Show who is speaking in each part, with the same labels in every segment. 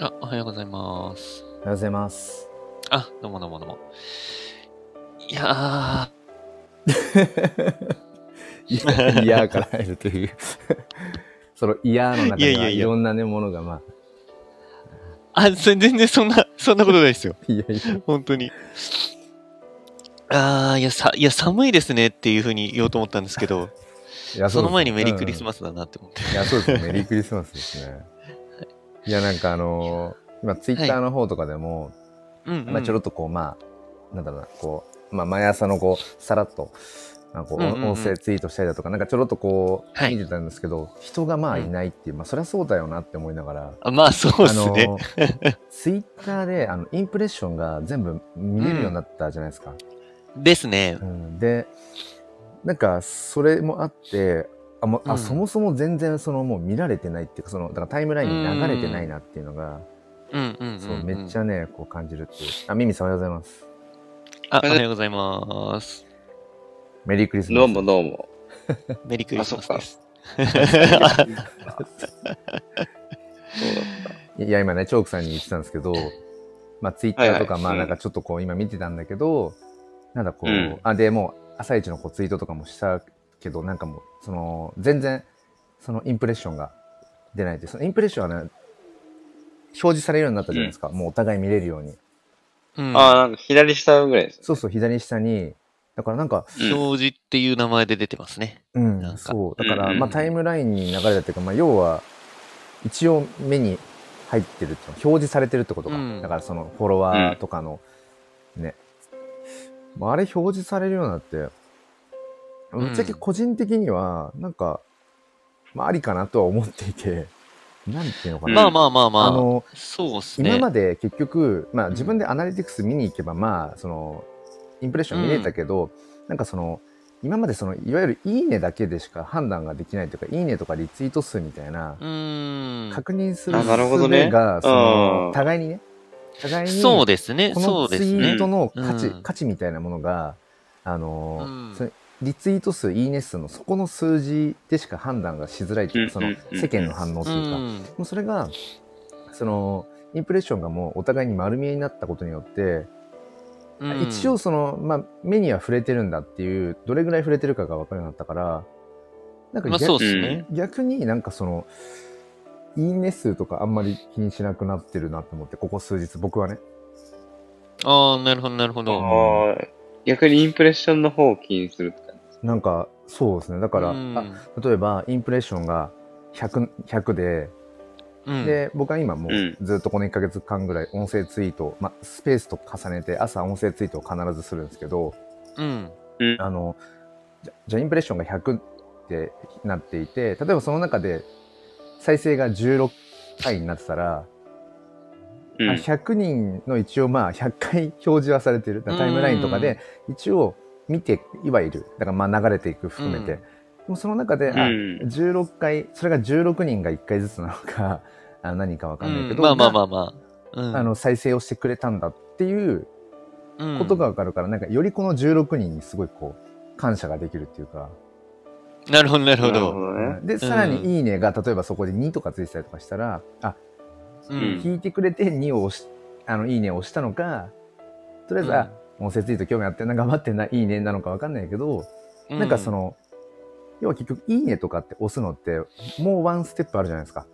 Speaker 1: あ、おはようございます。
Speaker 2: おはようござ います。
Speaker 1: あ、どうもどうもどうも。いや
Speaker 2: いや、いやから入るという。 その嫌の
Speaker 1: いや
Speaker 2: 中
Speaker 1: い
Speaker 2: に
Speaker 1: やい
Speaker 2: は
Speaker 1: や
Speaker 2: いろんなね、ものがまあ、
Speaker 1: ー、あ、そ全然そんな、そんなことないですよ。
Speaker 2: いやいや、
Speaker 1: 本当に。あー、いや、さ、いや、寒いですねっていうふうに言おうと思ったんですけど、
Speaker 2: いや
Speaker 1: その前にメリークリス
Speaker 2: ス。
Speaker 1: マスだなって思って。
Speaker 2: うんいや、そうですね。メリークリスマスですね。いや、なんかあのー今、ツイッターの方とかでも、
Speaker 1: うん、うん。
Speaker 2: まあ、ちょろっとこう、まあ、なんだろうな、こう、まあ、毎朝のこう、さらっと、なんかこう
Speaker 1: うんうんうん
Speaker 2: 音声ツイートしたりだとか、なんかちょろっとこう、
Speaker 1: はい
Speaker 2: 見てたんですけど、人がまあいないっていう、まあ、そりゃそうだよなって思いながら、
Speaker 1: あまあ、そうですね。
Speaker 2: ーツイッターであのインプレッションが全部見れるようになったじゃないですか。
Speaker 1: ですね
Speaker 2: う。んでなんかそれもあってあもうあ
Speaker 1: うん
Speaker 2: そもそも全然そのもう見られてないっていうかそのだからタイムラインに流れてないなっていうのが、
Speaker 1: うんうんうん、うん。
Speaker 2: そうめっちゃねこう感じるっていう。あミミさんおはようございます。
Speaker 1: あ、おはようございます。
Speaker 2: メリークリスマス。
Speaker 3: どうもどうも。
Speaker 1: メリークリスマ スです。
Speaker 3: そうだった。
Speaker 2: いや今ねチョークさんに言ってたんですけど、まあツイッターとか、
Speaker 3: はいはい
Speaker 2: まあ
Speaker 3: うん
Speaker 2: なんかちょっとこう今見てたんだけど、なんだこう、
Speaker 3: うん
Speaker 2: あでもう朝一のこうツイートとかもしたけどなんかもうその全然そのインプレッションが出ないでそのインプレッションはね表示されるようになったじゃないですか、もうお互い見れるように
Speaker 1: うん。
Speaker 3: ああ、なんか左下ぐらいです。
Speaker 2: そうそう左下にだからなんか
Speaker 3: うん
Speaker 1: 表示っていう名前で出てますね。
Speaker 2: うん
Speaker 1: なんか
Speaker 2: そうだか
Speaker 3: うん
Speaker 2: ら、
Speaker 3: うんうん
Speaker 2: まあ、タイムラインに流れたっていうか、まあ、要は一応目に入ってるっていうの表示されてるってことか、
Speaker 1: うん
Speaker 2: だからそのフォロワーとかの、ね、まあ、あれ表示されるようになってぶっちゃけ個人的にはなんか、まあ、ありかなとは思っていてなんていうのかな、
Speaker 1: まあまあまあまあ。
Speaker 2: あの
Speaker 1: そうですね。
Speaker 2: 今まで結局、まあ、
Speaker 1: うん
Speaker 2: 自分でアナリティクス見に行けば、まあそのインプレッション見れたけど、なんかその今までそのいわゆる「いいね」だけでしか判断ができないというか「いいね」とかリツイート数みたいな
Speaker 1: う、ーん。
Speaker 2: 確認する
Speaker 3: あなるほどね
Speaker 2: 術がその、
Speaker 3: うん
Speaker 2: 互いにね互いに
Speaker 1: そうですね、
Speaker 2: こ
Speaker 1: そ
Speaker 2: の
Speaker 1: うで
Speaker 2: ツイ
Speaker 1: すね
Speaker 2: ー。トの価値,、
Speaker 1: うん
Speaker 2: 価値みたいなものがあの、
Speaker 1: うん
Speaker 2: それリツイート数「いいね」数のそこの数字でしか判断がしづらいというかその
Speaker 3: うんうんうんうん
Speaker 2: 世間の反応と
Speaker 1: う
Speaker 2: いうか。
Speaker 1: ん。
Speaker 2: もうそれがそのインプレッションがもうお互いに丸見えになったことによって、
Speaker 1: うん
Speaker 2: 一応、その、まあ、目には触れてるんだっていうどれぐらい触れてるかが分かるようになったからなんか
Speaker 1: まあ
Speaker 2: 逆,、
Speaker 1: そうですね。
Speaker 2: 逆になんかそのいいね数とかあんまり気にしなくなってるなと思ってここ数日僕はね
Speaker 1: ああ、なるほど、なるほど。
Speaker 3: ああ、逆にインプレッションの方を気にするって感
Speaker 2: なんかそうですねだから、
Speaker 1: うん
Speaker 2: あ例えばインプレッションが 100, 100で
Speaker 1: うん、
Speaker 2: で僕は今も
Speaker 3: うん
Speaker 2: うずっとこの1ヶ月間ぐらい音声ツイートを、まあ、スペースと重ねて朝音声ツイートを必ずするんですけど
Speaker 1: うん。
Speaker 3: じ。
Speaker 2: あのじゃじゃあインプレッションが100ってなっていて例えばその中で再生が16回になってたら、
Speaker 3: うん。
Speaker 2: あ
Speaker 3: うん。
Speaker 2: 100人の一応まあ100回表示はされてるだからタイムラインとかで一応見てはいるだからまあ流れていく含めて、
Speaker 1: うん
Speaker 2: でもその中で、あ
Speaker 3: うん
Speaker 2: 16回それが16人が1回ずつなのか あ何かわかんないけど、
Speaker 1: うんまあまあまあまあ。うん
Speaker 2: あの再生をしてくれたんだっていう
Speaker 1: うん
Speaker 2: ことがわかるから、なんかよりこの16人にすごいこう感謝ができるっていうか、
Speaker 1: なるほど、なるほ
Speaker 3: なる
Speaker 1: ど。
Speaker 3: ほどね。
Speaker 2: でさらに「いいね」が例えばそこで2とかついてたりとかしたらあ
Speaker 1: う
Speaker 3: うん
Speaker 1: ん。
Speaker 2: 聞いてくれて2を押しあの「いいね」を押したのかとりあえず「あ音声ツイート興味あってんな頑張ってんないいね」なのかわかんないけど、
Speaker 1: うん
Speaker 2: なんかそ、の要は結局「いいね」とかって押すのってもうワンステップあるじゃないですか。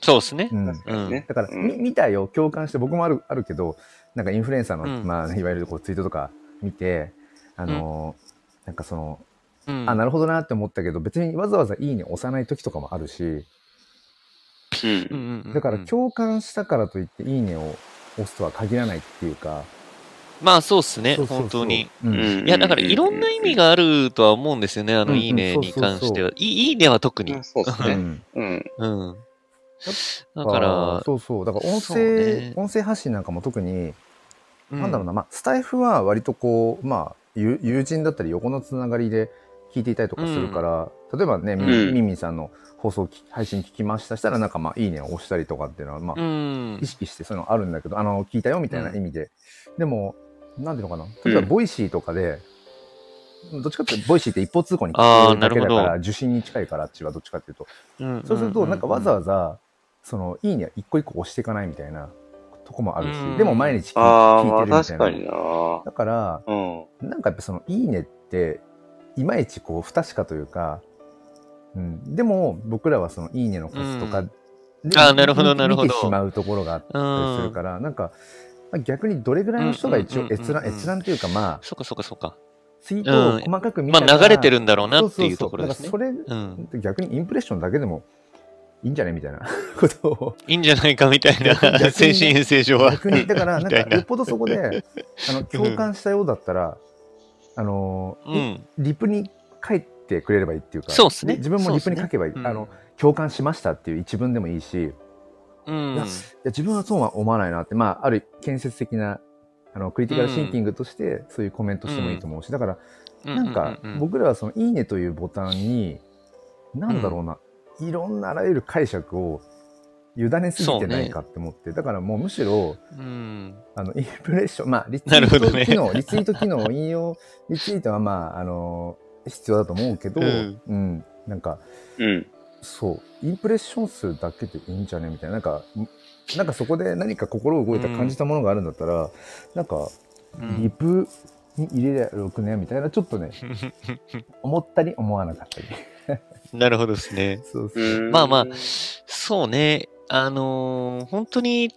Speaker 1: そうですね
Speaker 2: う。ん
Speaker 3: 確かにね。
Speaker 2: だから、
Speaker 3: うん
Speaker 2: み見たよ共感して僕もあるあるけどなんかインフルエンサーの、
Speaker 1: うん
Speaker 2: まあ、いわゆるこうツイートとか見てあのーなんかその、
Speaker 1: うん
Speaker 2: あなるほどなって思ったけど別にわざわざ「いいね」押さない時とかもあるし
Speaker 1: うんう
Speaker 3: うん
Speaker 1: んうん
Speaker 2: だから共感したからといって「いいね」を押すとは限らないっていうか、
Speaker 1: まあそうですね、
Speaker 2: そうそうそう
Speaker 1: 本当に。
Speaker 2: うん
Speaker 3: うん
Speaker 1: いや、だからいろんな意味があるとは思うんですよね、あの、
Speaker 2: うん
Speaker 1: いいねに関しては。いいいいねは特に
Speaker 3: あ。そうです
Speaker 2: う
Speaker 3: ね。
Speaker 2: ん
Speaker 3: うん。
Speaker 1: うん。だから、
Speaker 2: そうそうだから音
Speaker 1: そ
Speaker 2: 声、
Speaker 1: うね
Speaker 2: 音声発信なんかも特に、
Speaker 1: うん
Speaker 2: なんだろうな、まあ、スタイフは割とこう、まあ、友友人だったり横のつながりで聞いていたりとかするから、例えばね、み
Speaker 3: うん
Speaker 2: みみさんの放送き配信聞きましたしたらなんかまあいいねを押したりとかっていうのは、まあ、
Speaker 1: うん
Speaker 2: 意。識してそういうのあるんだけどあの聞いたよみたいな意味で、でもなんていうのかな
Speaker 3: うん
Speaker 2: 例えばボイシーとかで、どっちかっていうとボイシーって一方通行に
Speaker 1: あー
Speaker 2: 聞けるだけだ
Speaker 1: なる
Speaker 2: か
Speaker 1: ほ
Speaker 2: ら受信に近いからあっちはどっちかっていうと
Speaker 1: うん
Speaker 2: そうするとなんかわざわざその、いいね、一個一個押していかないみたいなとこもある
Speaker 1: うん
Speaker 2: し、でも毎日聞い
Speaker 3: ああ、ま
Speaker 2: 聞
Speaker 3: あ
Speaker 2: いてるみた
Speaker 3: 確
Speaker 2: い
Speaker 3: か
Speaker 2: な。
Speaker 3: にな。
Speaker 2: だから、
Speaker 3: うん。
Speaker 2: なんかやっぱその、いいねって、いまいちこう、不確かというか、うん、でも、僕らはその、いいねの数とか
Speaker 1: う
Speaker 2: で
Speaker 1: ん、あーなるほど
Speaker 2: 見て
Speaker 1: なるほど
Speaker 2: 見てしまうところがあっ
Speaker 1: う
Speaker 2: たりする
Speaker 1: ん。
Speaker 2: から、なんか、まあ逆にどれぐらいの人が一
Speaker 1: う
Speaker 2: 応
Speaker 1: んうんうんうん
Speaker 2: 閲覧、閲覧というか、まあ、
Speaker 1: そうかそうかそうか。
Speaker 2: ツイート
Speaker 1: う
Speaker 2: を
Speaker 1: ん
Speaker 2: 細かく見
Speaker 1: ま
Speaker 2: た
Speaker 1: あ流れて
Speaker 2: る
Speaker 1: るんだろうなっていうところですね
Speaker 2: そ。うそうそうだから
Speaker 1: うん。
Speaker 2: それ、逆にインプレッションだけでもいいんじゃねみたいな ことを。
Speaker 1: いいんじゃないかみたい
Speaker 2: 逆に
Speaker 1: な、精神衛生上は。
Speaker 2: 逆に、だから、なんか、
Speaker 1: みたいな
Speaker 2: よっぽどそこ で、あの、共感したようだったら、あの、
Speaker 1: うん。
Speaker 2: リプに書いてくれればいいっていうか、
Speaker 1: そうっすね
Speaker 2: 自分もリプに書けばいい。
Speaker 1: うん
Speaker 2: あの、共感しましたっていう一文でもいいし、
Speaker 1: うん
Speaker 2: いやいや自分はそうは思わないなって、まあ、ある建設的なあのクリティカルシンキングとして、そういうコメントしてもいいと思うし、だからなんか、
Speaker 1: ううう
Speaker 2: 僕らはその「いいね」というボタンになんだろうな、いろんなあらゆる解釈を委ねすぎてないかって思って、だからもうむしろ
Speaker 1: うん。
Speaker 2: あのインプレッションまあリツイ
Speaker 1: なるほ
Speaker 2: ー
Speaker 1: ど
Speaker 2: ト
Speaker 1: ね
Speaker 2: 機能、リツイート機能引用リツイートはまああの必要だと思うけど、
Speaker 1: うん
Speaker 2: うん、なんか
Speaker 3: うん。
Speaker 2: そう、インプレッション数だけでいいんじゃねみたいな、なんか、んなんかそこで何か心動いた
Speaker 1: うん
Speaker 2: 感じたものがあるんだったら、なんか、
Speaker 1: うん
Speaker 2: リプに入れりゃよくねみたいな、ちょっ とね、思ったり思わなかったり。
Speaker 1: なるほどですね。
Speaker 2: そうそうう。
Speaker 3: ん
Speaker 1: まあまあそうね。あのー本当に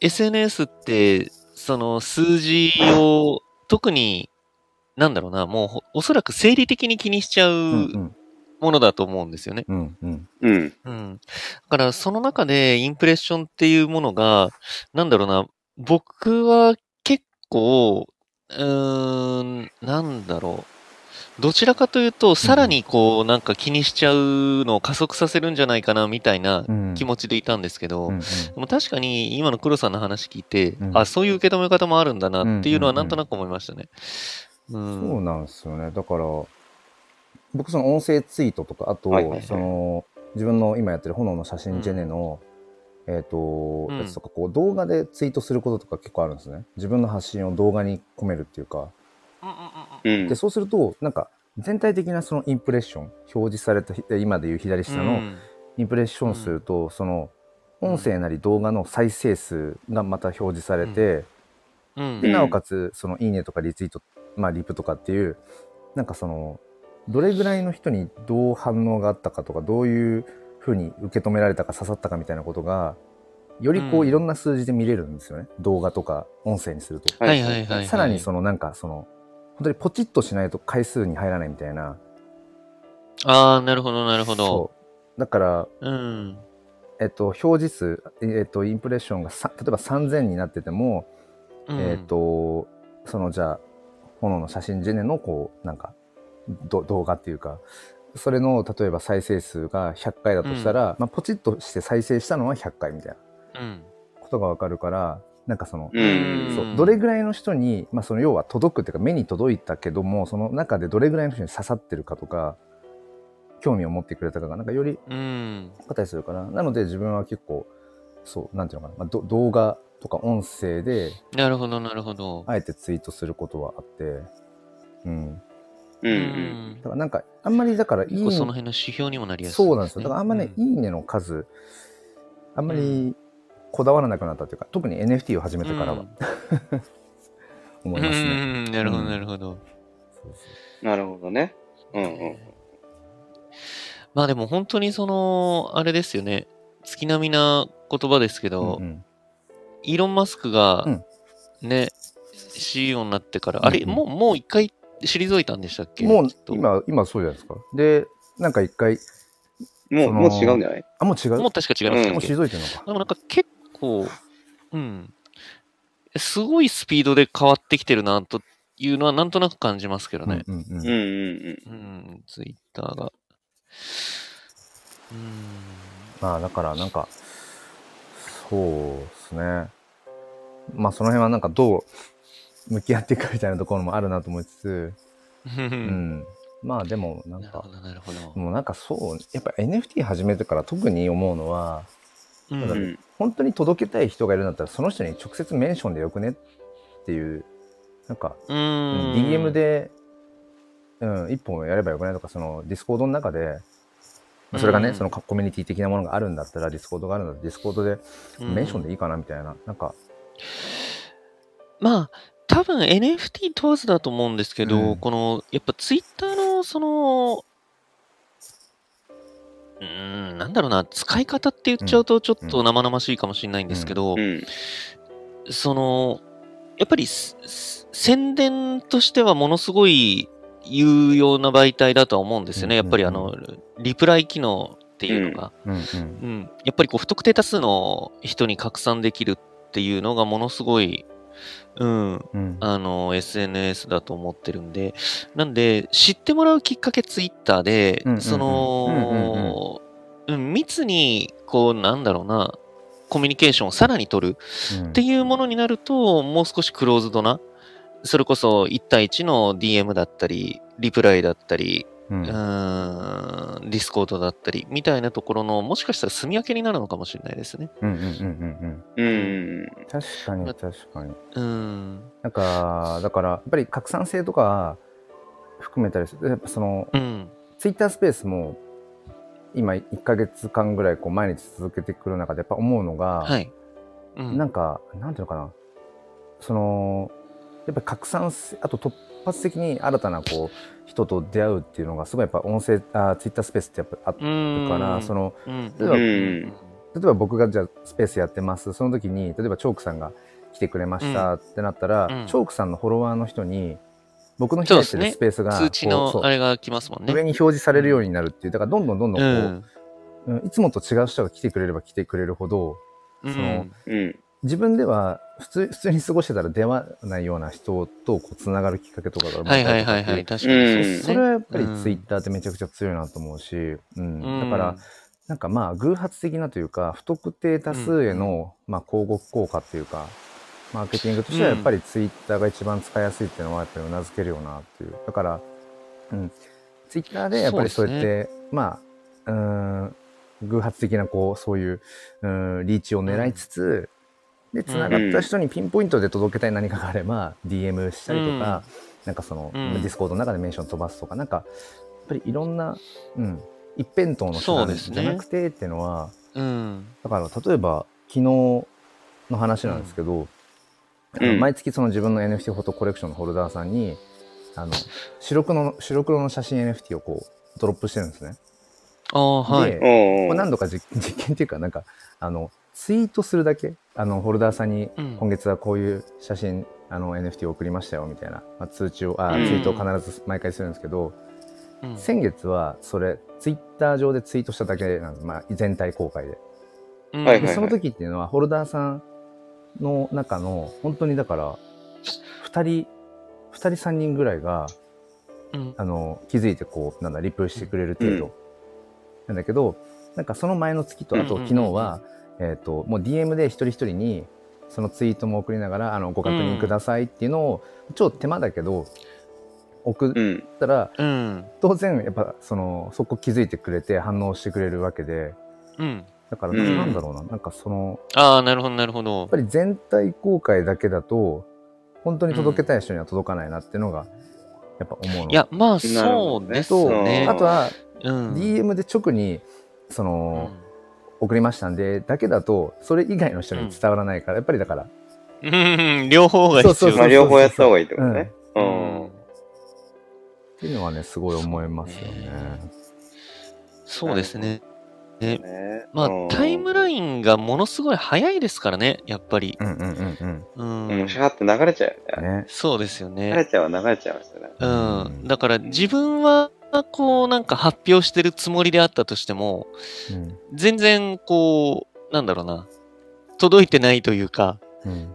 Speaker 1: SNS って、その数字を特に、なんだろうな、もうほおそらく生理的に気にしちゃ
Speaker 2: うん
Speaker 1: う
Speaker 2: うん
Speaker 1: ものだと思うんですよね。
Speaker 2: うんうん
Speaker 3: うん。
Speaker 1: うん。だからその中でインプレッションっていうものが、なんだろうな、僕は結構、うーん、なんだろう。どちらかというと、さらにこう、なんか気にしちゃうのを加速させるんじゃないかな、みたいな
Speaker 2: うん
Speaker 1: 気持ちでいたんですけど、
Speaker 2: うんうん
Speaker 1: でも確かに今の黒さんの話聞いて、
Speaker 2: うん
Speaker 1: あ、そういう受け止め方もあるんだなっていうのは
Speaker 2: うん
Speaker 1: な
Speaker 2: うんうん
Speaker 1: んとなく思いましたね。う。
Speaker 2: そうんなんですよね。だから、僕その音声ツイートとか、あと、
Speaker 3: はいはいはい
Speaker 2: その、自分の今やってる炎の写真ジェネの、えっ、と、
Speaker 1: うん
Speaker 2: やつとか、こう動画でツイートすることとか結構あるんですね。自分の発信を動画に込めるっていうか。
Speaker 3: うん
Speaker 2: で、。そうすると、なんか、全体的なそのインプレッション、表示された、で今でいう左下
Speaker 1: う
Speaker 2: の
Speaker 1: ん
Speaker 2: インプレッション数と、その、音声なり動画の再生数がまた表示されて、
Speaker 1: うん
Speaker 2: で
Speaker 3: うん
Speaker 2: なおかつその「いいね」とかリツイート、まあ、リプとかっていうなんかそのどれぐらいの人にどう反応があったかとかどういうふうに受け止められたか刺さったかみたいなことがよりこ
Speaker 1: う
Speaker 2: うんいろんな数字で見れるんですよね、動画とか音声にすると。
Speaker 1: はいはいはい。
Speaker 2: さらにそのなんかその本当にポチッとしないと回数に入らないみたいな。
Speaker 1: ああ、なるほど、なるほど。
Speaker 2: そうだから
Speaker 1: うん。
Speaker 2: えっと、表示数、えっと、インプレッションがさ例えば3000になってても、
Speaker 1: うん
Speaker 2: えっ、、とそのじゃあ炎の写真ジェネのこうなんかど動画っていうかそれの例えば再生数が100回だとしたら、まあ、ポチッとして再生したのは100回みたいな
Speaker 1: うん。
Speaker 2: ことがわかるからなんかその、
Speaker 3: うん。
Speaker 2: そうどれぐらいの人に、まあ、その要は届くっていうか目に届いたけどもその中でどれぐらいの人に刺さってるかとか興味を持ってくれたかがなんかより
Speaker 1: うん。
Speaker 2: 方りするからなので自分は結構そうなんていうのかな、まあ、ど動画とか音声で
Speaker 1: なるほど、なるほど。
Speaker 2: あえてツイートすることはあって、うん。
Speaker 3: う。
Speaker 1: うん
Speaker 2: だからなんか、あんまりだからいい、
Speaker 1: 結構その辺の指標にもなりやすい、
Speaker 2: そうなんですよ。だからあんまね、いいねの数、あんまりこだわらなくなったというか、特に NFT を始めてからは思います
Speaker 1: う
Speaker 2: ね。
Speaker 1: ん、なるほど、
Speaker 2: うん
Speaker 1: なるほど。
Speaker 2: そうそう
Speaker 3: なるほどね。うんうん。
Speaker 1: まあでも本当にその、あれですよね。月並みな言葉ですけど、
Speaker 2: うんうん
Speaker 1: イーロン・マスクが
Speaker 2: うん、
Speaker 1: ね、CEO になってから、
Speaker 2: うんうん
Speaker 1: あれ、もう、もう一回退いたんでしたっけ
Speaker 2: もう
Speaker 1: きっと
Speaker 2: 今、今そうじゃないですか。で、なんか一回、
Speaker 3: もう、
Speaker 2: その
Speaker 3: もう違うんじゃない
Speaker 2: あ、もう違う。
Speaker 1: も
Speaker 2: も
Speaker 1: う確か違いまし
Speaker 2: う
Speaker 1: たっけ、
Speaker 2: 退いてるのか。
Speaker 1: でもなんか結構、うん、すごいスピードで変わってきてるなというのはなんとなく感じますけどね。
Speaker 2: うんうんう
Speaker 3: うん
Speaker 2: ん
Speaker 3: うん
Speaker 1: うん、ツイッターが。うん。
Speaker 2: まあだからなんか、そうですね。まあその辺はなんかどう向き合っていくかみたいなところもあるなと思いつつ、うん、まあでもなん
Speaker 1: なるほ
Speaker 2: か
Speaker 1: ど、なるほど。
Speaker 2: もうなんかそうやっぱ NFT 始めてから特に思うのは
Speaker 1: う、
Speaker 3: うん。うんん。
Speaker 2: 本当に届けたい人がいるんだったらその人に直接メンションでよくねっていうなんか、
Speaker 1: う
Speaker 2: うんん、DM。で、うん、一本やればよくないとかそのディスコードの中でまあそれがね、
Speaker 1: うん
Speaker 2: そのコミュニティ的なものがあるんだったら、ディスコードがあるんだったら、ディスコードでメンションでいいかなみたいな。なんか、
Speaker 1: まあ、多分 NFT 問わずだと思うんですけど、
Speaker 2: うん
Speaker 1: この、やっぱツイッターの、その、うーん、なんだろうな、使い方って言っちゃうとちょっと生々しいかもしれないんですけど、
Speaker 3: うん。
Speaker 1: その、やっぱりすす宣伝としてはものすごい有用な媒体だとは思うんですよね。
Speaker 2: う
Speaker 1: やっ
Speaker 2: んうんう
Speaker 1: ぱ
Speaker 2: ん
Speaker 1: りあの、リプライ機能っていうのが、
Speaker 2: うんう
Speaker 1: う
Speaker 2: ん。
Speaker 1: ん、やっぱりこう不特定多数の人に拡散できるっていうのがものすごい、うん、
Speaker 2: うん。
Speaker 1: あの、SNS だと思ってるんで、なんで、知ってもらうきっかけツイッターで
Speaker 2: うんうんう、ん
Speaker 1: その、うん密に、こう、なんだろうな、コミュニケーションをさらに取る
Speaker 2: っ
Speaker 1: っていうものになると、もう少しクローズドな、それこそ1対1の DM だったり、リプライだったり、
Speaker 2: う
Speaker 1: うんーん、ディスコードだったり、みたいなところの、もしかしたら住み分けになるのかもしれないですね。
Speaker 2: うんうんうんうん
Speaker 3: うん。
Speaker 2: うん。確かに確かに。
Speaker 1: うん。
Speaker 2: なんか、だから、やっぱり拡散性とか含めたりする。やっぱその、
Speaker 1: うん。
Speaker 2: ツイッタースペースも、今1ヶ月間ぐらいこう毎日続けてくる中でやっぱ思うのが、
Speaker 1: はい。うん
Speaker 2: なんか、なんていうのかな。その、やっぱり拡散せ、あと突発的に新たなこう、人と出会うっていうのが、すごいやっぱ音声、あツイッター Twitter スペースってやっぱあっ
Speaker 1: う
Speaker 2: た
Speaker 1: ん
Speaker 2: から、その、
Speaker 1: うん
Speaker 2: 例えば
Speaker 1: うん
Speaker 2: 例えば僕がじゃあスペースやってます、その時に、例えばチョークさんが来てくれましたってなったら、
Speaker 1: うん
Speaker 2: チョークさんのフォロワーの人に、僕の
Speaker 1: そうで
Speaker 2: 開いて
Speaker 1: す
Speaker 2: る
Speaker 1: ね
Speaker 2: スペースが、
Speaker 1: 通知
Speaker 2: こうそ
Speaker 1: の
Speaker 2: う
Speaker 1: あれが来ますもんね。
Speaker 2: 上に表示されるようになるっていう、だからどんどんどんどんこう、うんいつもと違う人が来てくれれば来てくれるほど、
Speaker 1: うん
Speaker 2: その
Speaker 3: うん。
Speaker 2: 自分では普通普通に過ごしてたら出会わないような人とこうつながるきっかけとかが生ま
Speaker 1: は
Speaker 2: れ
Speaker 1: い
Speaker 2: た
Speaker 1: は
Speaker 2: り
Speaker 1: い
Speaker 2: とか
Speaker 1: は
Speaker 2: っ
Speaker 1: い
Speaker 2: て
Speaker 1: はいい、
Speaker 2: う
Speaker 1: 確か
Speaker 3: う
Speaker 1: に
Speaker 3: ん
Speaker 1: そ
Speaker 2: そうれ
Speaker 1: で
Speaker 2: はやっぱり
Speaker 1: うん
Speaker 2: ツイッターってめちゃくちゃ強いなと思うし、うん
Speaker 1: すね。
Speaker 2: だから、なんかまあ偶発的なというか不特定多数への、まあ、広告効果っていうかマーケティングとしてはやっぱりツイッターが一番使いやすいっていうのはやっぱりうなずけるよなっていうだから、うん、ツイッターでやっぱりそうやって、まあうーん偶発的なこうそういううーんリーチを狙いつつ、でつながった人にピンポイントで届けたい何かがあれば DM したりとか、なんかその、
Speaker 1: うん
Speaker 2: ディスコードの中でメンション飛ばすとかなんかやっぱりいろんな、うん、一辺倒の
Speaker 1: そうです
Speaker 2: じ
Speaker 1: ね
Speaker 2: ゃなくてっていうのは
Speaker 1: うん。
Speaker 2: だから例えば昨日の話なんですけど、あの
Speaker 3: うん
Speaker 2: 毎月その自分の NFT フォトコレクションのホルダーさんにあの白黒の白黒の写真 NFT をこうドロップしてるんですね。
Speaker 1: ああ、はい。
Speaker 2: で
Speaker 3: お
Speaker 2: これ
Speaker 3: ー
Speaker 2: 何度か実 実験っていうかなんかあのツイートするだけあのホルダーさんに
Speaker 1: うん
Speaker 2: 今月はこういう写真あの NFT を送りましたよみたいな、まあ、通知をあ
Speaker 3: うん
Speaker 2: ツイートを必ず毎回するんですけど、
Speaker 1: うん
Speaker 2: 先月はそれツイッター上でツイートしただけなんです、まあ、全体公開で。
Speaker 1: うん
Speaker 3: はい
Speaker 2: で
Speaker 3: はい
Speaker 2: その時っていうのはホルダーさんの中の本当にだから2人2人3人ぐらいが
Speaker 1: うん
Speaker 2: あの気づいてこうなんだリプしてくれる程度、
Speaker 3: うん
Speaker 2: なんだけどなんかその前の月とあ
Speaker 1: う
Speaker 2: と
Speaker 1: んうんうんうん
Speaker 2: 昨日は、えー、ともう DM で一人一人にそのツイートも送りながらあのご確認くださいっていうのを、超手間だけど送
Speaker 3: う
Speaker 2: っ
Speaker 3: ん。
Speaker 2: たら、
Speaker 1: うん。
Speaker 2: 当然やっぱそのそこ気づいてくれて反応してくれるわけで
Speaker 1: うん。
Speaker 2: だから
Speaker 3: うん
Speaker 2: なんだろうな、なんかその
Speaker 1: ああ、なるほど、なるほど
Speaker 2: やっ。ぱり全体公開だけだと本当に届けたい人には届かないなっていうのがやっぱ思うの、
Speaker 1: いや、まあ、
Speaker 3: なるほ
Speaker 1: そう
Speaker 3: どね
Speaker 1: で
Speaker 2: と
Speaker 1: す
Speaker 2: あ
Speaker 1: ね。
Speaker 2: とは
Speaker 1: うん。
Speaker 2: DM で直にその、送りましたんでだけだとそれ以外の人に伝わらないから、やっぱりだから、
Speaker 1: うん、 両方が
Speaker 2: そ
Speaker 1: 必
Speaker 2: うそう
Speaker 3: ま
Speaker 1: 要
Speaker 2: そ
Speaker 3: あ、
Speaker 1: です。
Speaker 2: う
Speaker 3: 両方やった方がいいってことね。う
Speaker 1: うん
Speaker 3: ん。
Speaker 2: っていうのはねすごい思いますよね。
Speaker 1: そうですね。ね
Speaker 3: ね
Speaker 1: まあ
Speaker 3: うん、
Speaker 1: タイムラインがものすごい早いですからね、やっぱり。
Speaker 2: うんうんうん
Speaker 1: うん。
Speaker 3: うん、シャーって流れちゃう
Speaker 2: う
Speaker 3: よ
Speaker 2: ん。
Speaker 3: ね。
Speaker 2: ね。
Speaker 1: そうですよね。
Speaker 3: 流れちゃうは流れちゃいますよね。
Speaker 1: う
Speaker 2: うん
Speaker 1: ん、だから自分はこうなんか発表してるつもりであったとしても
Speaker 2: うん
Speaker 1: 全然こうなんだろうな届いてないというか、
Speaker 2: うん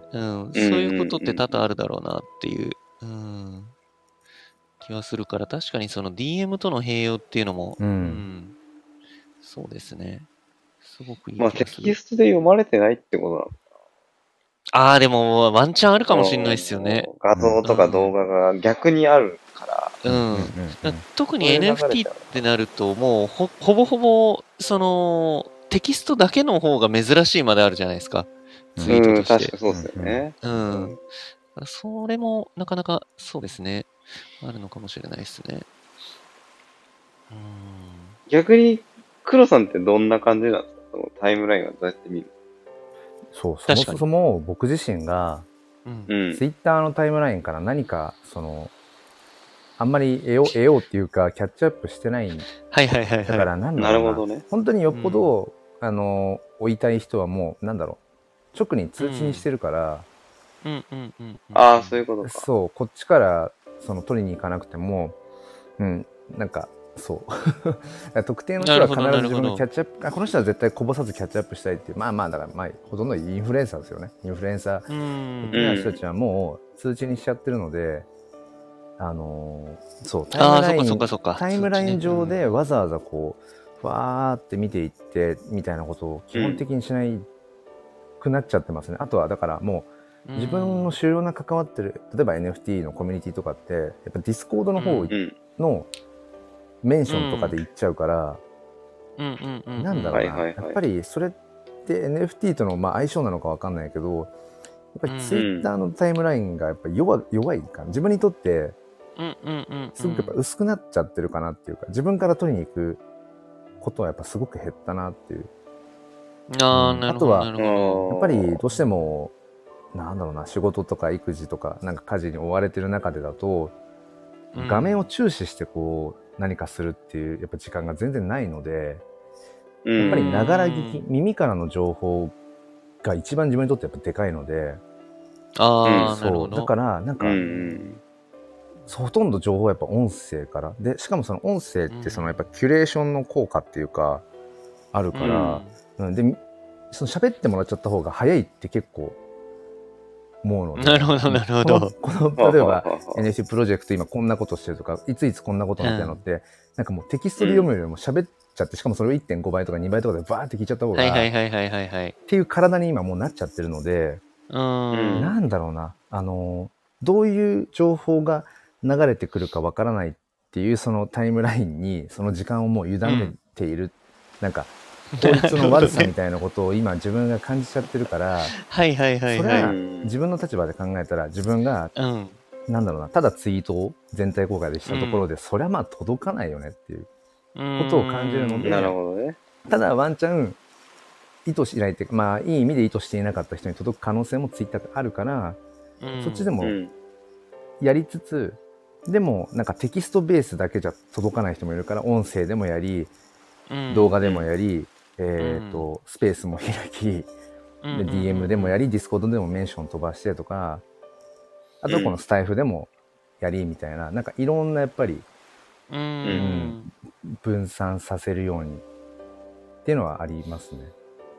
Speaker 1: うん、そういうことって多々あるだろうなっていう、うん、気はするから確かにその DM との併用っていうのも、
Speaker 2: うん
Speaker 1: うんそうですねすごくいい気
Speaker 3: まあ、
Speaker 1: が
Speaker 3: テ
Speaker 1: す
Speaker 3: キ
Speaker 1: る、
Speaker 3: ストで読まれてないってことなのか
Speaker 1: ああでもワンチャンあるかもしれないですよね。
Speaker 3: 画像とか動画が逆にあるから。
Speaker 1: うん、
Speaker 2: うん
Speaker 1: だ特に
Speaker 3: そういう流れだよ
Speaker 1: NFT ってなると、もうほほぼほぼ、その、テキストだけの方が珍しいまであるじゃないですか。ツイー
Speaker 3: う
Speaker 1: ト
Speaker 3: ん、確か
Speaker 1: とし
Speaker 3: に
Speaker 1: て。
Speaker 3: そうですよね。
Speaker 1: うん。だからそれも、なかなか、そうですね。あるのかもしれないですね。うん。
Speaker 3: 逆に、黒さんってどんな感じなんですかそのタイムラインはどうやって見る
Speaker 2: そう、そ
Speaker 1: かに
Speaker 2: もそも僕自身が、
Speaker 1: うん
Speaker 3: う。ん
Speaker 2: ツ。イッターのタイムラインから何か、その、あんまり得よう、得ようっていうか、キャッチアップしてないんだ
Speaker 1: はいはいはい
Speaker 2: か
Speaker 1: は
Speaker 2: ら、なんだ
Speaker 3: な
Speaker 2: ろ
Speaker 3: る
Speaker 2: うな
Speaker 3: ほどね。
Speaker 2: 本当によっぽど、あの、追いたい人はもう、なんだろう、直に通知にしてるから、
Speaker 1: い。うんうんうんうん。
Speaker 3: ああ、そういうことか。
Speaker 2: そう、こっちから、その、取りに行かなくても、うん、なんか、そう。だ から特定の人は必ず
Speaker 1: なる
Speaker 2: 自
Speaker 1: ほどなる
Speaker 2: 分の
Speaker 1: ほど
Speaker 2: キャッチアップ、あこの人は絶対こぼさずキャッチアップしたいっていう、まあまあ、だから、まあ、ほとんどインフルエンサーですよね。インフルエンサー
Speaker 1: う。うん。
Speaker 2: 今の人たちはもう通知にしちゃってるので、あのーそう、タ
Speaker 1: ああ、
Speaker 2: イム
Speaker 1: そ
Speaker 2: ラ
Speaker 1: っかそっ
Speaker 2: イン
Speaker 1: か、そっか。
Speaker 2: タイムライン
Speaker 1: そっ
Speaker 2: 上で
Speaker 1: ちね
Speaker 2: わざわざこう、わーって見ていって、みたいなことを基本的にしないくなっちゃってますね。あとはだからもう、
Speaker 1: うん
Speaker 2: 自分の主要な関わってる、例えば NFT のコミュニティとかって、やっぱディスコードの方
Speaker 1: う
Speaker 3: うん。
Speaker 2: のメンションとかで行っちゃうから、
Speaker 1: うんうんうんうん。
Speaker 2: なんだろうな、
Speaker 3: はいはいはい
Speaker 2: やっぱりそれって NFT とのまあ相性なのかわかんないけど、やっぱりツイッターのタイムラインがやっぱ弱弱いかな自分にとって
Speaker 1: うんうんうんうん。
Speaker 2: すごくやっぱ薄くなっちゃってるかなっていうか、自分から取りに行くことはやっぱすごく減ったなっていう。
Speaker 1: ああ、
Speaker 2: うん
Speaker 1: なるほど。
Speaker 2: あと
Speaker 1: な
Speaker 2: は
Speaker 1: るほど
Speaker 3: や
Speaker 2: やっぱりどうしても、なんだろうな、仕事とか育児とか、なんか家事に追われてる中でだと、
Speaker 1: うん
Speaker 2: 画面を注視してこう、何かするっていう、やっぱ時間が全然ないので、
Speaker 3: うん
Speaker 2: やっぱり
Speaker 1: うん
Speaker 2: ながら聞き、耳からの情報が一番自分にとってやっぱでかいので、
Speaker 1: ああ、なる
Speaker 2: そ
Speaker 1: ほ
Speaker 2: う、
Speaker 1: ど。
Speaker 2: だから、なんか、
Speaker 3: うんうん。
Speaker 2: そうほとんど情報はやっぱ音声から。で、しかもその音声っ
Speaker 1: うん
Speaker 2: てそのやっぱキュレーションの効果っていうか、あるから、うん、で、その喋ってもらっちゃった方が早いって結構思うの
Speaker 1: うん
Speaker 2: で。
Speaker 1: なるほど、なるほど。
Speaker 2: こ のこの例えば
Speaker 3: はははは。
Speaker 2: NFT プロジェクト今こんなことしてるとか、いついつこんなことみたいなのって、なんかもうテキストで読むよりも喋っちゃって、しかもそれを1.5倍とか2倍とかでバーって聞いちゃった方が、
Speaker 1: はいはいはいはいはいはい。
Speaker 2: っていう体に今もうなっちゃってるので、
Speaker 1: うーん。
Speaker 2: なんだろうな、あの、どういう情報が流れてくるかわからないっていうそのタイムラインに、その時間をもう委ねている、なんか、効率の悪さみたいなことを今自分が感じちゃってるから、
Speaker 1: はいはいはい
Speaker 2: それ
Speaker 1: は
Speaker 2: は
Speaker 1: いう
Speaker 3: ん
Speaker 2: 自分の立場で考えたら自分が、
Speaker 1: うん。
Speaker 2: なんだろうな、ただツイートを全体公開でしたところで、そりゃまあ届かないよねっていう。ことを感じるので
Speaker 3: なるほどね。
Speaker 2: ただワンチャン、意図しないっていうか、まあいい意味で意図していなかった人に届く可能性もツイッターあるから、そっちで
Speaker 1: も。
Speaker 2: も
Speaker 3: うん。
Speaker 2: やりつつ、でもなんかテキストベースだけじゃ届かない人もいるから、音声でもやり、
Speaker 1: うん
Speaker 2: 動画でもやり、えっと、スペースも開き、
Speaker 1: うん
Speaker 2: で DM でもやり、ディスコードでもメンション飛ばしてとか、あとこのスタイフでもやりみたいな、なんかいろんなやっぱり
Speaker 1: うん
Speaker 2: ん分散させるようにっていうのはありますね。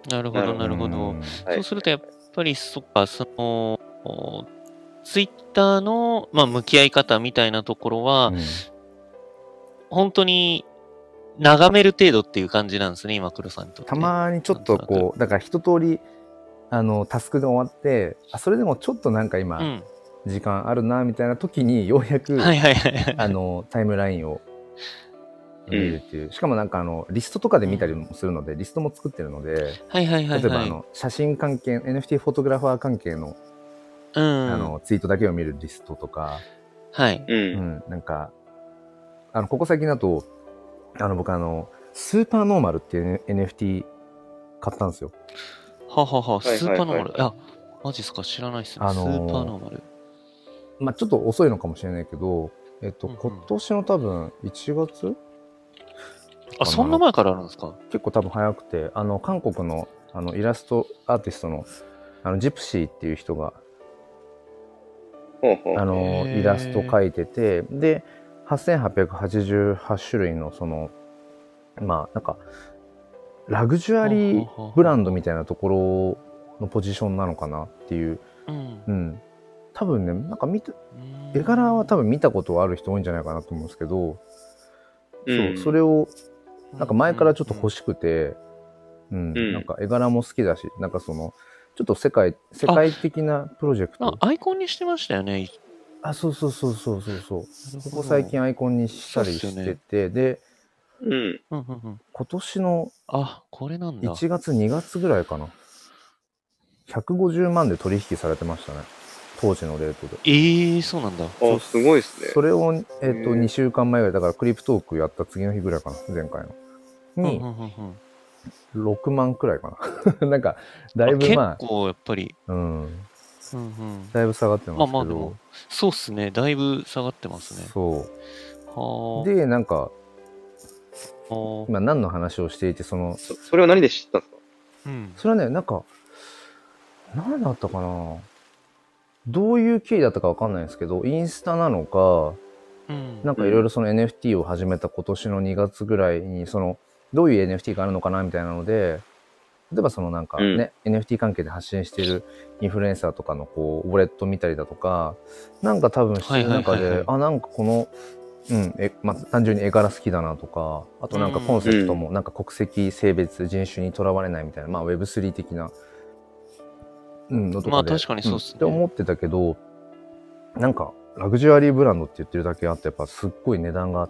Speaker 1: なるほどなるほ
Speaker 2: う
Speaker 1: ど。
Speaker 2: ん
Speaker 3: はい
Speaker 1: そうするとやっぱりそっかそのツイッターのまあ向き合い方みたいなところは
Speaker 2: うん
Speaker 1: 本当に眺める程度っていう感じなんですね今黒さんにとって。
Speaker 2: たまにちょっとこう、だから一通り、あの、タスクが終わって、あ、それでもちょっとなんか今、
Speaker 1: うん。
Speaker 2: 時間あるなみたいな時にようやく、
Speaker 1: はいはいはい。
Speaker 2: あのタイムラインを見れるっていう、しかもなんかあのリストとかで見たりもするので、リストも作ってるので
Speaker 1: はいはいは
Speaker 2: 例
Speaker 1: い
Speaker 2: えば
Speaker 1: は
Speaker 2: あ
Speaker 1: い。
Speaker 2: の写真関係 NFT フォトグラファー関係の,、
Speaker 1: う
Speaker 2: あ
Speaker 1: ん。
Speaker 2: のツイートだけを見るリストとか、
Speaker 1: はい。
Speaker 3: う。
Speaker 2: うんん、なんかあのここ最近だとあの僕あのスーパーノーマルっていう NFT 買ったんですよ
Speaker 1: ははは、
Speaker 3: いはいはい
Speaker 1: スーパーノーマル。あ、マジっすか知らないっすね。
Speaker 2: あのー
Speaker 1: スーパーノーマル。
Speaker 2: まあ、ちょっと遅いのかもしれないけど、えっと、
Speaker 1: うんうん
Speaker 2: 今年の多分1月
Speaker 1: あ、そんな前からあるんですか
Speaker 2: 結構多分早くてあの韓国のあのイラストアーティストのあのジプシーっていう人が
Speaker 3: ほうほう。
Speaker 2: あの
Speaker 1: へー
Speaker 2: イラスト描いててで8888種類のそのまあなんかラグジュアリーブランドみたいなところのポジションなのかなっていう、
Speaker 1: うん
Speaker 2: う。ん、多分ねなんか見た絵柄は多分見たことはある人多いんじゃないかなと思うんですけど、
Speaker 3: うん
Speaker 2: そうそれを
Speaker 1: 分
Speaker 2: なんか前からちょっと欲しくて、うん、
Speaker 3: うん
Speaker 2: なんか絵柄も好きだし、なんかその、ちょっと世界、世界的なプロジェク
Speaker 1: あ
Speaker 2: ト。
Speaker 1: アイコンにしてましたよね。
Speaker 2: あそうそうそうそうそうそう。
Speaker 1: なる
Speaker 2: こ
Speaker 1: ほど
Speaker 2: こ最近アイコンにしたり
Speaker 1: そうっ
Speaker 2: し
Speaker 1: すよ
Speaker 2: て
Speaker 1: ね
Speaker 2: て、で、
Speaker 3: うん。
Speaker 1: うんうんうん。
Speaker 2: 今年の
Speaker 1: あ、これなんだ。
Speaker 2: 1月、2月ぐらいかな。150万で取引されてましたね。当時のレートで。
Speaker 1: えー、そうなんだ。
Speaker 2: そ
Speaker 3: あ、
Speaker 2: う
Speaker 3: すごいっすね。
Speaker 2: それを、えっ、と、
Speaker 3: へー
Speaker 2: 2週間前ぐらい、だからクリプトークやった次の日ぐらいかな、前回の。に
Speaker 1: うんうんうんうん
Speaker 2: 6万くらいかな。 なんか、だい
Speaker 1: あ
Speaker 2: ぶま
Speaker 1: 結構やっぱり、
Speaker 2: あ、うん、
Speaker 1: うんうん
Speaker 2: だいぶ下がってますけど。
Speaker 1: まあまあでもそうっすね。だいぶ下がってますね。
Speaker 2: そ
Speaker 1: は
Speaker 2: う。
Speaker 1: あ。
Speaker 2: で、なんか、
Speaker 1: はあ
Speaker 2: 今何の話をしていて、その、
Speaker 3: そそれは何で知ったんですか
Speaker 1: うん。
Speaker 2: それはね、なんか、何だったかなどういう経緯だったかわかんないんですけど、インスタなのか、
Speaker 1: うん。
Speaker 2: なんかいろいろその NFT を始めた今年の2月ぐらいに、その、どういう NFT があるのかなみたいなので、例えばそのなんかね、NFT 関係で発信しているインフルエンサーとかのこう、ウォレット見たりだとか、なんか多分してる中
Speaker 1: はいはいはいは
Speaker 2: で
Speaker 1: い、
Speaker 2: あ、なんかこの、うん、え、まあ、単純に絵柄好きだなとか、あとなんかコンセプトも、なんか国籍、性別、人種にとらわれないみたいな、まあ Web3 的な、うん、のとかで。
Speaker 1: まあ確かにそうっすね
Speaker 2: んって思ってたけど、なんか、ラグジュアリーブランドって言ってるだけあって、やっぱすっごい値段が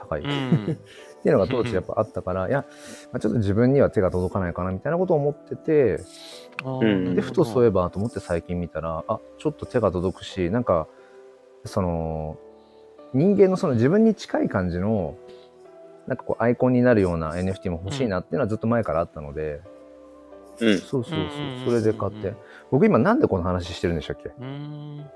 Speaker 2: 高い。
Speaker 1: う
Speaker 2: っ
Speaker 1: ん。
Speaker 2: ていうのが当時やっぱあったから、いや、まあ、ちょっと自分には手が届かないかなみたいなことを思ってて、
Speaker 1: ああ
Speaker 3: うん
Speaker 1: なるほど
Speaker 2: で、ふとそういえばと思って最近見たら、あ、ちょっと手が届くし、なんか、その、人間のその自分に近い感じの、なんかこうアイコンになるような NFT も欲しいなっていうのはずっと前からあったので、
Speaker 3: うん。
Speaker 2: そうそうそう、
Speaker 1: う
Speaker 2: そ
Speaker 1: んうんうんうん
Speaker 2: れで買って。僕今なんでこの話してるんでしたっけ
Speaker 1: うーん。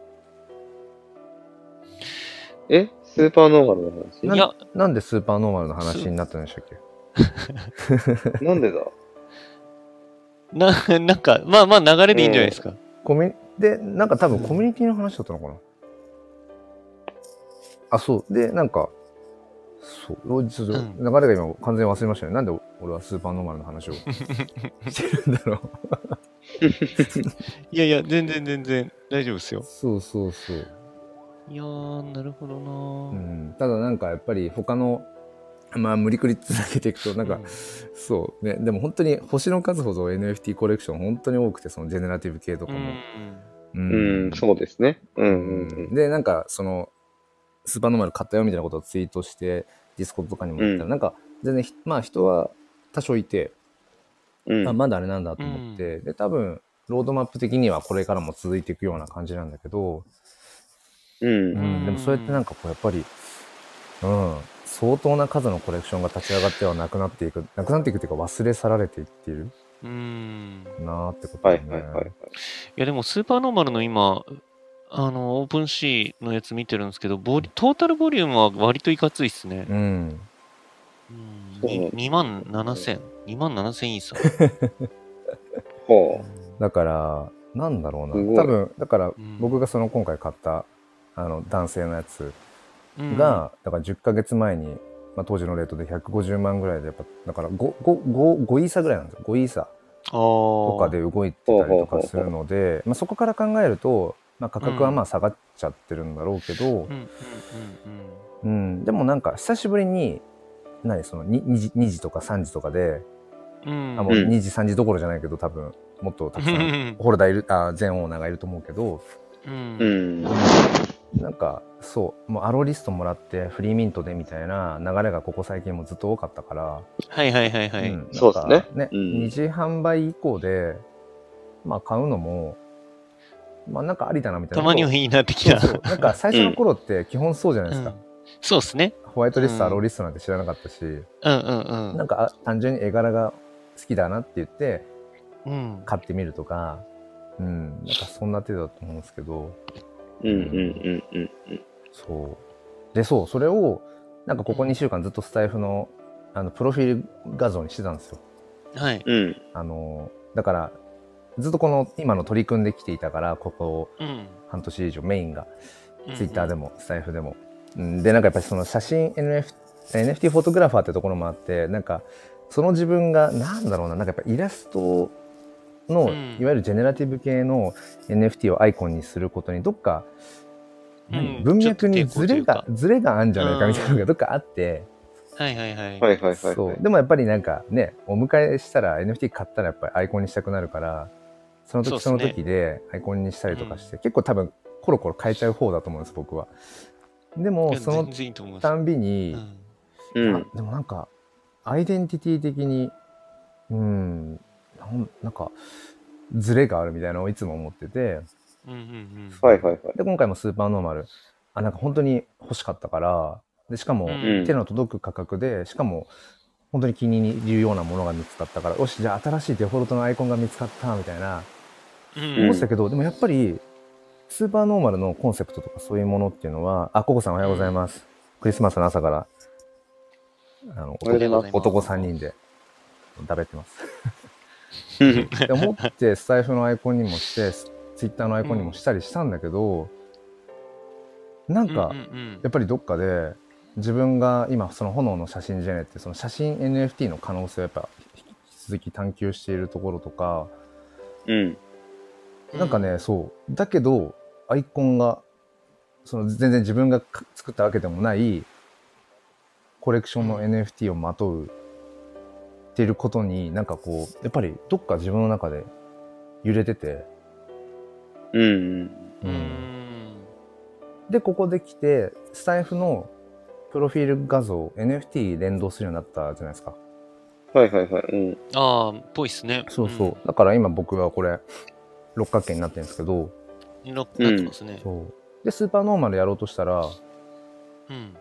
Speaker 3: えスーパーノーマルの話
Speaker 1: いや、
Speaker 2: なんでスーパーノーマルの話になったんでしたっけ
Speaker 3: なんでだ
Speaker 1: な、 なんか、まあまあ流れでいいんじゃないですか。
Speaker 2: コミュニで、なんか多分コミュニティの話だったのかな。あ、そう。で、なんか、そう、ちょっと
Speaker 1: うん
Speaker 2: 流れが今完全に忘れましたね。なんで俺はスーパーノーマルの 話をしてるんだろ
Speaker 1: いやいや、全然全然大丈夫です
Speaker 2: う。
Speaker 1: よ。
Speaker 2: そうそうそう。
Speaker 1: いやー、なるほどなー。
Speaker 2: うん、ただなんかやっぱり他の、まあ無理くりつなげていくと、なんか、そうね、でも本当に星の数ほど NFT コレクション本当に多くて、そのジェネラティブ系と
Speaker 1: う
Speaker 2: か
Speaker 1: ん、
Speaker 2: も。う
Speaker 3: うん、そうですね。うんうんうん。
Speaker 2: で、なんか、その、スーパーノーマル買ったよみたいなことをツイートして、ディスコードとかにも言ったら、
Speaker 3: うん
Speaker 2: なんか、全然ひ、まあ人は多少いて、
Speaker 3: うん
Speaker 2: あまだあれなんだと思って、で、多分、ロードマップ的にはこれからも続いていくような感じなんだけど、
Speaker 3: うん
Speaker 1: う
Speaker 2: う
Speaker 1: ん
Speaker 2: ん、でもそうやってなんかこう、やっぱり、うん、相当な数のコレクションが立ち上がってはなくなっていく、なくなっていくっていうか忘れ去られていっている
Speaker 1: うん。
Speaker 2: なーってこと
Speaker 3: は
Speaker 2: だ
Speaker 3: い
Speaker 2: よね。
Speaker 3: はいはい。
Speaker 1: いや、でも、スーパーノーマルの今、あの、オープンシーのやつ見てるんですけど、ボリトータルボリュームは割といかついっすね。
Speaker 2: うん。
Speaker 1: うん、
Speaker 3: そうなんです
Speaker 1: 2万7000、2万7000イーサ
Speaker 3: ほ
Speaker 2: だから、なんだろうな。
Speaker 3: すごい
Speaker 2: 多分、だから
Speaker 1: ん
Speaker 2: 僕がその今回買った、あの、男性のやつ
Speaker 1: ー。
Speaker 2: が、だから10ヶ月前に、まあ、当時のレートで150万ぐらいで、やっぱ、だから5、5、5、5イーサぐらいなんですよ。5イーサと
Speaker 1: と
Speaker 2: かで動いてたりとかするので、まあ、そこから考えると、まあ、価格はまあ下がっちゃってるんだろうけど
Speaker 1: うん、うん
Speaker 2: うん、でもなんか久しぶりに、何その 2, 時2時とか3時とかで、
Speaker 1: うんうん。
Speaker 2: あもう
Speaker 3: うん
Speaker 2: 2時3時どころじゃないけど多分もっとたくさ んホルダーいるあ全オーナーがいると思うけど
Speaker 1: う。
Speaker 3: う。うんん。
Speaker 2: なんかそうもうアローリストもらってフリーミントでみたいな流れがここ最近もずっと多かったから、
Speaker 1: はいはいはいはい。
Speaker 2: うんなんか
Speaker 3: そうですね
Speaker 2: ね、
Speaker 3: うん
Speaker 2: 二次販売以降でまあ買うのもまあなんかありだなみたいな
Speaker 1: たまにはいいな、的
Speaker 2: そう
Speaker 1: な。
Speaker 2: そうなんか最初の頃って基本そうじゃないですか、
Speaker 1: うんそうっすね。
Speaker 2: ホワイトリスト、
Speaker 1: うん
Speaker 2: アローリストなんて知らなかったし、
Speaker 1: うんうん
Speaker 2: なんかあ単純に絵柄が好きだなって言って
Speaker 1: うん。うん。
Speaker 2: 買ってみるとかうんなんかそんな程度だと思うんですけど
Speaker 3: うんうんうんうん。
Speaker 2: そう。で、そう、それを、なんかここ2週間ずっとスタイフの、あの、プロフィール画像にしてたんですよ。
Speaker 1: はい。
Speaker 3: うん。
Speaker 2: あの、だから、ずっとこの、今の取り組んできていたから、ここ
Speaker 1: うん。
Speaker 2: 半年以上メインが、
Speaker 1: うん
Speaker 2: ツイッターでも、スタイフでも。うんで、なんかやっぱりその写真 NF、NFT フォトグラファーってところもあって、なんか、その自分が、なんだろうな、なんかやっぱイラストの、
Speaker 1: うん
Speaker 2: いわゆるジェネラティブ系の NFT をアイコンにすることに、どっか、
Speaker 1: うん
Speaker 2: 文脈にズレ
Speaker 1: ちょっ
Speaker 2: が
Speaker 1: と抵抗、
Speaker 2: ズレがあるんじゃないかみたいなのがどっかあって、
Speaker 1: はいはいはい。
Speaker 3: はいはいはい。
Speaker 2: そう。でもやっぱりなんかね、お迎えしたら NFT 買ったらやっぱりアイコンにしたくなるから、その
Speaker 1: そうっ
Speaker 2: 時
Speaker 1: す
Speaker 2: そ
Speaker 1: ね
Speaker 2: の時でアイコンにしたりとかして、結構多分コロコロ変えちゃう方だと思うんです、僕は。で
Speaker 1: い
Speaker 2: も、
Speaker 1: や
Speaker 2: その
Speaker 1: 全然いいと思います
Speaker 2: た。んびに、
Speaker 3: う
Speaker 2: あ
Speaker 3: ん。
Speaker 2: でもなんか、アイデンティティ的に、うん、なんなんか、ズレがあるみたいなのをいつも思ってて、
Speaker 1: うんうん
Speaker 3: はいはいはい。
Speaker 2: で、今回もスーパーノーマル、あ、なんか本当に欲しかったから、で、しかも、
Speaker 1: うん
Speaker 3: うん
Speaker 2: 手の届く価格で、しかも、本当に気に入るようなものが見つかったから、よし、じゃあ新しいデフォルトのアイコンが見つかった、みたいな、
Speaker 1: う
Speaker 2: 思っ
Speaker 1: ん
Speaker 2: てたけど、でもやっぱり、スーパーノーマルのコンセプトとかそういうものっていうのは、あ、ココさんおはようございます。クリスマスの朝から、あの、
Speaker 3: おはようございます
Speaker 2: 男3人で、食べてます。
Speaker 3: うん。
Speaker 2: で思ってスタイフのアイコンにもしてツイッターのアイコンにもしたりしたんだけど、なんか、
Speaker 1: うんうん
Speaker 2: やっぱりどっかで自分が今その炎の写真じゃねってその写真 NFT の可能性をやっぱ引き続き探求しているところとか、
Speaker 3: うん。
Speaker 1: う
Speaker 2: なんか、ねそうだけどアイコンがその全然自分がか作ったわけでもないコレクションの
Speaker 1: う
Speaker 2: NFT をまとうっていることになんかこうやっぱりどっか自分の中で揺れてて。
Speaker 3: うん。
Speaker 1: う
Speaker 2: うん
Speaker 1: ん。
Speaker 2: で、ここで来て、スタイフのプロフィール画像、NFT 連動するようになったじゃないですか。
Speaker 3: はいはいはい。うん。
Speaker 1: ああ、ぽいっすね。
Speaker 2: そうそう。だから今僕はこれ、六角形になってるんですけど、
Speaker 1: うん。ななってますね。
Speaker 2: そう。で、スーパーノーマルやろうとしたら、
Speaker 1: うん。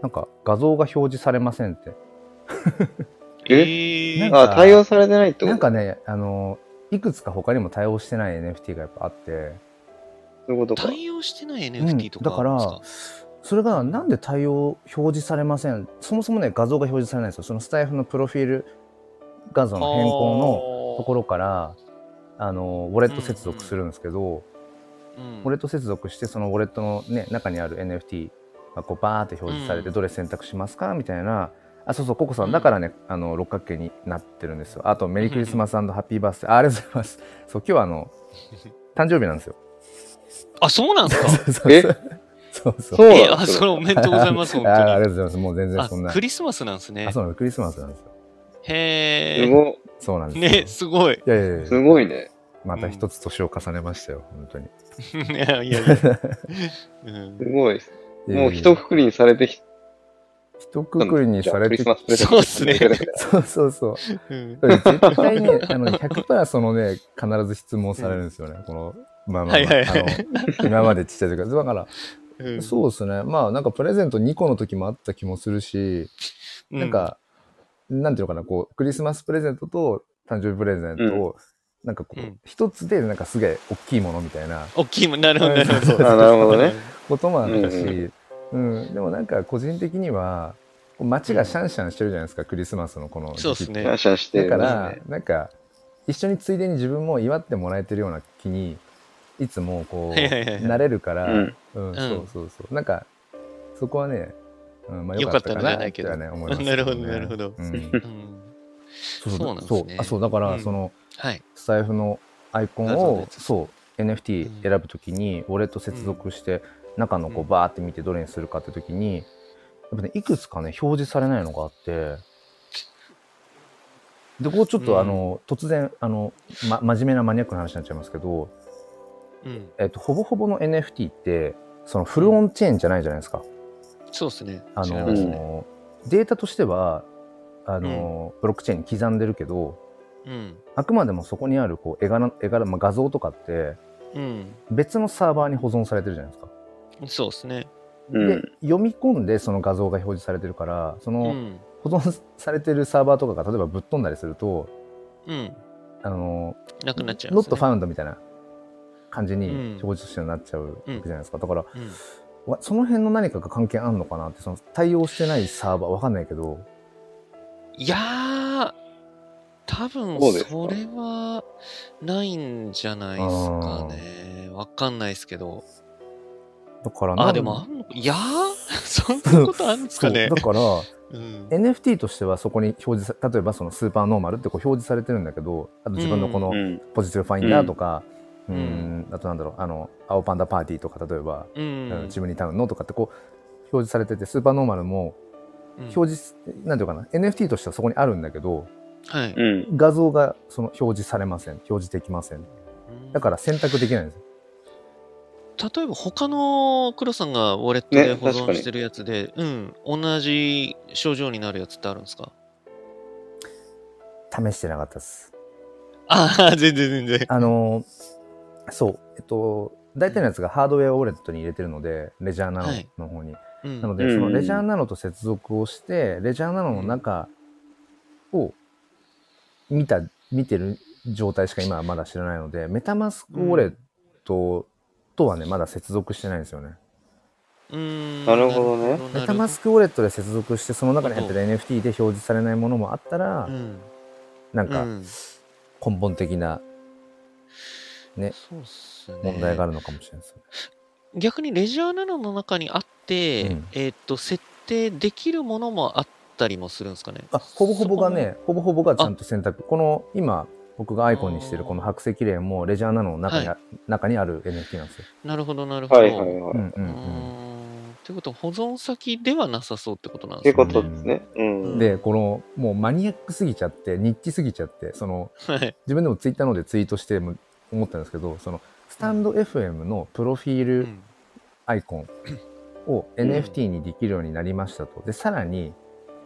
Speaker 2: なんか画像が表示されませんって。
Speaker 1: え
Speaker 2: なんか
Speaker 3: あ、対応されてないってこと
Speaker 2: なんかね、あの、いくつか他にも対応してない NFT がやっぱあって、
Speaker 3: そういうことか。
Speaker 1: 対応してない
Speaker 2: うん
Speaker 1: NFT とか
Speaker 2: だから
Speaker 1: です
Speaker 2: それがなんで対応表示されませんそもそもね画像が表示されないんですよそのスタイフのプロフィール画像
Speaker 1: か
Speaker 2: の変更のと
Speaker 1: ろ、
Speaker 2: ころからあのウォレット接続するんですけど、
Speaker 1: うん
Speaker 2: ウォレット接続してそのウォレットの、ね、中にある NFT がこうバーって表示されて
Speaker 1: うん
Speaker 2: どれ選択しますかみたいなあそうそうココさ
Speaker 1: うん
Speaker 2: んだからね、あの六角形になってるんですよあとメリークリスマスハッピーバースデーあありがとうございますそう今日は あの誕生日なんですよ
Speaker 1: あ、そうなん ですか
Speaker 3: え
Speaker 2: そうそう
Speaker 3: そう
Speaker 1: え、
Speaker 3: な
Speaker 1: あ、
Speaker 3: ん
Speaker 1: それおめでとうございます、本
Speaker 2: あありが
Speaker 1: 当
Speaker 2: とうございますもう全然そん
Speaker 1: に。あ、
Speaker 2: な
Speaker 1: クリスマスなんですね
Speaker 2: あ。そうなのクリスマスなんですよ
Speaker 1: へえ。
Speaker 3: すご、
Speaker 2: そうなんですよ
Speaker 1: ね、すごい。
Speaker 2: いやいやい
Speaker 3: す
Speaker 2: や
Speaker 3: ごいね。
Speaker 2: また一つ年を重ねましたよ本当に
Speaker 1: いや いやいや。うん
Speaker 3: すごい。もう一
Speaker 2: と
Speaker 3: 括りにされてき
Speaker 2: 一括りにされ
Speaker 3: クリ
Speaker 2: て
Speaker 3: スマスプレゼント。
Speaker 1: そうっすね
Speaker 2: そうそうそ
Speaker 1: う
Speaker 2: う
Speaker 1: ん
Speaker 2: 絶 対ね、あの、100%そのね、必ず質問されるんですよね。この、まあまあ、まあ
Speaker 1: はいはい
Speaker 2: あ
Speaker 1: はい
Speaker 2: の、今までちっちゃい時から。だから、
Speaker 1: うん
Speaker 2: そうですね。まあ、なんかプレゼント2個の時もあった気もするし、
Speaker 1: う
Speaker 2: なん、か、なんていうのかな、こう、クリスマスプレゼントと誕生日プレゼントを、なんかこ
Speaker 1: う、
Speaker 2: うん一つで、なんかすげえ大きいものみたいな
Speaker 1: 大きいもん、なるほど、なるほ
Speaker 2: そう
Speaker 1: ど。
Speaker 3: あ、なるほどね。
Speaker 2: こともあった
Speaker 3: う
Speaker 2: し、うん、でもなんか個人的には、こう街がシャンシャンしてるじゃないですか、クリスマスのこの時期っ て。
Speaker 1: そうですね
Speaker 3: 感謝して
Speaker 2: だ
Speaker 3: る。
Speaker 2: から、なんか、一緒についでに自分も祝ってもらえてるような気に、いつもこ
Speaker 1: は
Speaker 2: う、
Speaker 1: い はいはいはい
Speaker 2: なれるから、
Speaker 3: う
Speaker 2: うんん、そうそうそう。なんか、そこはね、うん、まあ
Speaker 1: 良
Speaker 2: 良
Speaker 1: か
Speaker 2: か
Speaker 1: っ
Speaker 2: った
Speaker 1: ん
Speaker 2: たか
Speaker 1: じ
Speaker 2: な
Speaker 1: ゃ
Speaker 2: っ
Speaker 1: ないけ
Speaker 2: て
Speaker 1: ど
Speaker 2: はね、思います、
Speaker 1: なるほどなるほど
Speaker 2: うん
Speaker 1: うん
Speaker 2: そ う
Speaker 1: そうなんですね
Speaker 2: そうあそう、だから、
Speaker 1: うん
Speaker 2: その、
Speaker 1: はい。
Speaker 2: スタイフのアイコン
Speaker 1: 画像のや
Speaker 2: を、
Speaker 1: つ
Speaker 2: そう、
Speaker 1: うん
Speaker 2: NFT 選ぶときに、ウォレット接続して、中のこ
Speaker 1: う
Speaker 2: うんバーって見てどれにするかってときに、やっぱね、いくつかね、表示されないのがあって、で、こうちょっ
Speaker 1: うん
Speaker 2: とあの、突然、あの、ま、真面目なマニアックな話になっちゃいますけど、
Speaker 1: うん。
Speaker 2: えっと、ほぼほぼの NFT って、そのフルオンチェーンじゃないじゃないですか。
Speaker 1: そうですね。
Speaker 2: あの
Speaker 1: 違いますね
Speaker 2: データとしては、あの、ブロックチェーンに刻んでるけど、
Speaker 1: うん。
Speaker 2: あくまでもそこにあるこう絵柄、絵柄、まあ、画像とかって、
Speaker 1: うん。
Speaker 2: 別のサーバーに保存されてるじゃないですか。
Speaker 1: そうですね。
Speaker 3: うん。
Speaker 2: で読み込んでその画像が表示されてるからそうの
Speaker 1: ん。
Speaker 2: 保存されてるサーバーとかが例えばぶっ飛んだりすると
Speaker 1: うん。
Speaker 2: あの
Speaker 1: なくなっちゃい
Speaker 2: ノ
Speaker 1: ま
Speaker 2: ッ
Speaker 1: す、
Speaker 2: ト
Speaker 1: ね。
Speaker 2: ファウンドみたいな感じ
Speaker 1: うん
Speaker 2: に表示してなっちゃうわけじゃないですか、だから
Speaker 1: うん
Speaker 2: わその辺の何かが関係あんのかなってその対応してないサーバーわかんないけど
Speaker 1: いやー、多分
Speaker 3: そうですか
Speaker 1: それはないんじゃないですかね。わかんないですけど。
Speaker 2: だからなん
Speaker 1: あ、でもあんのいやー、 そんなことあるんですかね
Speaker 2: そう。だから
Speaker 1: うん。
Speaker 2: NFT としてはそこに表示さ例えばそのスーパーノーマルってこう表示されてるんだけどあと自分のこの
Speaker 3: うん。
Speaker 2: ポジティブファインダーとか、
Speaker 1: う
Speaker 2: うんん、あとなんだろう、あの、青パンダパーティーとか、例えば、
Speaker 1: う
Speaker 2: うん
Speaker 1: ん。
Speaker 2: ジムニータウンのとかってこう、表示されてて、スーパーノーマルも、
Speaker 1: うん
Speaker 2: 表示、なんていうかな、NFT としてはそこにあるんだけど、
Speaker 1: はい。
Speaker 3: うん。
Speaker 2: 画像がその表示されません。表示できません。だから選択できないんですよ。
Speaker 1: 例えば他の黒さんがウォレットで
Speaker 3: ね
Speaker 1: 保
Speaker 3: 確
Speaker 1: 存
Speaker 3: かに
Speaker 1: してるやつで、うん、同じ症状になるやつってあるんですか
Speaker 2: 試してなかったです。
Speaker 1: ああ、全然全然。
Speaker 2: あの、そう、えっと、大体のやつがハードウェアウォレットに入れてるので、レジャーナノの方に。
Speaker 1: うん
Speaker 2: なの
Speaker 3: うん
Speaker 2: で、そのレジャーナノと接続をして、レジャーナノの中を見た、見てる状態しか今はまだ知らないので、メタマスクウォレットとはね、まだ接続してないんですよね。
Speaker 1: うーん。
Speaker 3: なるほどね
Speaker 2: メタマスクウォレットで接続して、その中に入ってる
Speaker 1: な
Speaker 2: NFT で表示されないものもあったら
Speaker 1: う、ん。
Speaker 2: なんか
Speaker 1: うん
Speaker 2: 根本的なね
Speaker 1: そうっすね。
Speaker 2: 問題があるのかもしれないですよね。
Speaker 1: 逆にレジャー7の中にあって、
Speaker 2: うん
Speaker 1: えーっと、設定できるものもあったりもするんですかね。
Speaker 2: あ、ほぼほぼがね、ほぼほぼがちゃんと選択。この、今、僕がアイコンにしてるこの白石霊も、レジャーなのの中にあ、中にある NFT なんです
Speaker 1: そこ
Speaker 2: よ。
Speaker 1: も。なるほど、なるほど。
Speaker 3: はいはいは
Speaker 2: う
Speaker 3: い。
Speaker 2: んう
Speaker 1: うんーん。ってことは、保存先ではなさそうってことなん
Speaker 3: っ
Speaker 1: で
Speaker 3: て
Speaker 1: すかね。
Speaker 3: ことですね。うん。
Speaker 2: うん。で、この、もうマニアックすぎちゃって、ニッチすぎちゃって、その、
Speaker 1: はい。
Speaker 2: 自分でもツイッターの方でツイートしても思ったんですけど、その、スタンド FM のプロフィー
Speaker 1: う
Speaker 2: ル
Speaker 1: ん
Speaker 2: アイコンを
Speaker 3: ん
Speaker 2: NFT にできるようになりましたと。で、さらに、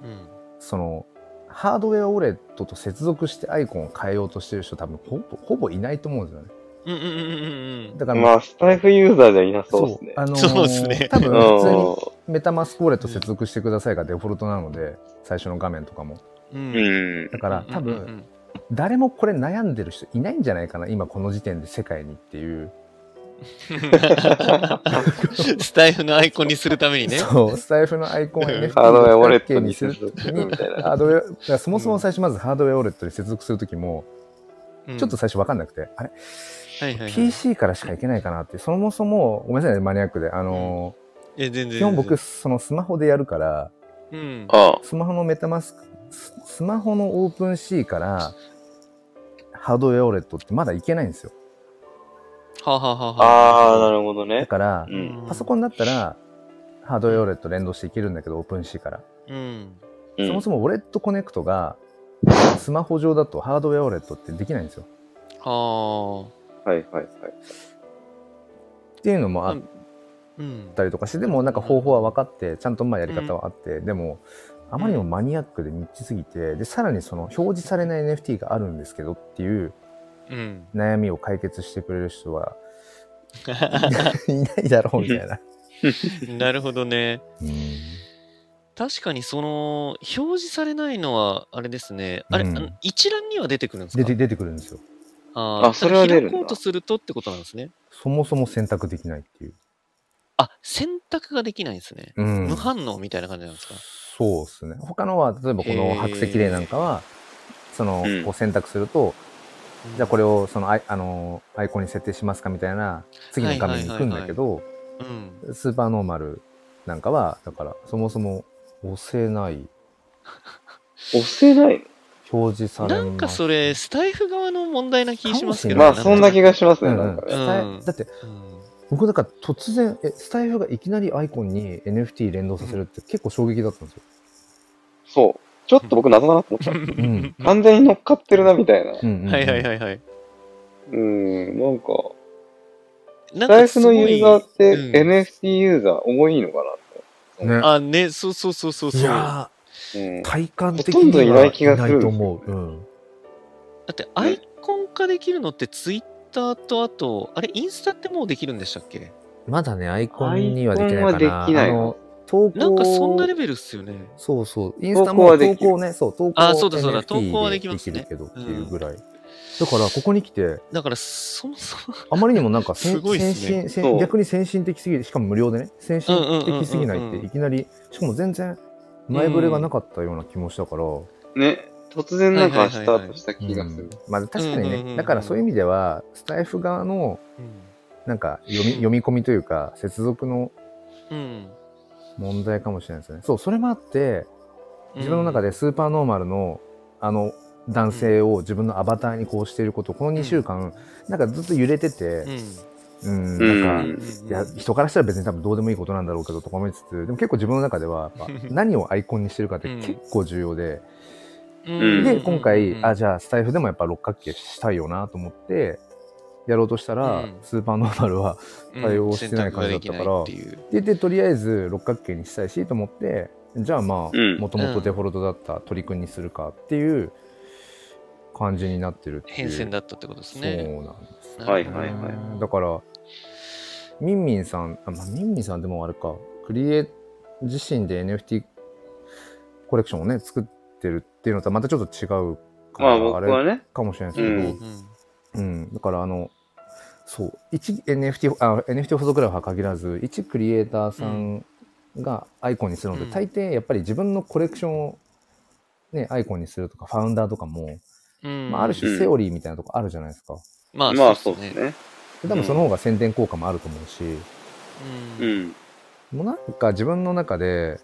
Speaker 1: うん。
Speaker 2: その、ハードウェアウォレットと接続してアイコンを変えようとしてる人多分ほぼほぼいないと思うんですよね。
Speaker 1: うんうんうんうん
Speaker 2: だから、
Speaker 3: まあ、スタイフユーザーじゃいなそうですね。
Speaker 2: あのー
Speaker 1: そうっすね
Speaker 2: 多
Speaker 3: う
Speaker 2: 分普通に
Speaker 3: ん。
Speaker 2: メタマスクウォレット接続してくださいがデフォルトなので、最初の画面とかも。
Speaker 1: うん。うん。
Speaker 3: うん
Speaker 2: だから多
Speaker 1: うんうんう
Speaker 2: 分、
Speaker 1: ん
Speaker 2: 誰もこれ悩んでる人いないんじゃないかな、今この時点で世界にっていう。
Speaker 1: スタイフのアイコンにするためにね。
Speaker 2: そう、スタイフのアイ コンを
Speaker 1: うん
Speaker 2: NFT
Speaker 3: ハードウェアウォレットに
Speaker 2: にす
Speaker 3: 接
Speaker 2: る
Speaker 3: 続
Speaker 2: と
Speaker 3: す
Speaker 2: き
Speaker 3: る
Speaker 2: に
Speaker 3: み、たいな。
Speaker 2: ハードウェア、だからそもそも最初まずハードウェアウォレットに接続するときも、
Speaker 1: うん
Speaker 2: ちょっと、最初わかんなくて、あれ
Speaker 1: はいはいはい、
Speaker 2: ?PC からしかいけないかなって、そもそも、ごめんなさいね、マニアックで。あの
Speaker 1: え全然
Speaker 2: ー、基本僕、
Speaker 1: 全
Speaker 2: そのスマホでやるから、
Speaker 1: 然うん、
Speaker 3: ああ
Speaker 2: スマホのメタマスク、ススマホのオープン C からハードウェアウォレットってまだいけないんですよ。
Speaker 1: はあはあはあはあ
Speaker 3: あー、なるほど
Speaker 2: だ
Speaker 3: ね。
Speaker 2: から、
Speaker 3: うん
Speaker 2: パソコンだったらハードウェアウォレット連動していけるんだけど、オープン C から。
Speaker 1: うん
Speaker 3: うん
Speaker 2: そもそもウォレットコネクトがスマホ上だとハードウェアウォレットってできないんですよ。
Speaker 1: は
Speaker 3: はいはいはい。
Speaker 2: っていうのもあっ
Speaker 1: あうん
Speaker 2: たりとかして、でもなんか方法は分かって、ちゃんとまあやり方はあって、でも、あまりにもマニアックでニッチすぎて、で、さらにその表示されない NFT があるんですけどっていう
Speaker 1: うん
Speaker 2: 悩みを解決してくれる人はいないだろうみたいな。
Speaker 1: なるほどね
Speaker 2: うん
Speaker 1: 確かにその表示されないのはあれですねあれ、
Speaker 2: うん
Speaker 1: あの一覧には出てくるんですか
Speaker 2: 出て出てくるんですよ。
Speaker 1: あー
Speaker 3: あそれは出るんだ
Speaker 1: 開こうとするとってことなんですね
Speaker 2: そもそも選択できないっていう。
Speaker 1: あ選択ができないんですね、
Speaker 2: うん
Speaker 1: 無反応みたいな感じなんですか
Speaker 2: そうですね。他のは、例えばこ
Speaker 1: へ
Speaker 2: の
Speaker 1: ー
Speaker 2: 白石霊なんかは、その
Speaker 3: うん、
Speaker 2: こう選択すると、じゃあこ
Speaker 1: れ
Speaker 2: れをそのアイ、あの、アイコンに設定しますかみたいな、次の画面に行くんだけど、
Speaker 1: うん
Speaker 2: スーパーノーマルなんかは、だから、そもそも押せない、
Speaker 3: 押せない
Speaker 2: 表示され
Speaker 1: なんかそ
Speaker 2: れ、
Speaker 1: れスタイフ側の問題な気しますけ
Speaker 2: う
Speaker 1: ど
Speaker 2: ん
Speaker 3: まあ、
Speaker 1: か
Speaker 3: そんな気がします
Speaker 2: う
Speaker 3: ね、
Speaker 2: ん
Speaker 3: な
Speaker 2: うんん
Speaker 3: かね。
Speaker 2: スタイ
Speaker 1: うん
Speaker 2: だって、
Speaker 1: うん
Speaker 2: 僕だから突然えスタイフがいきなりアイコンに NFT 連動させるって結構衝撃だったんですよ。
Speaker 3: そう。ちょっと僕謎だなと思った。
Speaker 2: ん
Speaker 3: 完全に乗っかってるな、みたい
Speaker 2: う
Speaker 3: な。
Speaker 2: んうんうん
Speaker 1: はいはいはいはい
Speaker 3: うん、なんか、
Speaker 1: な
Speaker 3: ス
Speaker 1: んか
Speaker 3: タイフのユーザーって
Speaker 1: すごいうん
Speaker 3: NFT ユーザー多いのかなって。
Speaker 2: ね
Speaker 1: あ、ね、そうそうそうそうそう。
Speaker 2: い
Speaker 1: だ
Speaker 2: や
Speaker 3: うん
Speaker 2: ー、体感的
Speaker 3: ほとんど
Speaker 2: に
Speaker 3: い
Speaker 2: は
Speaker 3: ない気がする
Speaker 2: いないと思う。うん。
Speaker 1: ってアイコン化できるのってツイッターとあと、あれ、インスタってもうできるんでしたっけ
Speaker 2: まだね、アイコンにはできないかな。
Speaker 3: アイコンはできない
Speaker 2: あの、投稿。
Speaker 1: なんかそんなレベルっすよね。
Speaker 2: そうそう。インスタ
Speaker 3: 投稿
Speaker 2: も
Speaker 3: はで
Speaker 2: 投
Speaker 3: きる
Speaker 2: 稿ね、そう、投稿
Speaker 1: あそうだそうだ
Speaker 2: NFT
Speaker 1: 投稿はできますね
Speaker 2: できるけどっていうぐらい。だから、ここに来て、
Speaker 1: だから、そもそも、
Speaker 2: あまりにもなんかせん
Speaker 1: すごいっすね
Speaker 2: 先進先
Speaker 3: そう
Speaker 2: 逆に先進的すぎる、しかも無料でね、先進的すぎない
Speaker 1: うんうん
Speaker 2: っ
Speaker 1: うんうん
Speaker 2: て、いきなり、しかも全然前触れがなかったような気もしたから、
Speaker 3: ね、突然な
Speaker 1: は
Speaker 3: ん
Speaker 1: い
Speaker 3: か
Speaker 1: はい
Speaker 3: ス
Speaker 1: はい
Speaker 3: タ
Speaker 1: はい
Speaker 3: ートした
Speaker 2: うん
Speaker 3: 気がする。
Speaker 2: まあ確かに
Speaker 1: う
Speaker 2: ね、
Speaker 1: んうんうんうん
Speaker 2: だからそういう意味では、スタイフ側のなんか 読み読み込みというか、接続の
Speaker 1: うん。
Speaker 2: 問題かもしれないですね。そう、それもあって、自分の中
Speaker 1: で、
Speaker 2: でスーパーノーマルの、あの、男性を自分のアバターにこうしていること、この2週間、なんかずっと揺れてて
Speaker 1: う、ん。
Speaker 2: うん、
Speaker 3: うん
Speaker 2: なんか、
Speaker 1: うん
Speaker 2: いや人からしたら別に多分どうでもいいことなんだろうけどとか思いつつでも結構自分の中ではやっぱ 何をアイコンにしてるかって結構重要で、
Speaker 1: うん
Speaker 2: で今回、あ
Speaker 1: ゃ
Speaker 2: じゃあスタイフでもやっぱ六角形したいよなと思ってやろうとしたら、
Speaker 1: うん
Speaker 2: スーパーノーマルは対応してない感じだったからででとりあえず六角形にしたいしと思ってじゃあまあ
Speaker 3: うん
Speaker 2: もともとデフォルトだった鳥くんにするかっていう感じになってるっていう
Speaker 1: 変遷だったってことです
Speaker 2: そ
Speaker 1: ね。
Speaker 2: うなんです
Speaker 3: はいはいはい
Speaker 2: だから、ミンミンさん、あまあ、ミンミンさんでもあれか、クリエ自身で NFT コレクションをね、作っってるっていうのとはまたちょっと違うか
Speaker 3: ま
Speaker 2: ら、
Speaker 3: あ僕は
Speaker 2: れ
Speaker 3: ね、
Speaker 2: かもしれないですけど、
Speaker 3: うん
Speaker 2: うん、だからあの、そう、一 NFT、あ NFT フォトグラファー限らず、一クリエイターさんがアイコンにするので、
Speaker 1: うん
Speaker 2: 大抵やっぱり自分のコレクションを、ね、アイコンにするとか、ファウンダーとかも、
Speaker 1: うん。
Speaker 2: まあ、あ
Speaker 1: う
Speaker 2: る
Speaker 1: ん
Speaker 2: 種セオリーみたいなとこあるじゃないですか。
Speaker 1: まあ、
Speaker 3: まあ
Speaker 1: そ
Speaker 3: そうう
Speaker 1: で
Speaker 3: ですす
Speaker 1: ね。
Speaker 3: ね。
Speaker 2: で多分その方が宣伝効果もあると思うし、
Speaker 1: う。
Speaker 3: うんん。
Speaker 2: もうなんか自分の中で、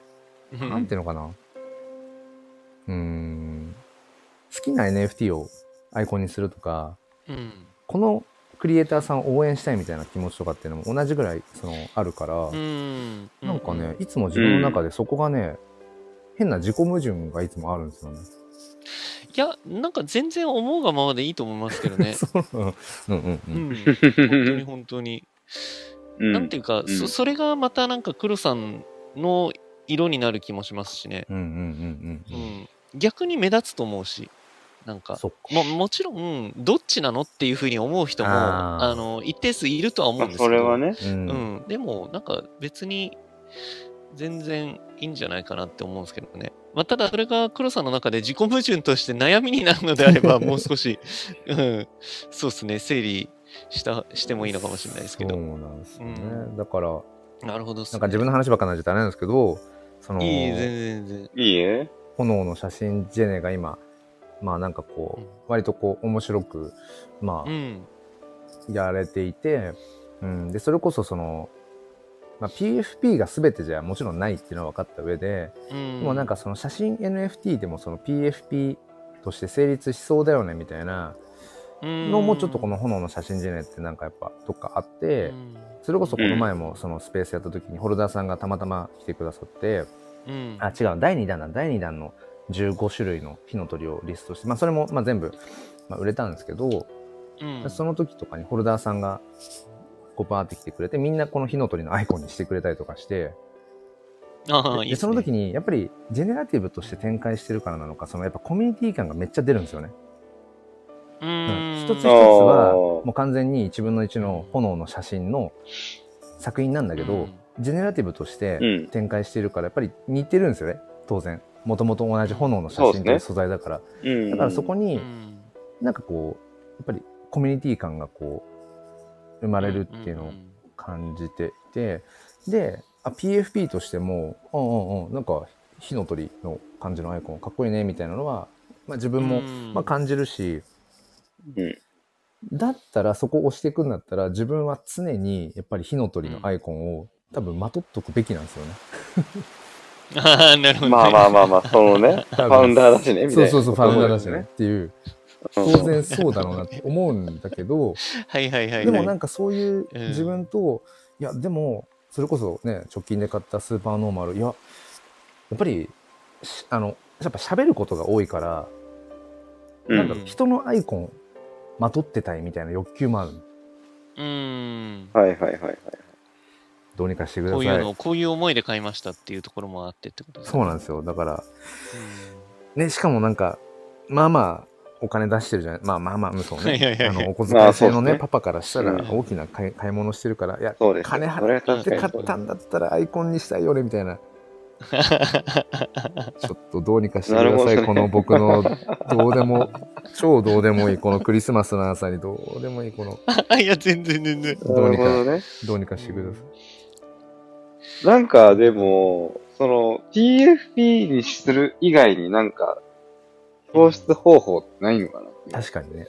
Speaker 1: うん
Speaker 2: なんていうのかな。うーん、好きな NFT をアイコンにするとか、
Speaker 1: うん。
Speaker 2: このクリエイターさんを応援したいみたいな気持ちとかっていうのも同じぐらいそのあるから、
Speaker 1: うん。
Speaker 2: なんかね、いつも自分の中でそこがね、変な自己矛盾がいつもあるんですよね。
Speaker 1: いや、なんか全然思うがままでいいと思いますけどね。
Speaker 2: そううんうんう。
Speaker 1: うんん。本当に本当に。
Speaker 3: うん。
Speaker 1: なんていうか、
Speaker 3: う
Speaker 1: そ
Speaker 3: ん
Speaker 1: それがまたなんか黒さんの色になる気もしますしね。
Speaker 2: うんうんうん
Speaker 1: う
Speaker 2: うんうん。
Speaker 1: ん。逆に目立つと思うし、なんか。
Speaker 2: そっか。
Speaker 1: ももちろん、どっちなのっていうふうに思う人も、
Speaker 2: あー
Speaker 1: あの、一定数いるとは思
Speaker 3: ま
Speaker 1: うん
Speaker 3: あ
Speaker 1: ですけど。
Speaker 3: それはね。
Speaker 2: う。
Speaker 1: うんん、でも、なんか別に全然いいんじゃないかなって思うんですけどね。まあ、ただ、それが黒さんの中で自己矛盾として悩みになるのであれば、もう少し、うん、そうですね、整理したしてもいいのかもしれないですけ
Speaker 2: そ
Speaker 1: ど。
Speaker 2: うなんですよね。
Speaker 1: う
Speaker 2: だから、
Speaker 1: なるほどっす、
Speaker 2: な
Speaker 1: ね。
Speaker 2: んか自分の話ばっかりになっちゃったらあれなんですけど、その、
Speaker 1: いい、全然全然。
Speaker 3: いいえ。
Speaker 2: 炎の写真ジェネが今、まあなんかこ
Speaker 1: うん
Speaker 2: う、割とこう面白く、まあ、
Speaker 1: うん、
Speaker 2: やれていて、うん、でそれこそその、まあ、PFP が全てじゃもちろんないっていうのは分かった上で、
Speaker 1: うん。
Speaker 2: でもなんかその写真 NFT でもその PFP として成立しそうだよねみたいな
Speaker 1: うん、
Speaker 2: のもちょっとこの炎の写真ジェネってなんかやっぱどっかあって、それこそこの前もそのスペースやった時にホルダーさんがたまたま来てくださって、
Speaker 1: うん、
Speaker 2: あ違う第2弾だ第2弾の15種類の火の鳥をリストして、まあ、それもまあ全部、まあ、売れたんですけど、
Speaker 1: うん、
Speaker 2: その時とかにホルダーさんがこうバーって来てくれてみんなこの火の鳥のアイコンにしてくれたりとかして
Speaker 1: ああ、いい
Speaker 2: で
Speaker 1: っ
Speaker 2: ですその
Speaker 1: ね
Speaker 2: 時にやっぱりジェネラティブとして展開してるからなのかそのやっぱコミュニティ感がめっちゃ出るんですよね。
Speaker 1: う
Speaker 2: うんん、一つ一つ
Speaker 3: あ
Speaker 2: は
Speaker 3: ー
Speaker 2: もう完全に1分の1の炎の写真の作品なんだけど、ジェネラティブとし
Speaker 3: う
Speaker 2: て
Speaker 3: ん。
Speaker 2: 展開してるからやっぱり似てるんですよね当然。もともと同じ炎の写
Speaker 3: そうで
Speaker 2: 真
Speaker 3: す
Speaker 2: という
Speaker 3: ね
Speaker 2: 素材だから、
Speaker 3: うん。
Speaker 2: だからそこ
Speaker 1: う
Speaker 2: に
Speaker 1: ん、
Speaker 2: なんかこうやっぱりコミュニティ感がこう生ま
Speaker 1: あ
Speaker 2: れるっていうのを感じていてであ PFP としてもうんうんうんなんか火の鳥の感じのアイコンかっこいいねみたいなのは、まあ、自分も、まあ、感じるし、
Speaker 3: うん
Speaker 2: だったらそこを押していくんだったら自分は常にやっぱり火の鳥のアイコンを多分まとっとくべきなんですよね。
Speaker 1: ああ、なるほど、ね。
Speaker 3: まあまあま あまあ、そのね、フ
Speaker 2: 多分
Speaker 3: ァウンダーだしね、みたい
Speaker 2: そう
Speaker 3: な。
Speaker 2: そうそうファウンダーだしね
Speaker 3: ね
Speaker 2: っていう
Speaker 3: う
Speaker 2: 当
Speaker 3: ん
Speaker 2: 然そうだろうなって思うんだけど。
Speaker 1: はいはいはい、はい。
Speaker 2: でもなんかそういう
Speaker 1: うん
Speaker 2: 自分と、いやでもそれこそね直近で買ったスーパーノーマルいややっぱりしあのやっぱ喋ることが多いから、
Speaker 3: う
Speaker 2: なん
Speaker 3: ん
Speaker 2: だろう人のアイコンまとってたいみたいな欲求もある
Speaker 1: うん。
Speaker 3: はいはいはいはい。
Speaker 2: どうにかしてくだ
Speaker 1: こ
Speaker 2: さ
Speaker 1: う
Speaker 2: い
Speaker 1: いうのをこういう思いで買いましたっていうところもあってってことです
Speaker 2: そ
Speaker 1: ね。
Speaker 2: うなんですよだから
Speaker 1: うん
Speaker 2: ねしかもなんかまあまあお金出してるじゃないまあまあまあうんそう
Speaker 1: はいはいはい
Speaker 2: ねあのお小
Speaker 3: ま
Speaker 2: 遣い
Speaker 3: あそ
Speaker 2: 制
Speaker 3: うっす
Speaker 2: の
Speaker 3: ね
Speaker 2: ね,、パパからしたら
Speaker 3: うん
Speaker 2: 大きな買い買い物してるからいや
Speaker 3: そうです。
Speaker 2: 金払って
Speaker 3: それは確
Speaker 2: で
Speaker 3: かに
Speaker 2: 買ったんだったらアイコンにしたいよねみたいなちょっとどうにかしてくだ
Speaker 3: な
Speaker 2: さい、
Speaker 3: るほ
Speaker 2: こ
Speaker 3: どね
Speaker 2: の僕のどうでも、超どうでもいい、このクリスマスの朝にどうでもいい、この、
Speaker 1: あ いや、全然全然。
Speaker 2: ど
Speaker 3: な
Speaker 2: う
Speaker 3: る
Speaker 2: に
Speaker 3: ほ
Speaker 2: か、
Speaker 3: どね。
Speaker 2: どうにかしてくださ
Speaker 3: なんかでも、その TFP にする以外になんか、放出方法ってないのか
Speaker 2: い。
Speaker 3: な
Speaker 2: 確かにね。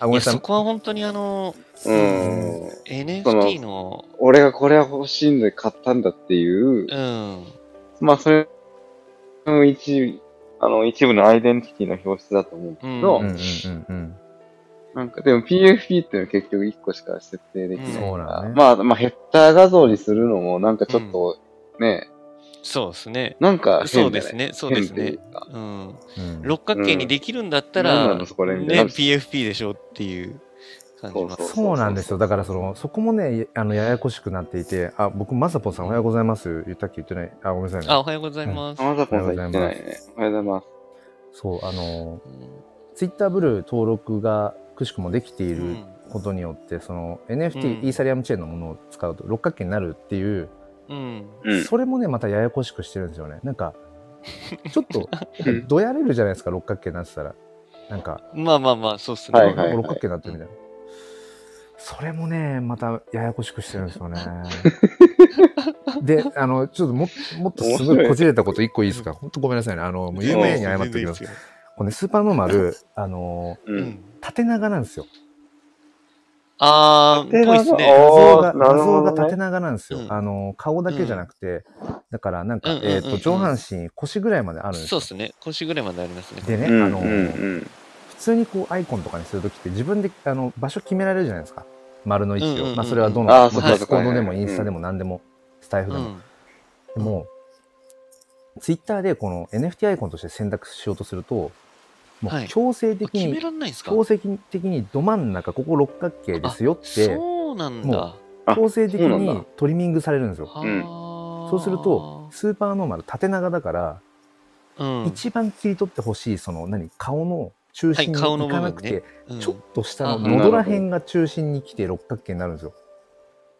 Speaker 2: あ、
Speaker 1: い
Speaker 2: ごめん
Speaker 1: や
Speaker 2: なさ
Speaker 1: そ
Speaker 2: い。
Speaker 1: こは本当にあの、
Speaker 3: うん。
Speaker 1: NFT の、
Speaker 3: 俺がこれは欲しいんで買ったんだってい
Speaker 1: う
Speaker 3: う、
Speaker 1: ん。
Speaker 3: まあそれの一、あの一部のアイデンティティの表出だと思うんだけど、
Speaker 2: うんうんうん
Speaker 3: なんかでも PFP っていうのは結局1個しか設定で
Speaker 2: う
Speaker 3: き
Speaker 2: ん。
Speaker 3: ない。
Speaker 2: そうなのね。
Speaker 3: まあ、まあヘッダー画像にするのもなんかちょっとね、
Speaker 1: そうですね。
Speaker 3: なんか
Speaker 1: そうで
Speaker 3: 変じゃない
Speaker 1: すね。そうです
Speaker 3: 変ってい
Speaker 1: ね
Speaker 3: う。か
Speaker 1: うん。
Speaker 2: うん
Speaker 1: 六角形にできるんだった
Speaker 3: うん
Speaker 1: ら、
Speaker 3: 何な
Speaker 1: ね、
Speaker 3: のそこら辺で
Speaker 1: PFP でしょっていう感じます。
Speaker 2: そうなんですよ。だからその、そこもね、あの、ややこしくなっていて、あ、僕、まさぽさんおはようございます。言ったっけ言ってない。あ、ごめんなさい
Speaker 1: あ、
Speaker 2: ね。
Speaker 1: おはようございます。
Speaker 3: 浜田ポンさん言ってないね。おはようございます。
Speaker 2: そう、あの、
Speaker 1: うん
Speaker 2: ツイッターブルー登録がくしくもできていうる
Speaker 1: ん
Speaker 2: ことによってその
Speaker 1: う
Speaker 2: NFT、
Speaker 1: ん
Speaker 2: イーサリアムチェーンのものを使うと六角形になるっていう、
Speaker 1: うん。
Speaker 3: う ん。
Speaker 2: それもねまたややこしくしてるんですよねなんかちょっと、どやれるじゃないですか、六角形になってたら。なんか、
Speaker 1: まあまあまあ、そうっすね。
Speaker 3: はいはい
Speaker 2: 六角形になってるみたいな。それもね、またややこしくしてるんですよね。で、あの、ちょっとももっとすごいこじれたこと一個いいですか本当ごめんなさいね。あの、もう有名に謝っておきます。
Speaker 1: すよ。
Speaker 2: これね、スーパーノーマル、あの、
Speaker 3: う。
Speaker 1: うんん。
Speaker 2: 縦長なんですよ。
Speaker 1: あー、ぽいっす
Speaker 3: あ
Speaker 1: ね。
Speaker 2: 画像が、
Speaker 3: ーな
Speaker 2: 画
Speaker 3: るほど
Speaker 2: 像
Speaker 3: ね
Speaker 2: が縦長なんですよ。
Speaker 1: うん
Speaker 2: あの、顔だけじゃなくて、だからなんか、
Speaker 1: うんうんうんうん
Speaker 2: えっ、と、上半身、腰ぐらいまであるんです
Speaker 1: そう
Speaker 2: よ
Speaker 1: っ。すね。腰ぐらいまでありますね。
Speaker 2: でね、
Speaker 3: うん
Speaker 2: あの、
Speaker 3: うん
Speaker 2: 普通にこうアイコンとかにするときって自分であの場所決められるじゃないですか。丸の位置
Speaker 1: うん
Speaker 2: を。
Speaker 1: うんうん
Speaker 2: まあそれはどの、
Speaker 3: あ
Speaker 2: ま
Speaker 3: ーそう
Speaker 1: か
Speaker 2: ディスコー
Speaker 3: そ
Speaker 2: ド
Speaker 3: うか
Speaker 2: でもインスタでも何でも、スタイフ
Speaker 1: う
Speaker 2: でも。
Speaker 1: ん。
Speaker 2: でも、ツイッターでこの NFT アイコンとして選択しようとすると、も
Speaker 1: は
Speaker 2: う
Speaker 1: い
Speaker 2: 強制的
Speaker 1: 決め
Speaker 2: に、
Speaker 1: らんないんすか
Speaker 2: 強制的にど真ん中、ここ六角形ですよって、
Speaker 1: そうなんだ
Speaker 2: も。
Speaker 3: あ
Speaker 2: 強制的
Speaker 3: そうなん
Speaker 2: に
Speaker 3: だ
Speaker 2: トリミングされるんですよ。
Speaker 3: ん
Speaker 1: そ
Speaker 2: そうすると、、スーパーノーマル縦長だから、
Speaker 1: うん、
Speaker 2: 一番切り取ってほしい、その何、顔の中心に
Speaker 1: はい顔の
Speaker 2: 行
Speaker 1: 部分
Speaker 2: か
Speaker 1: ね
Speaker 2: なくて、
Speaker 1: うん
Speaker 2: ちょっと下の
Speaker 1: あ
Speaker 2: 喉ら辺が中心に来て六角形になるんですよ。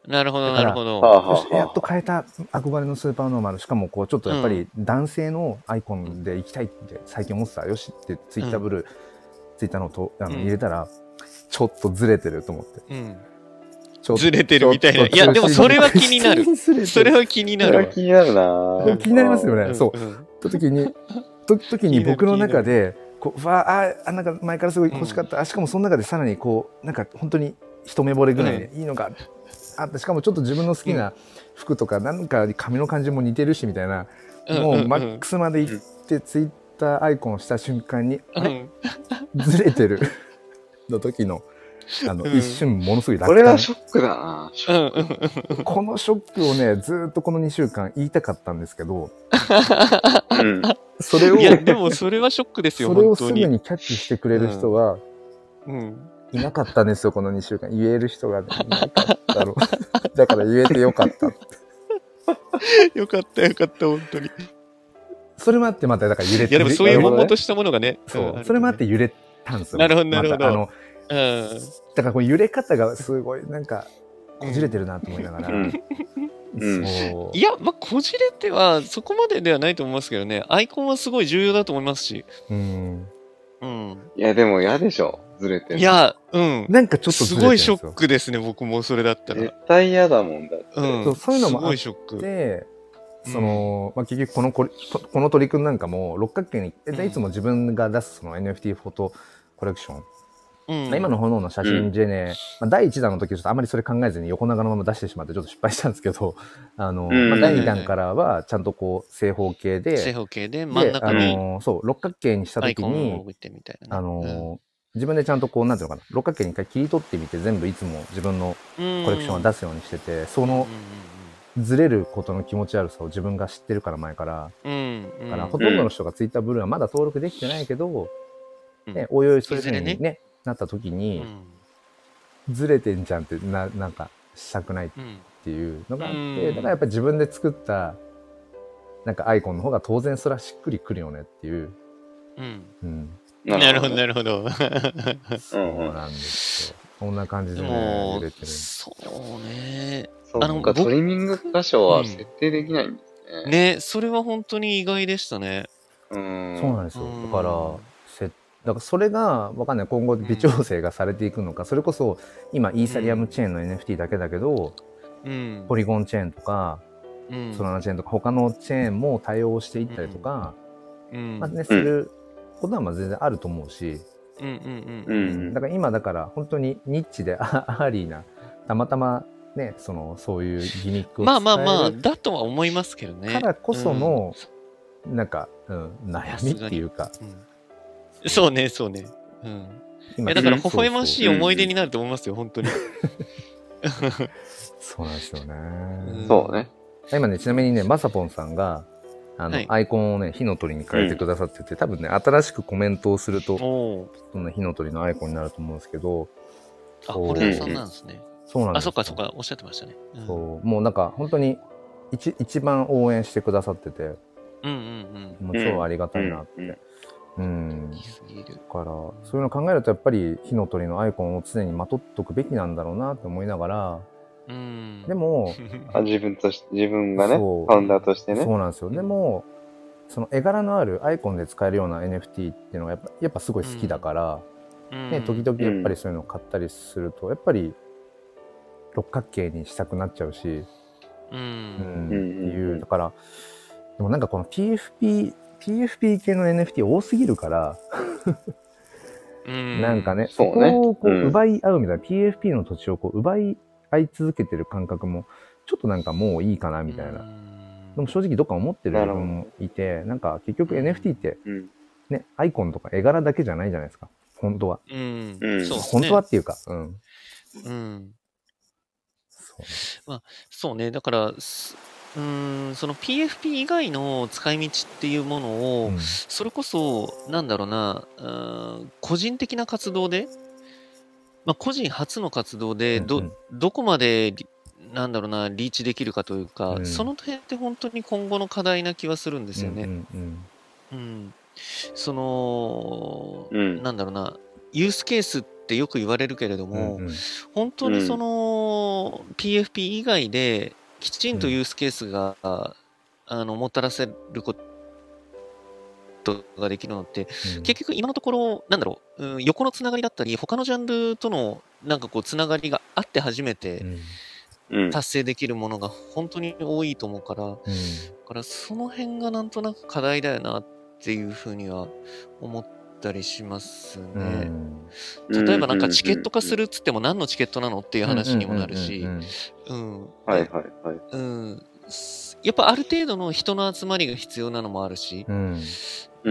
Speaker 1: なるほど、
Speaker 2: だ
Speaker 1: な
Speaker 2: から
Speaker 1: るほ
Speaker 3: はあ
Speaker 1: ど。
Speaker 3: は
Speaker 2: そして
Speaker 3: あ
Speaker 2: や
Speaker 3: は
Speaker 2: っと変えた憧れのスーパーノーマル。しかもこうちょっとやっぱり男性のアイコンで行きたいって最近思ってた。よしってツイッターブルー、ツイッターのとあの
Speaker 1: うん
Speaker 2: 入れたら、ちょっとずれてると思って。
Speaker 1: うん。
Speaker 2: ちょっと
Speaker 1: ずれてるみたいな
Speaker 2: ちょ
Speaker 1: いや
Speaker 2: っと中心
Speaker 1: でもそれは気になる
Speaker 2: 中心ずれてる
Speaker 1: それは気に
Speaker 3: あ。
Speaker 1: な
Speaker 3: それ
Speaker 1: る
Speaker 3: は
Speaker 1: わ。
Speaker 3: 気になるなぁ
Speaker 2: 気になりますよね。そう。
Speaker 1: ん
Speaker 2: と時に、と時に僕の中で、こう、うわあ、あ、なんか前からすごい欲しかった。あしかもその中でさらにこう、なんか本当に一目惚れぐらいでいいのがあって、しかもちょっと自分の好きな服とか、なんか髪の感じも似てるしみたいな、
Speaker 1: ん
Speaker 2: もうマ
Speaker 1: ん
Speaker 2: ックスまで行って、ツイッターアイコンをした瞬間に、
Speaker 1: う
Speaker 2: あ
Speaker 1: ん
Speaker 2: れずれてるの時の、あの、
Speaker 1: うん
Speaker 2: 一瞬ものすごい
Speaker 3: こ
Speaker 2: 落
Speaker 3: れは
Speaker 2: 胆。
Speaker 3: ショックだなぁ。
Speaker 1: うんうんうん
Speaker 2: このショックをね、ずーっとこの2週間言いたかったんですけど、
Speaker 3: うん。
Speaker 2: それを
Speaker 1: い、やでもそれはショックですよ
Speaker 2: それを
Speaker 1: 本当
Speaker 2: すぐ
Speaker 1: に。
Speaker 2: にキャッチしてくれる人は、
Speaker 1: うん
Speaker 2: いなかったんですよ、この2週間。言える人がいなかったろう。 だから言えてよかった。
Speaker 1: よかったよかった本当に。い
Speaker 2: それもあって、また、だから揺れて
Speaker 1: やでもそういう悶
Speaker 2: も
Speaker 1: 々
Speaker 2: と
Speaker 1: としたものがね。
Speaker 2: そ
Speaker 1: ん
Speaker 2: う。それもあっ。て
Speaker 1: る
Speaker 2: 揺れたんですよ。
Speaker 1: なるほどなるほど
Speaker 2: またあの、
Speaker 1: よね
Speaker 2: だからこの揺れ方がすごい、なんか、こじれてるなと思いながら。
Speaker 3: うんうん
Speaker 2: そ
Speaker 1: うん。
Speaker 2: う。
Speaker 1: いやまあこじれてはそこまでではないと思いますけどね。アイコンはすごい重要だと思いますし。
Speaker 2: うん。
Speaker 1: うん。
Speaker 3: いや、でも嫌でしょ。ずれてる。
Speaker 1: い、やうん。
Speaker 2: なんかちょっとず
Speaker 1: す
Speaker 2: れてるん
Speaker 1: ご
Speaker 2: で
Speaker 1: い
Speaker 2: す
Speaker 1: ショ
Speaker 2: よ。
Speaker 1: ックですね僕もそれだったら
Speaker 3: 絶。対嫌だもんだって。
Speaker 1: うん。
Speaker 2: そうそういうのもあ
Speaker 1: すごいショック。
Speaker 2: で、その、まあ、結局このこり、ここの取り組みなんかも、六角形に、え
Speaker 1: うん
Speaker 2: いつも自分が出すその NFT フォトコレクション
Speaker 1: うん
Speaker 2: まあ今の炎の写真ジェネ、まあ、第1弾の時はちょっとあまりそれ考えずに横長のまま出してしまってちょっと失敗したんですけ ど、あの、
Speaker 3: うん
Speaker 2: まあ、第2弾からはちゃんとこう正方形
Speaker 1: 正
Speaker 2: で、
Speaker 1: 方形で
Speaker 2: で
Speaker 1: 真ん中
Speaker 2: あ
Speaker 1: に
Speaker 2: のそう、六角形にした
Speaker 1: アイ
Speaker 2: 時
Speaker 1: コンを
Speaker 2: に、
Speaker 1: 置いてみたいなね。
Speaker 2: あの、自分でちゃんとこう、なんていうのかな、六角形に一回切り取ってみて全部いつも自分の
Speaker 1: うん、
Speaker 2: コレクションを出すようにしてて、そのずれることの気持ち悪さを自分が知ってるから前から、
Speaker 1: うんうんうん、うんうん
Speaker 2: だからほとんどの人がツイッターブルーはまだ登録できてないけど、
Speaker 1: うん
Speaker 2: ね、おいおいそういうふう
Speaker 1: い
Speaker 2: に
Speaker 1: ずれ
Speaker 2: ね、
Speaker 1: ね
Speaker 2: なった時
Speaker 1: うん
Speaker 2: に、ずれてんじゃんってな、なんか、したくない
Speaker 1: うん
Speaker 2: っていうのがあって、
Speaker 1: うん
Speaker 2: だからやっぱり自分で作ったなんかアイコンの方が当然それはしっくりくるよねっていう、
Speaker 1: うん
Speaker 2: うん、
Speaker 1: なるほど、
Speaker 3: ね。
Speaker 1: なるほど。
Speaker 2: そうなんですよ。こんな感じ
Speaker 1: で
Speaker 2: でね、
Speaker 1: も
Speaker 2: 揺れて、る。
Speaker 1: そうね。
Speaker 3: そう
Speaker 1: あの
Speaker 3: なんか
Speaker 1: 僕
Speaker 3: トリミング箇所
Speaker 1: う
Speaker 3: は
Speaker 1: ん
Speaker 3: 設定できないんですね。
Speaker 1: ね、それは本当に意外でしたね。
Speaker 3: うん。
Speaker 2: そうなんですよ。
Speaker 1: うん
Speaker 2: だから、せだからそれがわかんない今後微調整がされていくのか、それこそ今イーサリアムチェーンの NFT だけだけど、
Speaker 1: うん。
Speaker 2: ポリゴンチェーンとか、
Speaker 1: うん
Speaker 2: ソラナチェーンとか他のチェーンも対応していったりとか、
Speaker 1: うん
Speaker 2: まあね、することはまあ全然あると思うし、
Speaker 1: うんうんう
Speaker 3: う
Speaker 1: んん。
Speaker 2: だから今だから本当にニッチであアーリーなたまたまねそのそういうギミックを
Speaker 1: まあまあまあ、
Speaker 2: 伝
Speaker 1: だとは思いますけど
Speaker 2: え
Speaker 1: ね。
Speaker 2: るからこその、なんか、うん、悩みっていうか
Speaker 1: うん、うんそうね、そうね。うん。い
Speaker 2: 今
Speaker 1: やだから
Speaker 2: そ
Speaker 1: 微
Speaker 2: うそう
Speaker 1: 笑ましい思い出になると思いますよ、本当に。
Speaker 2: そうなんですよね、
Speaker 1: ん
Speaker 3: そうね。
Speaker 2: 今ねちなみにねまさぽんさんがあの、
Speaker 1: はい
Speaker 2: アイコンをね火の鳥に変えてくださってて、多分ね新しくコメントをすると
Speaker 1: おお。
Speaker 2: その火の鳥のアイコンになると思うんですけど
Speaker 1: あ、
Speaker 2: そう
Speaker 1: これさんなんですね。
Speaker 2: そうなん
Speaker 1: あ、
Speaker 2: です
Speaker 1: そ
Speaker 2: よ
Speaker 1: っかそっか、おっしゃってましたね。うん
Speaker 2: そうもうなんか本当に一一番応援してくださってて
Speaker 1: うんうん
Speaker 2: もう超ありがたいなって、
Speaker 3: うん
Speaker 2: うん
Speaker 1: うん。いいすぎる。
Speaker 2: からそういうのを考えるとやっぱり火の鳥のアイコンを常にまとっとくべきなんだろうなって思いながら
Speaker 1: うん。
Speaker 2: でも、
Speaker 3: あ自分とし自分がね、フ
Speaker 2: そう
Speaker 3: ァウンダーとしてね。
Speaker 2: そうなんですよでもその絵柄のあるアイコンで使えるような NFT っていうのがやっぱやっぱすごい好きだから、
Speaker 1: うん
Speaker 2: ね、時々やっぱりそういうのを買ったりすると、やっぱり六角形にしたくなっちゃうし、
Speaker 1: う。
Speaker 2: うんんっ
Speaker 3: うん
Speaker 2: て
Speaker 3: うんうん
Speaker 2: いうだからでもなんかこの PFP PFP 系の NFT 多すぎるから、
Speaker 1: うん。
Speaker 2: なんか。ねそ
Speaker 3: そうね
Speaker 2: こをこう
Speaker 3: うん
Speaker 2: 奪い合うみたいな、PFP の土地をこう奪い合い続けてる感覚もちょっとなんかもういいかなみたいな、でも正直どっか思ってる自分もいてなんか結局
Speaker 1: うん
Speaker 2: NFT って
Speaker 3: うん。
Speaker 2: ね、アイコンとか絵柄だけじゃないじゃないですか。本当は。
Speaker 1: うん。
Speaker 3: うん
Speaker 1: そうっす
Speaker 2: 本
Speaker 1: ね
Speaker 2: 当はっていうか、うん。
Speaker 1: うん。
Speaker 2: そう
Speaker 1: そうね。だから、すうーん、その PFP 以外の使い道っていうものを、
Speaker 2: ね
Speaker 1: それこそ、なんだろうな、うーん個人的な活動で、まあ、個人初の活動でど、
Speaker 2: うんうん
Speaker 1: どこまでリ、なんだろうな、リーチできるかというか、
Speaker 2: うん
Speaker 1: その点って本当に今後の課題な気はするんですよ
Speaker 2: う
Speaker 1: ね。
Speaker 2: んうん
Speaker 1: うんその、
Speaker 3: うん
Speaker 1: なんだろうな、ユースケースってよく言われるけれど
Speaker 2: うん
Speaker 1: も、
Speaker 2: うん
Speaker 1: 本当に
Speaker 3: うん
Speaker 1: その、PFP 以外できちんと
Speaker 2: うん
Speaker 1: ユースケースが、あのもたらせることができるのって結局今のところなんだろう、うん、横のつながりだったり他のジャンルとのなんかこうつながりがあって初め
Speaker 2: う
Speaker 1: て
Speaker 2: んうん
Speaker 3: うん。
Speaker 1: 達成できるものが本当に多いと思うからだからその辺がなんとなく課題だよなっていうふうには思ったりします
Speaker 2: うんうん
Speaker 1: ね。例えばなんかチケット化するっつっても何のチケットなのっていう話にもなるし
Speaker 2: うん、う
Speaker 1: う
Speaker 2: ん
Speaker 1: ん、
Speaker 3: はいはいはい。
Speaker 1: うん、やっぱある程度の人の集まりが必要なのもあるし、
Speaker 2: うんうん
Speaker 3: う。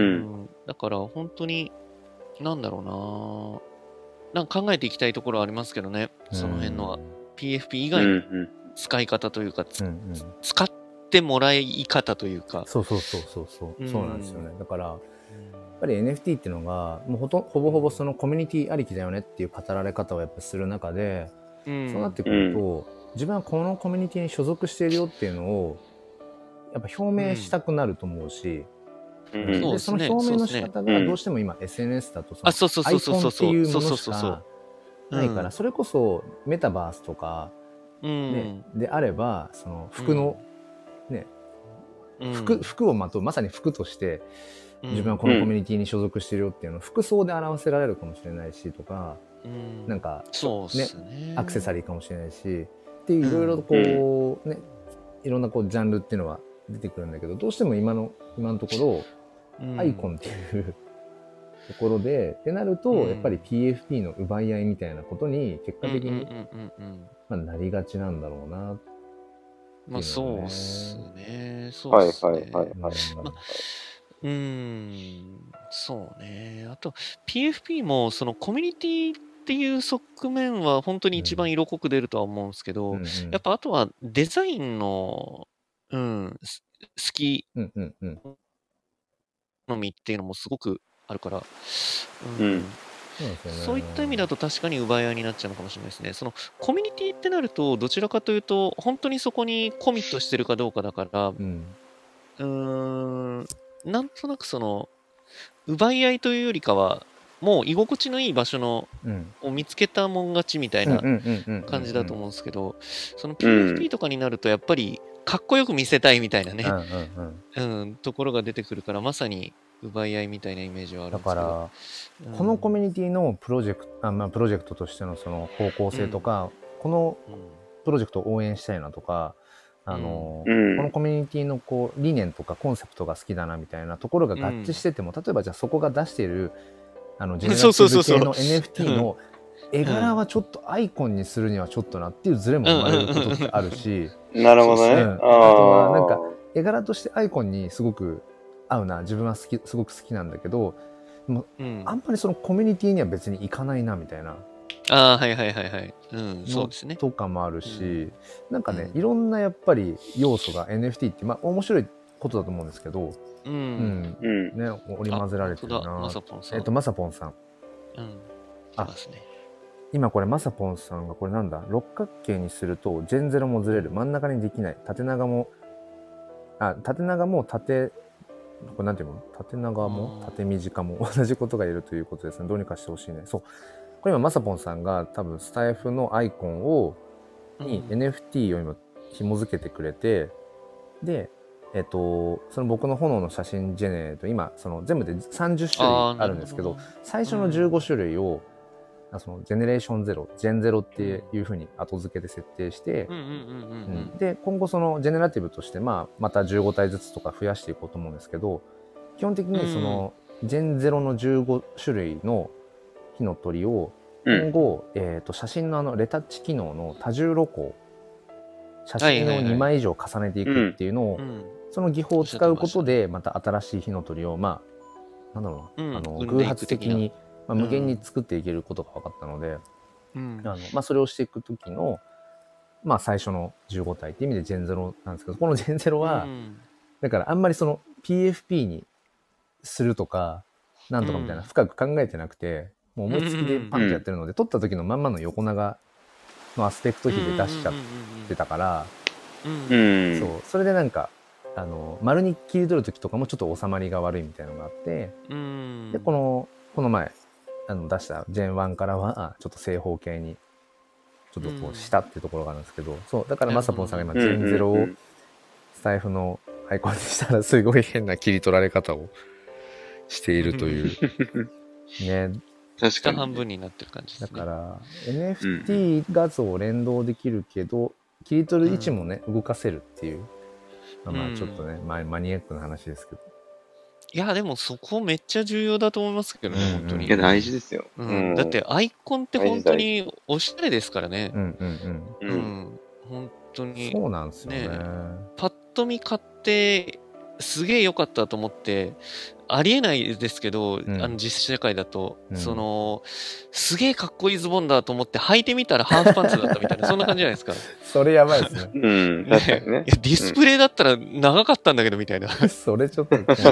Speaker 1: うんん、だから本当に、なんだろうななんか考えていきたいところはありますけどね、その辺のは。PFP 以
Speaker 3: うん
Speaker 1: 外
Speaker 3: う
Speaker 1: の
Speaker 3: ん。
Speaker 1: 使い方というか、つ
Speaker 2: うんうん
Speaker 1: 使ってもらい方というか。
Speaker 2: そうそうそうそうそううんそうなんですよねだからやっぱり NFT っていうのがもうほとほぼほぼそのコミュニティありきだよねっていう語られ方をやっぱする中で
Speaker 1: うん
Speaker 2: そうなってくると自分はこのコミュニティに所属しているよっていうのをやっぱ表明したくなると思うし、
Speaker 1: う
Speaker 3: う
Speaker 1: ん
Speaker 3: ん
Speaker 1: そう
Speaker 2: で
Speaker 1: っす
Speaker 2: その
Speaker 1: ね
Speaker 2: 表明の仕方
Speaker 3: そうっす
Speaker 2: が
Speaker 3: ね
Speaker 2: どうしても今 SNS だとそ
Speaker 1: あ、
Speaker 2: の
Speaker 1: そうそう
Speaker 2: ア
Speaker 1: そ
Speaker 2: イ
Speaker 1: うそう
Speaker 2: コ
Speaker 1: そう
Speaker 2: ンって
Speaker 1: そ
Speaker 2: いうう
Speaker 1: そ
Speaker 2: も
Speaker 1: うそ
Speaker 2: の
Speaker 1: う
Speaker 2: し
Speaker 1: そうそう
Speaker 2: かないからそれこそメタバースとか、
Speaker 1: う
Speaker 2: ね
Speaker 1: ん
Speaker 2: であればその服の、ね
Speaker 1: うん
Speaker 2: 服服をまとうまさに服として
Speaker 1: うん
Speaker 2: 自分はこのコミュニティに所属してるよっていうのを服装で表せられるかもしれないしとか
Speaker 1: うん
Speaker 2: なんか
Speaker 1: そうっすね
Speaker 2: アクセサ
Speaker 1: リ
Speaker 2: リーかもしれないしっていういろいろこうねいろんなこうジャンルっていうのは出てくるんだけどどうしても今の今のところアイコンっていう、 ところでってなると、
Speaker 1: うん
Speaker 2: やっぱり PFP の奪い合いみたいなことに結果的に、まあ、なりがちなんだろうなって
Speaker 1: まあ
Speaker 2: っていう
Speaker 1: そ
Speaker 2: の
Speaker 1: う
Speaker 2: はね
Speaker 1: っすねそう
Speaker 3: は
Speaker 1: っ
Speaker 3: い
Speaker 1: すね
Speaker 3: はいはいはい。
Speaker 1: まうーん、そうね。あと、PFP も、そのコミュニティっていう側面は、本当に一番色濃く出るとは思うんですけど、
Speaker 2: うんうん
Speaker 1: やっぱあとはデザインの、うん、す好き
Speaker 2: うんうんうん
Speaker 1: 好みっていうのもすごくあるから、
Speaker 3: うん
Speaker 2: そうなんですよね
Speaker 1: そういった意味だと確かに奪い合いになっちゃうのかもしれないですね。そのコミュニティってなると、どちらかというと、本当にそこにコミットしてるかどうかだから、
Speaker 2: うん
Speaker 1: うーん、なんとなくその、奪い合いというよりかは、もう居心地のいい場所の
Speaker 2: うん
Speaker 1: を見つけたもん勝ちみたいな感じだと思うんですけど、その PFP とかになると、やっぱりかっこよく見せたいみたいな
Speaker 2: う
Speaker 1: ね
Speaker 2: んう、んうんうん
Speaker 1: うん、ところが出てくるから、まさに奪い合いみたいなイメージはあるん
Speaker 2: だ
Speaker 1: ですけど。
Speaker 2: から
Speaker 1: うん
Speaker 2: このコミュニティのプロジェクトあまあプロジェクトとしてのその方向性とかこのプロジェクトを応援したいなとかあの
Speaker 3: う
Speaker 2: こ
Speaker 3: ん
Speaker 2: のコミュニティのこう理念とかコンセプトが好きだなみたいなところが合致してても例えばじゃあそこが出しているあのジェネラテ
Speaker 1: そうそうそ
Speaker 2: ィ
Speaker 1: う
Speaker 2: ブ
Speaker 1: そう
Speaker 2: 系の NFT の絵柄はちょっとアイコンにするにはちょっとなっていうズレも生まれることってあるし
Speaker 3: なる
Speaker 2: そう
Speaker 3: ほどね。あ
Speaker 2: っすね
Speaker 3: あ
Speaker 2: あとはなんか
Speaker 3: ー。
Speaker 2: 絵柄としてアイコンにすごく合うな自分は好きすごく好きなんだけど
Speaker 1: うん、
Speaker 2: あんまりそのコミュニティには別に行かないなみたいな
Speaker 1: ああ、はいはいはいはい。うん、そうですね。
Speaker 2: とかもあるし、
Speaker 1: う
Speaker 2: なんかね、
Speaker 1: うん
Speaker 2: いろんなやっぱり要素が NFT ってまあ面白いことだと思うんですけど、
Speaker 1: う。
Speaker 2: うんん
Speaker 3: うん。
Speaker 2: ね、織り交ぜられてる
Speaker 1: あ本当だ
Speaker 2: な
Speaker 1: まさぽんさん。
Speaker 2: えっとまさぽんさん
Speaker 1: うん。そ
Speaker 2: あ
Speaker 1: うですね。
Speaker 2: 今これまさぽんさんがこれなんだ六角形にするとジェンゼロもずれる真ん中にできない縦長もあ縦長も縦これなんていうの縦長
Speaker 1: うん
Speaker 2: も縦短も 同じことが言えるということですねどうにかしてほしいねそうこれ今まさぽんさんが多分スタイフのアイコンをに
Speaker 1: うん
Speaker 2: NFT を今紐付けてくれてでえっと、その僕の炎の写真ジェネレート、今、その全部で30
Speaker 1: あ
Speaker 2: 種
Speaker 1: ー
Speaker 2: 類あるんですけ
Speaker 1: な
Speaker 2: ど、。
Speaker 1: るほ
Speaker 2: 最初の15種類を、あそのジェネレーションゼロ、ジェンゼロっていうふうに後付けで設定して、
Speaker 1: うんうんうんうんう
Speaker 2: うんんで今後そのジェネラティブとして、まあ、また15体ずつとか増やしていこうと思うんですけど基本的にその、ジェンゼロの15種類の火の鳥を
Speaker 3: うん
Speaker 2: 今後、えー、と写真のあのレタッチ機能の多重露光写
Speaker 1: はい
Speaker 2: 真
Speaker 1: はい
Speaker 2: を
Speaker 1: はい
Speaker 2: 2枚以上重ねていくっていうのを、
Speaker 1: うん。
Speaker 2: その技法を使うことでまた新しい火の鳥をまあなんだろうな、
Speaker 1: うん
Speaker 2: あ
Speaker 1: 生
Speaker 2: の
Speaker 1: んでいく
Speaker 2: 偶発的
Speaker 1: 的
Speaker 2: に、まあ、無限に作っていけることが分かったので。
Speaker 1: うん。
Speaker 2: あのまあ、それをしていく時の、まあ、最初の15体っていう意味でジェンゼロなんですけどこのジェンゼロは、
Speaker 1: うん
Speaker 2: だからあんまりその PFP にするとかなんとかみたいな
Speaker 1: うん
Speaker 2: 深く考えてなくて、もう思いつきでパンってやってるので、撮った時のまんまの横長のアスペクト比で出しちゃってたから、
Speaker 1: うん
Speaker 3: う
Speaker 1: うん
Speaker 3: ん。
Speaker 2: そうそれでなんかあの丸に切り取る時とかもちょっと収まりが悪いみたいなのがあって、
Speaker 1: うん。
Speaker 2: でこのこの前あの出したジェン1からはちょっと正方形にちょっとこ
Speaker 1: うん
Speaker 2: うしたってところがあるんですけど、そうだからまさぽんさんが今
Speaker 3: うん
Speaker 2: ジ
Speaker 3: うんうん
Speaker 2: ェンゼロをスタイフのアイコンにしたらすごい変な切り取られ方をしているとい うね
Speaker 3: 確か
Speaker 1: 下
Speaker 3: に。
Speaker 1: 半分になってる感じで
Speaker 2: だ
Speaker 1: すね。、
Speaker 2: からら NFT 画像を連動できるけど切り取る位置もね動かせるっていうまあま
Speaker 1: う
Speaker 2: あ
Speaker 1: ん
Speaker 2: ちょっとね、まあマニアックな話ですけど
Speaker 1: いや、でもそこめっちゃ重要だと思いますけどね、
Speaker 2: うんうん
Speaker 1: 本当に。
Speaker 3: いや、大事ですよ。
Speaker 1: うん、だっ、てアイコンって本当におしゃれですからね
Speaker 2: う。んうん
Speaker 3: う。
Speaker 1: うんん。本当
Speaker 2: うん
Speaker 1: に。
Speaker 2: そうなんですよね
Speaker 1: ねパッと見買って、すげえ良かったと思って、ありえないですけど、
Speaker 2: ん
Speaker 1: あの実社会だと、
Speaker 2: うん
Speaker 1: その、すげえかっこいいズボンだと思って履いてみたらハーフパンツだったみたい な、そんな感じじゃないですか。
Speaker 2: それやばいですね
Speaker 3: うん、確かにね
Speaker 1: い。やディスプレイだったら長かったんだけどみたいな。
Speaker 2: それちょっと、うんそ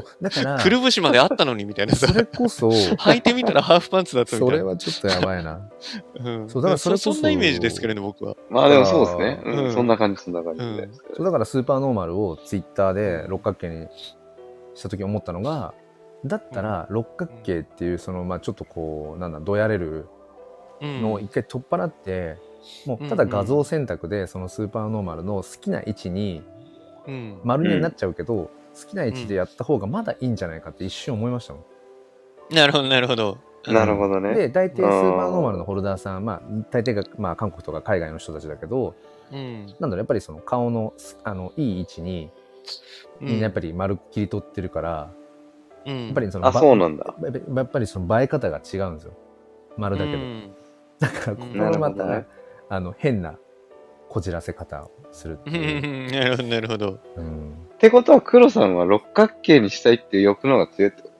Speaker 2: う、だから、
Speaker 1: くるぶしまであったのにみたいなさ
Speaker 2: そ。れこそ、
Speaker 1: 履いてみたらハーフパンツだったみ
Speaker 2: そ
Speaker 1: た
Speaker 2: れ
Speaker 1: いな。
Speaker 2: はちょっとやばいな。
Speaker 1: うん
Speaker 2: そうだからそれこそ
Speaker 1: んなイメージですけどね、僕は。
Speaker 3: まあでもそうですね。
Speaker 1: うん
Speaker 3: うんそんな感じ、そんな感じ
Speaker 1: う
Speaker 3: で
Speaker 1: ん。
Speaker 2: そうだから、スーパーノーマルをツイッターで六角形にした時思ったのが、だったら、六角形っていう、その、まあちょっとこう、なんだ、どやれる
Speaker 1: うん
Speaker 2: のを一回取っ払って、もう、ただ画像選択で、そのスーパーノーマルの好きな位置に、
Speaker 1: うん
Speaker 2: 丸になっちゃうけど、好きな位置でやった方がまだいいんじゃないかって一瞬思いましたもん。
Speaker 1: なるほど、なるほど。
Speaker 3: なるほどね。
Speaker 2: で大抵スーパーノーマルのホルダーさん、まあ、大抵が、まあ、韓国とか海外の人たちだけど
Speaker 1: うん。
Speaker 2: なんだろうやっぱりその顔のすあのいい位置にみんなやっぱり丸っきり取ってるから、
Speaker 1: り
Speaker 2: やっぱりその
Speaker 3: あ、
Speaker 2: ば
Speaker 3: そうなんだ。
Speaker 2: やっぱりやっぱりその映え方が違うんですよ丸だけど、
Speaker 1: うん
Speaker 2: だからここ
Speaker 1: なる
Speaker 2: も
Speaker 3: ほ
Speaker 2: ま
Speaker 3: ど
Speaker 2: た、
Speaker 3: ね
Speaker 2: あの変なこじらせ方をするって
Speaker 1: うんう
Speaker 2: いう、
Speaker 1: んなるほど、なるほど。
Speaker 2: うん、
Speaker 3: ってことは、黒さんは六角形にしたいっていう欲の方が強いってこと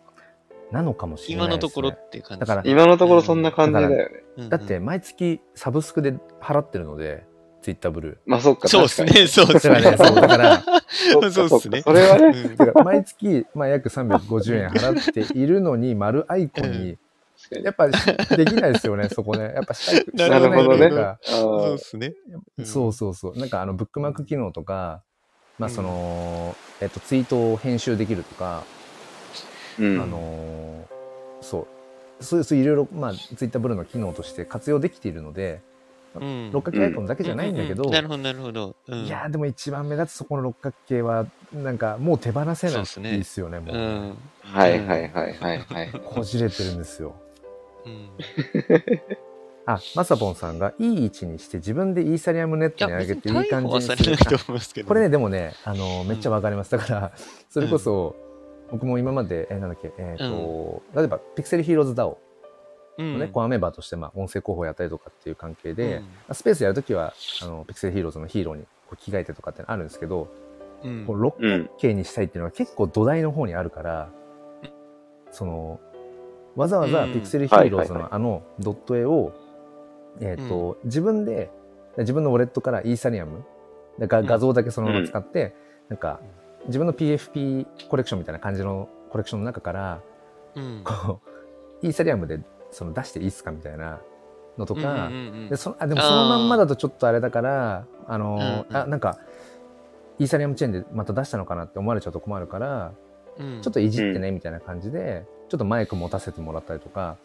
Speaker 2: なのかもしれな
Speaker 1: 今
Speaker 2: いです、ね、
Speaker 1: のところっていう感じ。
Speaker 2: だから
Speaker 3: 今のところそんな感じだよね。
Speaker 1: うん
Speaker 2: だって、毎月サブスクで払ってるのでツイッターブルー
Speaker 3: まあそっか。
Speaker 1: そうで
Speaker 3: 確
Speaker 1: す
Speaker 3: かに
Speaker 1: ね、そうで
Speaker 2: だ
Speaker 1: す
Speaker 2: から
Speaker 1: ね
Speaker 2: ね。そうだから
Speaker 3: そっ か
Speaker 1: そ
Speaker 3: そ
Speaker 1: で
Speaker 3: うっか
Speaker 1: すね
Speaker 3: それはね、
Speaker 1: うん
Speaker 2: てか毎月、まあ、約350円払っているのに、丸アイコンに、
Speaker 3: 確かに
Speaker 2: やっぱできないですよね、そこね。やっぱしたく
Speaker 1: なる
Speaker 3: ほどね
Speaker 2: したくない
Speaker 3: あー
Speaker 1: そうですね。
Speaker 2: というかそうそうそう。なんか、あの、ブックマーク機能とか、まあ、その、えっと、ツイートを編集できるとか、
Speaker 3: う
Speaker 2: あ
Speaker 3: ん
Speaker 2: のー、そう、そういう、そういういろいろ、まあ、ツイッターブルーの機能として活用できているので、
Speaker 1: うん。
Speaker 2: 六角形アイコンだけじゃないんだけど、
Speaker 1: うううなるほど、なるほど。うん
Speaker 2: いやーでも一番目立つそこの六角形は、なんか、もう手放せない
Speaker 1: そうですね
Speaker 2: ですよね、も
Speaker 1: う
Speaker 2: う。
Speaker 1: ん。
Speaker 3: はいはいはいはいはい。
Speaker 2: こじれてるんですよ。
Speaker 1: うん
Speaker 2: あ、まさぽんさんがいい位置にして自分でイーサリアムネッ
Speaker 1: い
Speaker 2: ト
Speaker 1: や、
Speaker 2: に
Speaker 1: 別
Speaker 2: 上げ
Speaker 1: に
Speaker 2: ていい
Speaker 1: 逮
Speaker 2: 感
Speaker 1: 捕
Speaker 2: じ
Speaker 1: は
Speaker 2: に
Speaker 1: さ
Speaker 2: す
Speaker 1: れな
Speaker 2: る
Speaker 1: い。と思いますけど。
Speaker 2: これね、でもね、あの、めっちゃわかります。だから、それこそ、僕も今まで、えーなんだっけ、えっ、と、例えば、ピクセルヒーローズ DAO
Speaker 1: うん、
Speaker 2: のね、コアメンバーとして、まあ、音声広報やったりとかっていう関係
Speaker 1: うん、
Speaker 2: で、スペースやるときは、あの、ピクセルヒーローズのヒーローにこう着替えてとかってのあるんですけど、
Speaker 1: うん
Speaker 2: こう六
Speaker 3: うん。
Speaker 2: 角形にしたいっていうのは結構土台の方にあるから、その、わざわざ
Speaker 1: うん
Speaker 2: ピクセルヒーローズ
Speaker 3: はいはいは
Speaker 2: のあのドット絵を、えっ、と、自分で、自分のウォレットからイーサリアム、だから画像だけそのまま使って、なんか、自分の PFP コレクションみたいな感じのコレクションの中から、
Speaker 1: うん
Speaker 2: こう、イーサリアムでその出していいっすかみたいなのとか、
Speaker 1: うんうんうん
Speaker 2: でそのあでもそのまんまだとちょっとあれだからあのー、
Speaker 1: うんうん
Speaker 2: あなんかイーサリアムチェーンでまた出したのかなって思われちゃうと困るから
Speaker 1: うん
Speaker 2: ちょっといじってねみたいな感じで、ちょっとマイク持たせてもらったりとか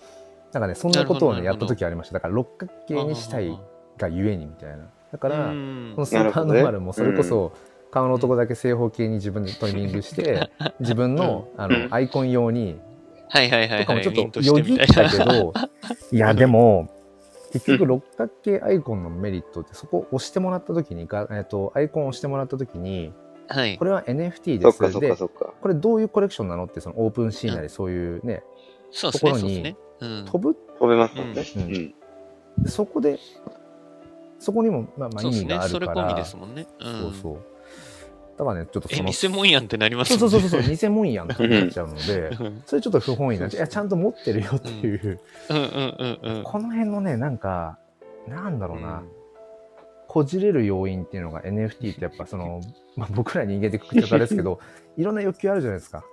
Speaker 2: なんかねそんなことを
Speaker 1: な
Speaker 2: ね
Speaker 1: る
Speaker 2: や
Speaker 1: ほ
Speaker 2: っ
Speaker 1: ど
Speaker 2: た時ありましただから六角形にしたいがゆえにみたいなだから、
Speaker 1: うん
Speaker 2: このスーパーノーマルもそれこそ、
Speaker 3: なるほどね
Speaker 2: 顔のとこだけ正方形に自分でトリミン グして、自分のあ
Speaker 3: う
Speaker 2: の
Speaker 3: ん
Speaker 2: アイコン用に、
Speaker 1: はいはいはい
Speaker 2: とか
Speaker 1: は
Speaker 2: も
Speaker 1: い。
Speaker 2: ちょ
Speaker 1: ミ
Speaker 2: っ
Speaker 1: ン
Speaker 2: と
Speaker 1: トし
Speaker 2: よ
Speaker 1: て
Speaker 2: ぎっ
Speaker 1: みたい
Speaker 2: た
Speaker 1: な。
Speaker 2: けど、いや、でも、結局六角形アイコンのメリットって、そこを押してもらった時に、がえっと、アイコンを押してもらった時に、
Speaker 1: はい
Speaker 2: こ。れは NFT
Speaker 3: そ
Speaker 2: で
Speaker 3: っか
Speaker 2: す。
Speaker 3: そっか
Speaker 2: で、
Speaker 3: そっか。
Speaker 2: これどういうコレクションなのって、そのオープンシーンなりそういうね、
Speaker 1: そうですね、そ
Speaker 2: ところ
Speaker 1: う
Speaker 2: に
Speaker 1: ですね。うん。
Speaker 2: 飛ぶ、
Speaker 3: 飛べますもんね。
Speaker 2: う
Speaker 3: うんん。
Speaker 2: そこで、そこにも、まあまあ
Speaker 1: そ
Speaker 2: 意
Speaker 1: うです
Speaker 2: 味
Speaker 1: ね
Speaker 2: があ。
Speaker 1: そ
Speaker 2: る
Speaker 1: れ
Speaker 2: か
Speaker 1: 込み
Speaker 2: ら、
Speaker 1: ですもんね。う。
Speaker 2: そうんそう。だからね、ちょっと
Speaker 1: え、
Speaker 2: その、
Speaker 1: 偽物やんってなります
Speaker 2: そ
Speaker 1: も
Speaker 2: うそ
Speaker 1: ん
Speaker 2: う
Speaker 1: ね
Speaker 2: そうそう、偽物やんってなっちゃうので、
Speaker 1: うん
Speaker 2: それちょっと不本意なんで、
Speaker 1: そうそ
Speaker 2: い
Speaker 1: う
Speaker 2: や、ちゃんと持ってるよっていう、
Speaker 1: うんうんうんうん。
Speaker 2: この辺のね、なんか、なんだろうな、
Speaker 1: うん
Speaker 2: こじれる要因っていうのが NFT ってやっぱその、 まあ、僕ら人間でくくっちゃったらあれですけど、いろんな欲求あるじゃないですか。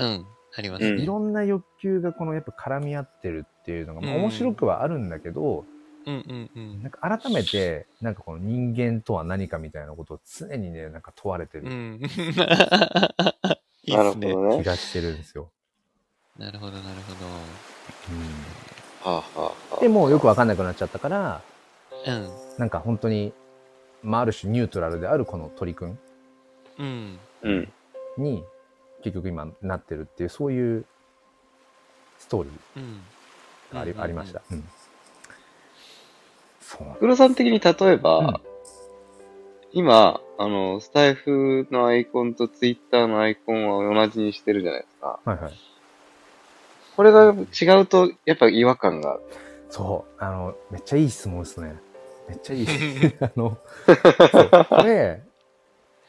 Speaker 1: うん。あります。
Speaker 3: うん
Speaker 2: いろんな欲求がこのやっぱ絡み合ってるっていうのが、まあ、
Speaker 1: うん
Speaker 2: 面白くはあるんだけど、
Speaker 1: うんうんうん
Speaker 2: なんか改めて、なんかこの人間とは何かみたいなことを常にね、なんか問われて
Speaker 1: う
Speaker 2: る
Speaker 1: ん。いい
Speaker 3: な
Speaker 1: で
Speaker 3: る
Speaker 1: す
Speaker 3: ほ
Speaker 1: ね。
Speaker 3: ど
Speaker 2: 気
Speaker 3: ね。
Speaker 2: がしてるんですよ。
Speaker 1: なるほど、なるほ
Speaker 3: はあはあはあ
Speaker 2: でもうよくわかんなくなっちゃったから、
Speaker 1: ど。うん。
Speaker 2: なんか本当に、まあ、ある種ニュートラルであるこの鳥くん
Speaker 1: うん。
Speaker 3: うん。
Speaker 2: に、結局今なってるっていう、そういうストーリ
Speaker 1: う
Speaker 2: ー。
Speaker 1: ん。
Speaker 2: あり,、
Speaker 1: うんうんうん
Speaker 2: ありました。。うん、そうなんだ
Speaker 3: 黒さん的に例えば、
Speaker 2: うん
Speaker 3: 今、あの、スタイフのアイコンとツイッターのアイコンは同じにしてるじゃないですか。
Speaker 2: はいはい。
Speaker 3: これが違うと、やっぱ違和感がある。
Speaker 2: そう。あの、めっちゃいい質問ですね。めっちゃいい。 あの、そうこれ、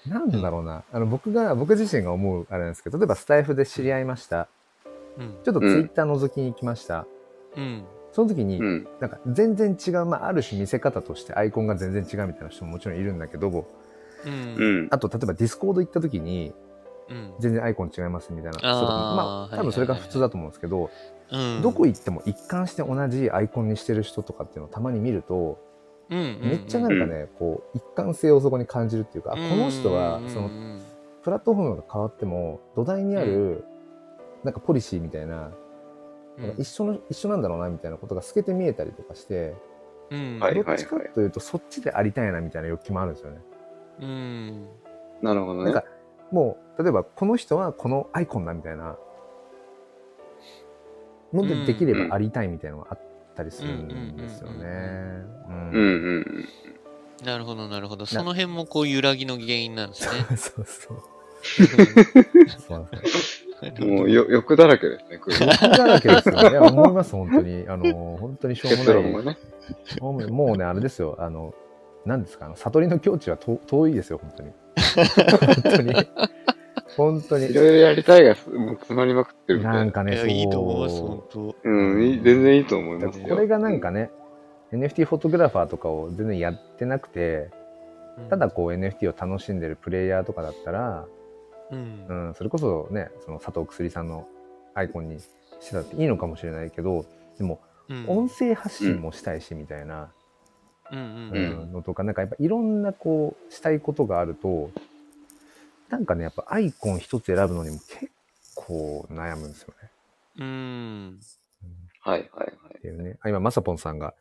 Speaker 2: なんだろうな。あの、僕が、僕自身が思うあれなんですけど、例えばスタイフで知り合いました。
Speaker 1: うん
Speaker 2: ちょっとツイッター覗きに行きました。
Speaker 1: うん。
Speaker 2: その時に、
Speaker 3: うん。
Speaker 2: なんか全然違う、まあ、ある種見せ方としてアイコンが全然違うみたいな人ももちろんいるんだけど、
Speaker 1: うん。
Speaker 3: う
Speaker 1: うん。
Speaker 3: ん。
Speaker 2: あと、例えばディスコード行った時に、
Speaker 1: うん。
Speaker 2: 全然アイコン違いますみたいな人とか
Speaker 1: あ
Speaker 2: も
Speaker 1: ー
Speaker 2: まあ、多分それが普通だと思うんですけど、
Speaker 1: うん。
Speaker 2: どこ行っても一貫して同じアイコンにしてる人とかっていうのをたまに見ると、
Speaker 1: うんうんうん。
Speaker 2: めっちゃなんかね、こう、一貫性をそこに感じるっていうか、あこの人は
Speaker 1: うん、
Speaker 2: そ
Speaker 1: うん
Speaker 2: の、
Speaker 1: うん
Speaker 2: プラットフォームが変わっても、土台にある、なんかポリシーみたいな、
Speaker 1: うん
Speaker 2: なんか一緒の、一緒なんだろうなみたいなことが透けて見えたりとかして、
Speaker 1: うん。
Speaker 3: はい
Speaker 2: どっちかというと、そっちでありたいなみたいな欲求もあるんですよね。
Speaker 1: うん。
Speaker 3: なるほど
Speaker 2: な
Speaker 3: ね
Speaker 2: ん。かもう、例えば、この人はこのアイコンだみたいな、のでできればありたいみたいなのがあったりするんですよね。う
Speaker 3: うん
Speaker 2: ん
Speaker 3: うん
Speaker 1: なるほど、なるほど。その辺もこう揺らぎの原因なんですね。
Speaker 2: そうそう。 そうなんですよ
Speaker 3: うん。もう、よ、欲だらけですね、黒さん。
Speaker 2: 欲だらけですよね。いや思います、本当に。あの、本当にしょう
Speaker 3: 結論
Speaker 2: もな
Speaker 3: も
Speaker 2: い。
Speaker 3: ね。
Speaker 2: もうもうね、あれですよ。あの、何ですか、あの悟りの境地はと遠いですよ、本当に。本当に。本当
Speaker 3: い
Speaker 2: に。
Speaker 3: ろいろやりたいが、もう詰まりまくってるみた
Speaker 2: ないん
Speaker 3: な。
Speaker 2: か
Speaker 1: い
Speaker 2: ね、そ
Speaker 1: や、
Speaker 2: う。
Speaker 1: いいと思います、本当。
Speaker 3: うん、いい全然いいと思い
Speaker 2: だ
Speaker 3: ま
Speaker 2: か
Speaker 3: す
Speaker 2: ら
Speaker 3: よ。
Speaker 2: これがなんかね、NFT フォトグラファーとかを全然やってなくて、ただ、こう NFT を楽しんでるプレイヤーとかだったら、
Speaker 1: うん
Speaker 2: う。ん、それこそね、その佐藤くすりさんのアイコンにしてたっていいのかもしれないけど、でも、
Speaker 1: うん
Speaker 2: 音声発信もしたいしみたいな、
Speaker 1: うん
Speaker 2: う
Speaker 1: うん
Speaker 2: んのとか、なんかやっぱいろんなこう、したいことがあると、なんかね、やっぱアイコン一つ選ぶのにも結構悩むんですよね。
Speaker 1: うん。うん。
Speaker 3: はいはいはい。
Speaker 2: っていうね。あ、今、まさぽんさんが、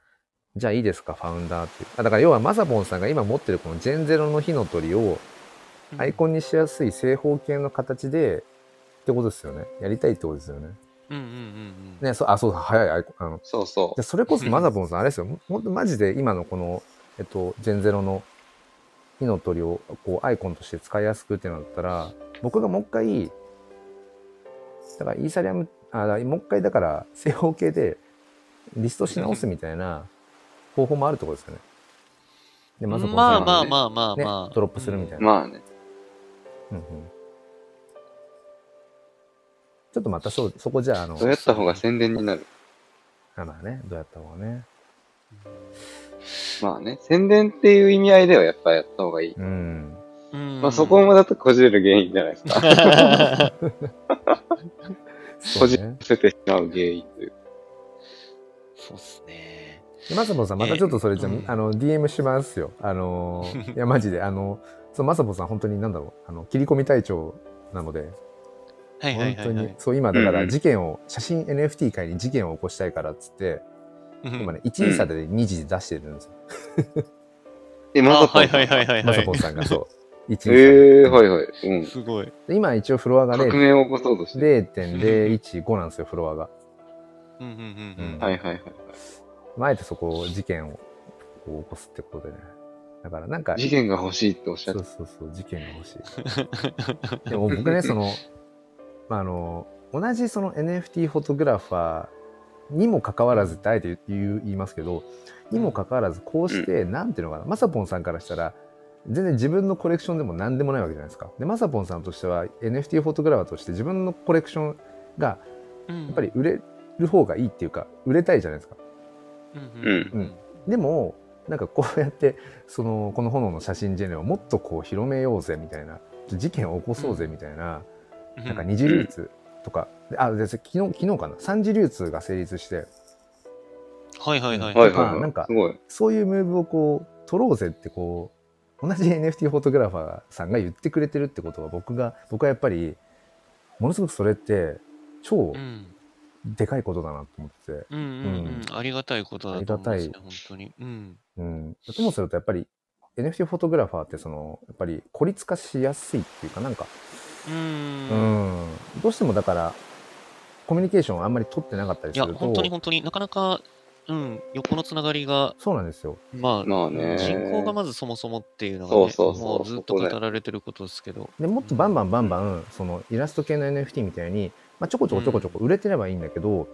Speaker 2: じゃあいいですか、ファウンダーっていう。あだから要は、まさぽんさんが今持ってるこのジェンゼロの火の鳥を、アイコンにしやすい正方形の形で、ってことですよね。やりたいってことですよね。
Speaker 1: うんうんうんうん。
Speaker 2: ね、そう、あ、そう、早いアイコン。あの、
Speaker 3: そうそ。
Speaker 2: でそれこそマザボンさん、あれです よ、ほんとマジで今のこの、えっと、ジェンゼロの火の鳥をこうアイコンとして使いやすくってなったら、僕がもう一回、だからイーサリアム、あだもう一回だから正方形でリストし直すみたいな方法もあるってことですよね。で、マザボン
Speaker 1: ま
Speaker 2: さ
Speaker 1: あ
Speaker 2: ん
Speaker 1: ま
Speaker 2: が
Speaker 1: あまあまあ
Speaker 2: ね
Speaker 1: まあ。
Speaker 2: ドロップするみたいうな。
Speaker 3: まあね。
Speaker 2: うんうんちょっとまたそう、そこじゃあ、あの、
Speaker 3: そうやった方が宣伝になる。
Speaker 2: あまあね、どうやった方がね。
Speaker 3: まあね。宣伝っていう意味合いではやっぱやった方がいい。
Speaker 2: うん。
Speaker 1: うん。
Speaker 3: まあそこもだとこじれる原因じゃないですか。
Speaker 2: そ
Speaker 3: こ
Speaker 2: う
Speaker 3: じ
Speaker 2: ね
Speaker 3: らせてしまう原因という。
Speaker 1: そうっすね。
Speaker 2: でまさぽんさん、またちょっとそれじゃ、
Speaker 1: えうん
Speaker 2: あの、DM しますよ。あ のー、いや、マジで、あの、そう、まさぽんさん、本当になんだろう、あの、切り込み隊長なので、
Speaker 1: はいはい
Speaker 2: 本
Speaker 1: は
Speaker 2: 当
Speaker 1: いは
Speaker 2: に
Speaker 1: い、。
Speaker 2: そう、今、だか
Speaker 3: うん
Speaker 2: ら
Speaker 3: うん
Speaker 2: 事件を、写真 NFT 界に事件を起こしたいからっつって、今ね、1位差で2時で出してるんですよ。
Speaker 3: え、ま
Speaker 1: あ、
Speaker 3: さぽ
Speaker 1: は
Speaker 3: ん
Speaker 1: い
Speaker 3: さん
Speaker 1: はいはいはい
Speaker 2: ま
Speaker 1: は
Speaker 2: さ
Speaker 1: い
Speaker 2: ぽん。さんが、そう。一
Speaker 3: え
Speaker 2: 二三
Speaker 3: えはいはい。うん。
Speaker 1: すごい。
Speaker 2: で今一応フロアが
Speaker 3: 革
Speaker 2: 0
Speaker 3: 命を起こそうとして。
Speaker 2: 0.015なんですよ、フロアが。
Speaker 1: うんうんうんうん。
Speaker 3: はいはいはい。
Speaker 2: まああえてそこを事件をこう起こすってことでね。だからなんか、
Speaker 3: 事件が欲しいっておっしゃっ
Speaker 2: そう
Speaker 3: て
Speaker 2: そうそう、事件が欲し い。でも僕ね、その、まあ、あの、同じその NFT フォトグラファーにもかかわらずってあえて言う言いますけど、にもかかわらず、こうして、なんていうのかな、まさぽんさんからしたら、全然自分のコレクションでも何でもないわけじゃないですか。で、まさぽんさんとしては、NFT フォトグラファーとして自分のコレクションが、
Speaker 1: うん
Speaker 2: やっぱり売れる方がいいっていうか、売れたいじゃないですか。
Speaker 1: うんうん
Speaker 2: でもなんかこうやってそのこの炎の写真ジェネをもっとこう広めようぜみたいな事件を起こそうぜみたいな,、
Speaker 1: うん。
Speaker 2: なんか二次流通とか、であで昨日昨日かな三次流通が成立して
Speaker 1: はいはいはい。
Speaker 2: う
Speaker 3: はいはいは
Speaker 2: ま
Speaker 3: い。
Speaker 2: あなんか
Speaker 3: すごい。
Speaker 2: そういうムーブをこう取ろうぜってこう同じ NFT フォトグラファーさんが言ってくれてるってことは僕が僕はやっぱりものすごくそれって超
Speaker 1: うん
Speaker 2: でかいことだなと思ってて。
Speaker 1: うんうんうん。ありがたいことだと思いますね、本当に。うん。
Speaker 2: うん、ともするとやっぱり NFT フォトグラファーってそのやっぱり孤立化しやすいっていうかなんか、
Speaker 1: う。
Speaker 2: うんんどうしてもだからコミュニケーションをあんまり取ってなかったり
Speaker 1: い
Speaker 2: す
Speaker 1: や、
Speaker 2: る
Speaker 1: 本当に
Speaker 2: と
Speaker 1: 本当になかなか、うん、横のつながりが、
Speaker 2: そうなんですよ。
Speaker 1: まあ、
Speaker 3: まあね。
Speaker 1: 人口がまずそもそもっていうのが、ね、
Speaker 3: そうそうそう
Speaker 1: もうずっと
Speaker 3: そこ
Speaker 1: 語
Speaker 3: ね
Speaker 1: られてることですけど。
Speaker 2: でもっとバンバンバンバンそのイラスト系の NFT みたいに、まあ、ちょこちょこちょこちょこ売れてればいいんだけど、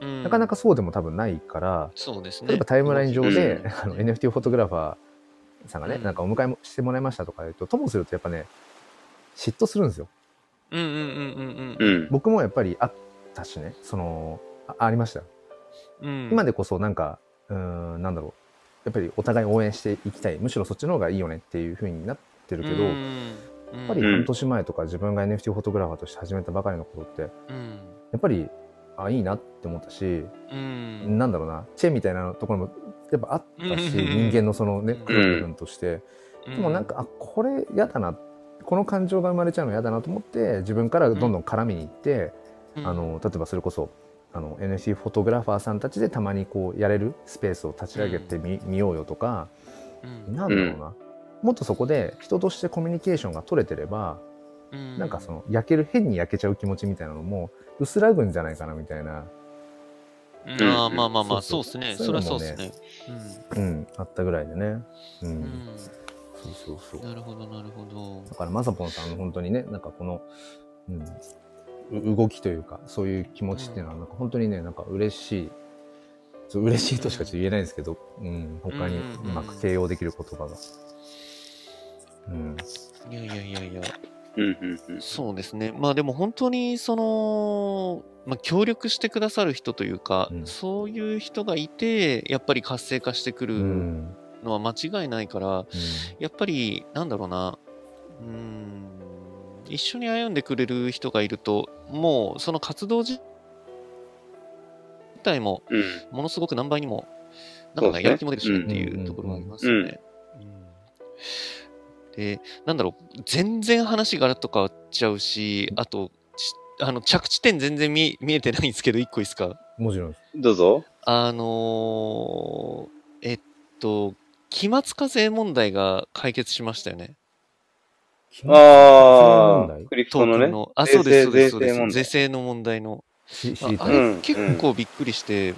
Speaker 1: うん
Speaker 2: なかなかそうでも多分ないから
Speaker 1: そうですね。
Speaker 2: 例えばタイムライン上で、
Speaker 3: う ん
Speaker 2: あの NFT フォトグラファーさんがね、
Speaker 1: うん
Speaker 2: なんかお迎えもしてもらいましたとか言うとともするとやっぱね嫉妬するんですよ。
Speaker 1: うんうんうんうん
Speaker 3: う
Speaker 1: うん。
Speaker 3: ん。
Speaker 2: 僕もやっぱりあったしねそのあありましたよ
Speaker 1: うん、
Speaker 2: 今
Speaker 1: で、
Speaker 2: でこそなんかうーんなんだろうやっぱりお互い応援していきたいむしろそっちの方がいいよねっていう風になってるけど、や
Speaker 1: や
Speaker 2: っぱり
Speaker 3: うん
Speaker 2: 半年前とか自分が NFT フォトグラファーとして始めたばかりのことってや
Speaker 1: うん。
Speaker 2: っぱりあいいなって思ったし、
Speaker 1: うん。
Speaker 2: なんだろうなチェーンみたいなところもやっぱあったし、
Speaker 1: うん
Speaker 2: 人間のそのね
Speaker 1: うん
Speaker 2: 黒い部分として、
Speaker 1: で
Speaker 2: でもなん、かあこれ嫌だなこの感情が生まれちゃうの嫌だなと思って自分からどんどん絡みに行って、
Speaker 1: うん
Speaker 2: あ、の例えばそれこそあの NFT フォトグラファーさんたちでたまにこうやれるスペースを立ち上げてみ,、ようよとか
Speaker 1: うん
Speaker 2: なんだろうな、もっとそこで人としてコミュニケーションが取れてれば、なんかそ、の焼ける変に焼けちゃう気持ちみたいなのも薄らぐんじゃないかなみたいな、
Speaker 1: うんあーまあまあまあ、そ
Speaker 2: そうう
Speaker 1: です
Speaker 2: そう
Speaker 1: ね。
Speaker 2: そう
Speaker 1: そ
Speaker 2: い
Speaker 1: れはそうで
Speaker 2: うのもね
Speaker 1: すね。
Speaker 2: うん、あったぐらいでね、うん
Speaker 1: うん。
Speaker 2: そうそ
Speaker 1: う
Speaker 2: う
Speaker 1: ん
Speaker 2: そう
Speaker 1: なるほど、なるほど。
Speaker 2: だからまさぽんさんの本当にねなんかこの、うん、う動きというかそういう気持ちっていうのはなんか本当にねなんか嬉しいそう嬉しいとしかちょっと言えないんですけど、うん、他に
Speaker 1: うん
Speaker 2: うまく形容できる言葉が。うん、
Speaker 1: いやいやいやいや。
Speaker 3: うんうんうん。
Speaker 1: そうですね。まあでも本当にその、まあ、協力してくださる人というか、
Speaker 2: うん
Speaker 1: そういう人がいて、やっぱり活性化してく
Speaker 2: う
Speaker 1: る
Speaker 2: ん
Speaker 1: のは間違いないから、
Speaker 2: う
Speaker 1: やっぱりなんだろうな、うーん、一緒に歩んでくれる人がいると、もうその活動自体も
Speaker 3: うん。
Speaker 1: ものすごく何倍にも、なん
Speaker 3: そう
Speaker 1: かね、
Speaker 3: ですね
Speaker 1: やる気も出るし
Speaker 3: うん
Speaker 1: っていうところがありますよね。うんで、なんだろう、全然話がらっと変わっちゃうし、あと、ちあの着地点全然見見えてないんですけど、一個いいですか。
Speaker 2: ん、もちろんです。
Speaker 3: どうぞ。
Speaker 1: あのーえっと、期末課税問題が解決しましたよね。
Speaker 2: そ
Speaker 3: あ
Speaker 2: れ問題
Speaker 3: あ、クリプ
Speaker 1: ト
Speaker 3: ト
Speaker 1: ー
Speaker 3: の
Speaker 1: ク
Speaker 3: ね
Speaker 1: ン。の、あ、そうです、そうです、そう
Speaker 3: 税制問
Speaker 1: です。
Speaker 3: 題
Speaker 1: 税制の問題の。
Speaker 2: し知
Speaker 1: あ
Speaker 2: りた
Speaker 1: あ
Speaker 2: い。
Speaker 3: う
Speaker 1: れ、
Speaker 3: ん
Speaker 1: 結構びっくりして、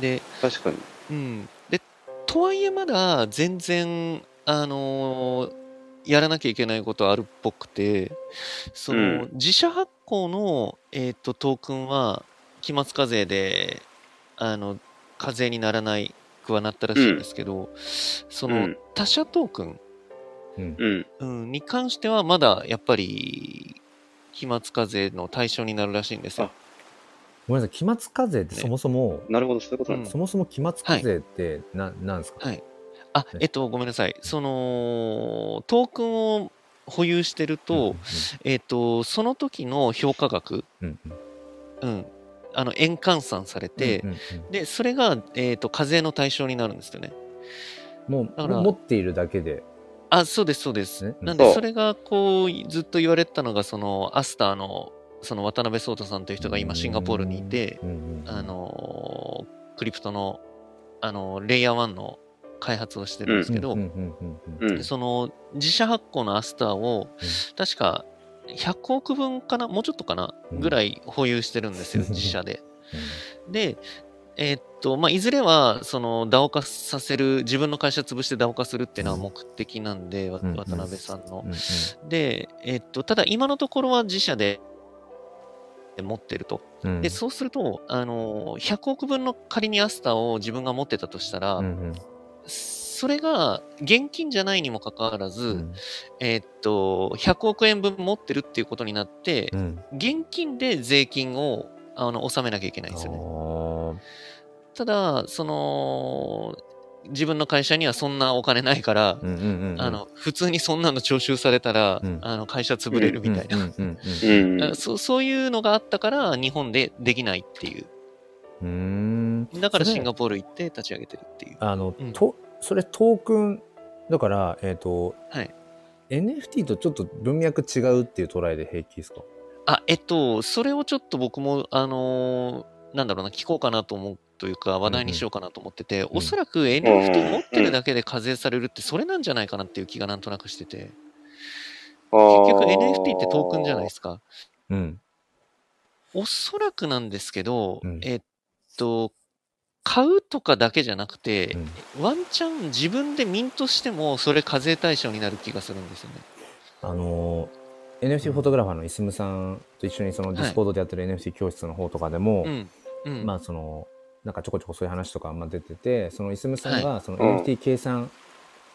Speaker 1: で、
Speaker 3: 確かに。
Speaker 1: うん、でとはいえまだ全然、あのーやらなきゃいけないことあるっぽくてその、
Speaker 3: うん
Speaker 1: 自社発行の、えー、とトークンは期末課税であの課税にならないくはなったらしいんですけど、その、
Speaker 3: うん
Speaker 1: 他社トークン、
Speaker 2: うん
Speaker 3: うん。
Speaker 1: うん、に関してはまだやっぱり期末課税の対象になるらしいんですよ。
Speaker 2: ごめんなさい、期末課税ってそもそも、
Speaker 3: なるほど、そういうことなん
Speaker 1: うん
Speaker 3: だ。
Speaker 2: そもそも期末課税ってな、んなんですか、
Speaker 1: はい。あ、えっと、ごめんなさい。その、トークンを保有してると、えっと、その時の評価額、
Speaker 2: うん、うん、うん
Speaker 1: うん、あの、円換算されて、
Speaker 2: うんうん
Speaker 1: で、それが、えっと、課税の対象になるんですよね。
Speaker 2: もう
Speaker 1: だから
Speaker 2: 持っているだけで、
Speaker 1: あ、そうです、そうです
Speaker 2: ね。
Speaker 1: なんで、
Speaker 3: そう
Speaker 1: それが、こう、ずっと言われてたのが、その、アスターの、その、渡辺聡太さんという人が今、シンガポールにいて、
Speaker 2: うんうんうん
Speaker 1: あのークリプトの、あのーレイヤー1の開発をしてるんですけど、
Speaker 2: うんうんうんうん
Speaker 3: うん。
Speaker 1: その自社発行のアスターを、確か100億分かな、もうちょっとかな、
Speaker 2: うん
Speaker 1: ぐらい保有してるんですよ、
Speaker 2: うん
Speaker 1: 自社で。で、えーっと、まあ、いずれは、その、ダオ化させる、自分の会社潰してダオ化するっていうのは目的なんで、わ
Speaker 2: うん
Speaker 1: 渡辺さんの
Speaker 2: うん。うん
Speaker 1: で、えーっと、ただ今のところは自社で持ってると。
Speaker 2: うん
Speaker 1: で、そうすると、あの、100億分の仮にアスターを自分が持ってたとしたら、
Speaker 2: うんうん
Speaker 1: それが現金じゃないにもかかわらず、
Speaker 2: うん
Speaker 1: えーっと、100億円分持ってるっていうことになって、
Speaker 2: うん
Speaker 1: 現金で税金をあの納めなきゃいけないんですよね。ただ、その、自分の会社にはそんなお金ないから
Speaker 2: あー、うんうんうんうん
Speaker 1: あの、普通にそんなの徴収されたら、
Speaker 2: うん
Speaker 1: あの、会社潰れるみたいな。
Speaker 2: うんうんうん
Speaker 3: う
Speaker 1: だ
Speaker 3: ん
Speaker 1: からそうそういうのがあったから、日本でできないっていう。
Speaker 2: うんうーん
Speaker 1: だから
Speaker 2: それ
Speaker 1: シンガポール行って立ち上げてるっていう。
Speaker 2: あの、
Speaker 1: うん
Speaker 2: とそれトークンだからえっ、と、
Speaker 1: はい、
Speaker 2: NFT とちょっと文脈違うっていう捉えで平気ですか
Speaker 1: あ、えっと、それをちょっと僕も、あのーなんだろうな、聞こうかなと思うというか、話題にしようかなと思ってて、
Speaker 2: ん
Speaker 1: おそらく NFT 持ってるだけで課税されるって、それなんじゃないかなっていう気がなんとなくしてて、結局 NFT ってトークンじゃないですか。
Speaker 2: うん
Speaker 1: おそらくなんですけど、
Speaker 2: うん
Speaker 1: えっと、買うとかだけじゃなくて
Speaker 2: う、ん
Speaker 1: ワンチャン自分でミントしても、それ課税対象になる気がするんですよね。
Speaker 2: あの NFT フォトグラファーのイスムさんと一緒にその
Speaker 1: い
Speaker 2: ディスコードでやってる NFT 教室の方とかでも、
Speaker 1: うん。うん。
Speaker 2: まあそのなんかちょこちょこそういう話とかまあ出ててそのイスムさんがその
Speaker 3: うん
Speaker 2: NFT 計算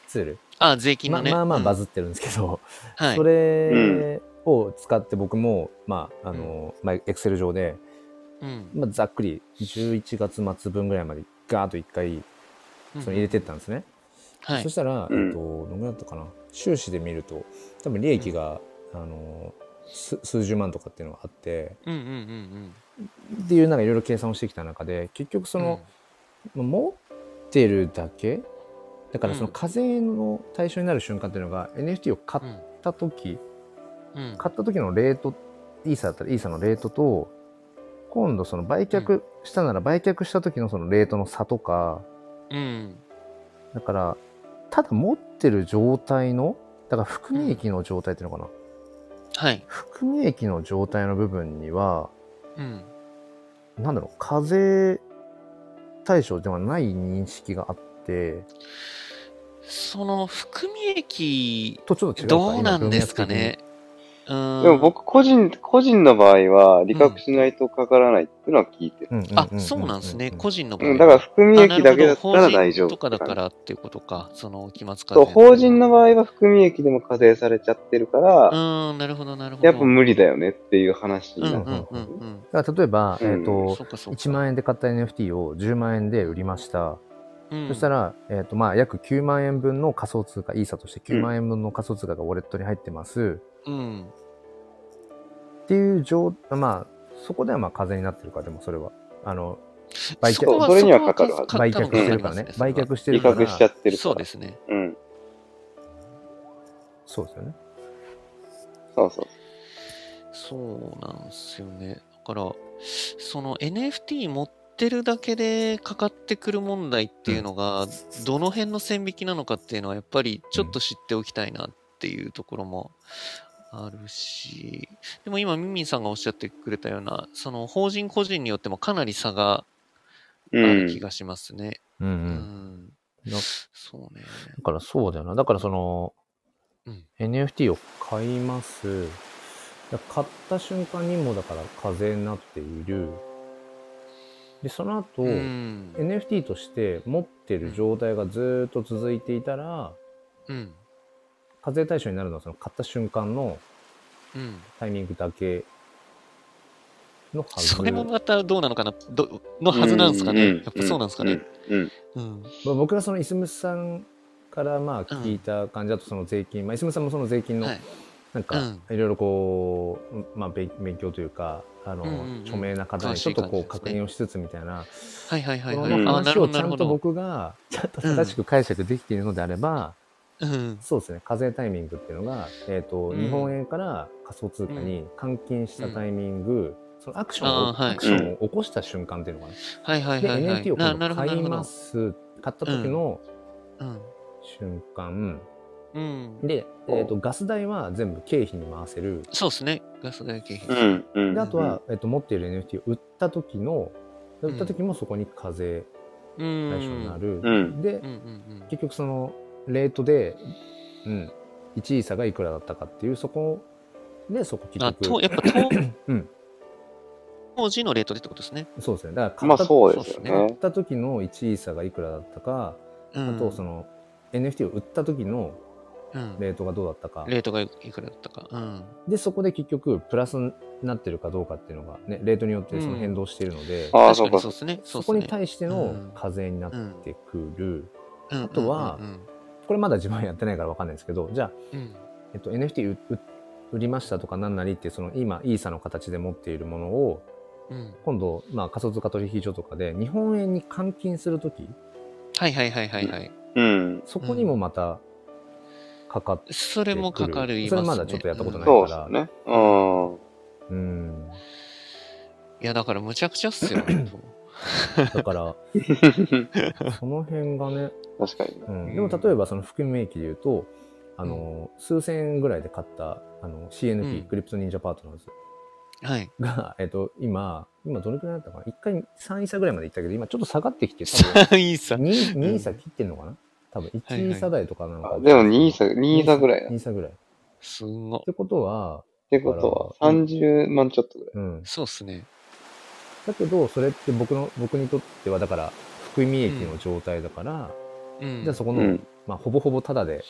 Speaker 2: ツール、
Speaker 1: あ、税金
Speaker 2: ま
Speaker 1: の
Speaker 2: あ
Speaker 1: ね。
Speaker 2: まあまあ
Speaker 1: うん
Speaker 2: バズってるんですけど、
Speaker 1: はい
Speaker 2: そ。れを使って僕も、まああのまあ、エクセル上で、
Speaker 1: うん
Speaker 2: まあ、ざっくり11月末分ぐらいまでガーッと一回その入れてったんですね、
Speaker 1: はい
Speaker 2: そ。したら、
Speaker 3: うん
Speaker 2: えっと、どのぐらいだったかな収支で見ると多分利益が、あのす数十万とかっていうのがあって
Speaker 1: うんうんうんうん。
Speaker 2: っていうなんかいろいろ計算をしてきた中で結局その、まあ持ってるだけだからその
Speaker 1: うん
Speaker 2: 課税の対象になる瞬間っていうのが NFT を買
Speaker 1: うん、
Speaker 2: った
Speaker 1: う
Speaker 2: 時、
Speaker 1: んうん
Speaker 2: 買った時のレートイーサだったらイーサのレートと今度その売却したなら売却した時のそのレートの差とか
Speaker 1: うん
Speaker 2: だからただ持ってる状態のだから含み益の状態っていうのかな、
Speaker 1: はい。
Speaker 2: 含み益の状態の部分には
Speaker 1: うん。
Speaker 2: なんだろう課税対象ではない認識があって
Speaker 1: その含み益、
Speaker 2: とちょっと違うか
Speaker 1: どうなんですかね。うーん
Speaker 3: でも僕個人、個人の場合は、利確しないとかからないっていうのは聞いてる。
Speaker 1: あ、そうなんですね。個
Speaker 2: 人
Speaker 1: 人の場合
Speaker 3: う
Speaker 1: は。
Speaker 3: ん、だから含み益だけ
Speaker 1: あ
Speaker 3: だったら大丈夫。
Speaker 1: 法人とかだからっていうことか、その期末課税
Speaker 3: そう、法人の場合は含み益でも課税されちゃってるから、
Speaker 1: うーん、なるほど、なるほど。
Speaker 3: やっぱ無理だよねっていう話に
Speaker 1: うんう
Speaker 3: なる。
Speaker 1: んうんうん。
Speaker 2: だから例えば、
Speaker 3: うん
Speaker 2: えっと
Speaker 1: そうかそうか。
Speaker 2: 1万円で買った NFT を10万円で売りました、
Speaker 1: 円
Speaker 2: そした
Speaker 1: ら、
Speaker 2: ら、えーとまあ、約9万円分の仮想通貨、イーサとして9万円分の仮想通貨がウォレットに入ってます、
Speaker 1: うん。
Speaker 2: っていう状、まあ、そこではまあ課税になってるか、でもそれは。あの売
Speaker 1: そ
Speaker 2: 却
Speaker 1: こは
Speaker 3: それにはかかるはず
Speaker 1: そこは
Speaker 2: 売
Speaker 1: 多分
Speaker 2: 却してるからね
Speaker 1: か。か
Speaker 2: 売
Speaker 1: ります
Speaker 2: 却して
Speaker 3: 利
Speaker 2: るから。
Speaker 3: 確しちゃってるか
Speaker 1: そう
Speaker 3: ら
Speaker 1: で。すね。
Speaker 3: うん。
Speaker 2: そうですよね。
Speaker 3: そうそう。
Speaker 1: そうなんですよね。だから、その NFT 持ってるだけでかかってくる問題っていうのが、どの辺の線引きなのかっていうのは、やっぱりちょっと知っておきたいなっていうところもあるし、でも今、ミンミンさんがおっしゃってくれたような、その法人個人によってもかなり差があ
Speaker 3: う
Speaker 1: る気
Speaker 3: ん。
Speaker 1: がしますね。
Speaker 2: うんう。
Speaker 1: うんん。
Speaker 2: だ
Speaker 1: そうね。
Speaker 2: だからそうだよな。だからその、
Speaker 1: うん
Speaker 2: NFT を買います。だ買った瞬間にもだから課税になっている。で、その後、
Speaker 1: うん。
Speaker 2: NFT として持ってる状態がずーっと続いていたら、
Speaker 1: うん。
Speaker 2: 課税対象になるのはその買った瞬間の
Speaker 1: うん。
Speaker 2: タイミングだけのはず
Speaker 1: それもまたどうなのかな、どのはずなんですか
Speaker 3: う
Speaker 1: ね。
Speaker 3: ん
Speaker 1: やっぱそうなんですかね。。
Speaker 3: うん。
Speaker 1: うん。
Speaker 2: まあ僕がそのイスムさんからまあ
Speaker 1: うん
Speaker 2: 聞いた感じだとその税金、まあ、イスムさんもその税金の
Speaker 1: はい
Speaker 2: なんか
Speaker 1: うん
Speaker 2: いろいろこう、まあ、勉勉強というかあの、
Speaker 1: うんうんうん
Speaker 2: 著名な方にちょっとこ
Speaker 1: 詳
Speaker 2: う
Speaker 1: しい感じです
Speaker 2: 確
Speaker 1: ね
Speaker 2: 認をしつつみたいな、
Speaker 1: はいはいはい
Speaker 2: こ
Speaker 1: はい。
Speaker 2: の
Speaker 1: あ、な
Speaker 2: 話
Speaker 1: るほ
Speaker 2: を
Speaker 1: ど
Speaker 2: ち
Speaker 1: な
Speaker 2: ゃ
Speaker 1: るほ
Speaker 2: んと
Speaker 1: ど。
Speaker 2: 僕がちゃんと正しく解釈できているのであれば、
Speaker 1: うん。
Speaker 2: そうですね課税タイミングっていうのが、えーと
Speaker 1: うん
Speaker 2: 日本円から仮想通貨に換金したタイミング、そのアクションを、
Speaker 1: あーはい
Speaker 2: アクションを起こした瞬間っていうのかな、
Speaker 1: はいはい
Speaker 2: で
Speaker 1: はいはい。
Speaker 2: NFT を
Speaker 1: な
Speaker 2: 今
Speaker 1: なる
Speaker 2: 度
Speaker 1: ほど
Speaker 2: 買
Speaker 1: ないるほ
Speaker 2: ま
Speaker 1: ど。
Speaker 2: す買った時の
Speaker 1: うん。
Speaker 2: 瞬間。
Speaker 1: うん。
Speaker 2: で、えっ、と、ガス代は全部経費に回せる。
Speaker 1: そうですね。ガス代経費。
Speaker 3: うん、うん。
Speaker 2: で、あとは、えっ、と、持っている NFT を売った時の、で売った時もそこに課税
Speaker 1: う
Speaker 2: 対象
Speaker 1: ん。
Speaker 2: になる。
Speaker 3: うん
Speaker 2: で
Speaker 1: うんう、ん
Speaker 2: 結局その、レートで、うん、1位差がいくらだったかっていう、そこで、そこ
Speaker 1: う
Speaker 2: 結
Speaker 1: ん。あ、と、
Speaker 2: 局、
Speaker 1: やっぱ当、
Speaker 2: うん
Speaker 1: 当時のレートでってことですね。
Speaker 2: そうですね。だから
Speaker 3: まあ
Speaker 2: 買った、
Speaker 3: そうですよ
Speaker 2: 買
Speaker 3: ね
Speaker 2: っ。た時の1位差がいくらだったか、
Speaker 1: うん。
Speaker 2: あとその NFT を売った時の
Speaker 1: うん。
Speaker 2: レートがどうだったか、
Speaker 1: レートがいくらだったか。うん。
Speaker 2: でそこで結局プラスになってるかどうかっていうのが、ね、レートによってその変動しているので、
Speaker 3: ああ、そ
Speaker 1: 確か
Speaker 3: うか
Speaker 1: に。そうですね。そう
Speaker 2: そ
Speaker 1: っす
Speaker 2: こ
Speaker 1: ね
Speaker 2: に対しての課税になってくる、
Speaker 1: あ
Speaker 2: とはこれまだ自分はやってないからわかんないですけどじゃあ、
Speaker 1: うん。
Speaker 2: えっと、NFT 売売売りましたとか何なりってその今イーサの形で持っているものを
Speaker 1: うん。
Speaker 2: 今度、まあ、仮想通貨取引所とかで日本円に換金する時
Speaker 1: はいはいはいはいはい。
Speaker 3: うん。
Speaker 2: そこにもまたかかってくる、
Speaker 1: それもかかる、
Speaker 2: それまだちょっとやったことない
Speaker 1: うん
Speaker 3: そうですね。うん。
Speaker 2: うん、
Speaker 1: いや、だからむちゃくちゃっ すよ。本当
Speaker 2: だから その辺がね
Speaker 3: 確かにね。
Speaker 2: うん
Speaker 1: うん
Speaker 2: でも例えばその含み益で言うと、あの、数千円ぐらいで買った、あの、CNP、
Speaker 1: うん
Speaker 2: クリプト忍者パートナーズ
Speaker 1: はい。
Speaker 2: が、えっと、今、今どれくらいだったかな一回3位差ぐらいまで行ったけど、今ちょっと下がってきて、多分
Speaker 1: 3位差。
Speaker 2: 2,
Speaker 1: ん
Speaker 2: 2位差切ってんのかな多分1位差台とかなのか、
Speaker 3: あでも2位差、2位差ぐらいだ。っ
Speaker 2: 2位差ぐらい。っ
Speaker 1: すんご。
Speaker 2: てことは、
Speaker 3: てことは
Speaker 2: う
Speaker 3: 30万ちょっとぐらい。
Speaker 2: うん。
Speaker 1: そうっすね。
Speaker 2: だけど、それって僕の、僕にとっては、だから、含み益の状態だから、
Speaker 1: うん。
Speaker 2: じゃあそこの、
Speaker 3: うん。
Speaker 2: まあ、ほぼほぼタダで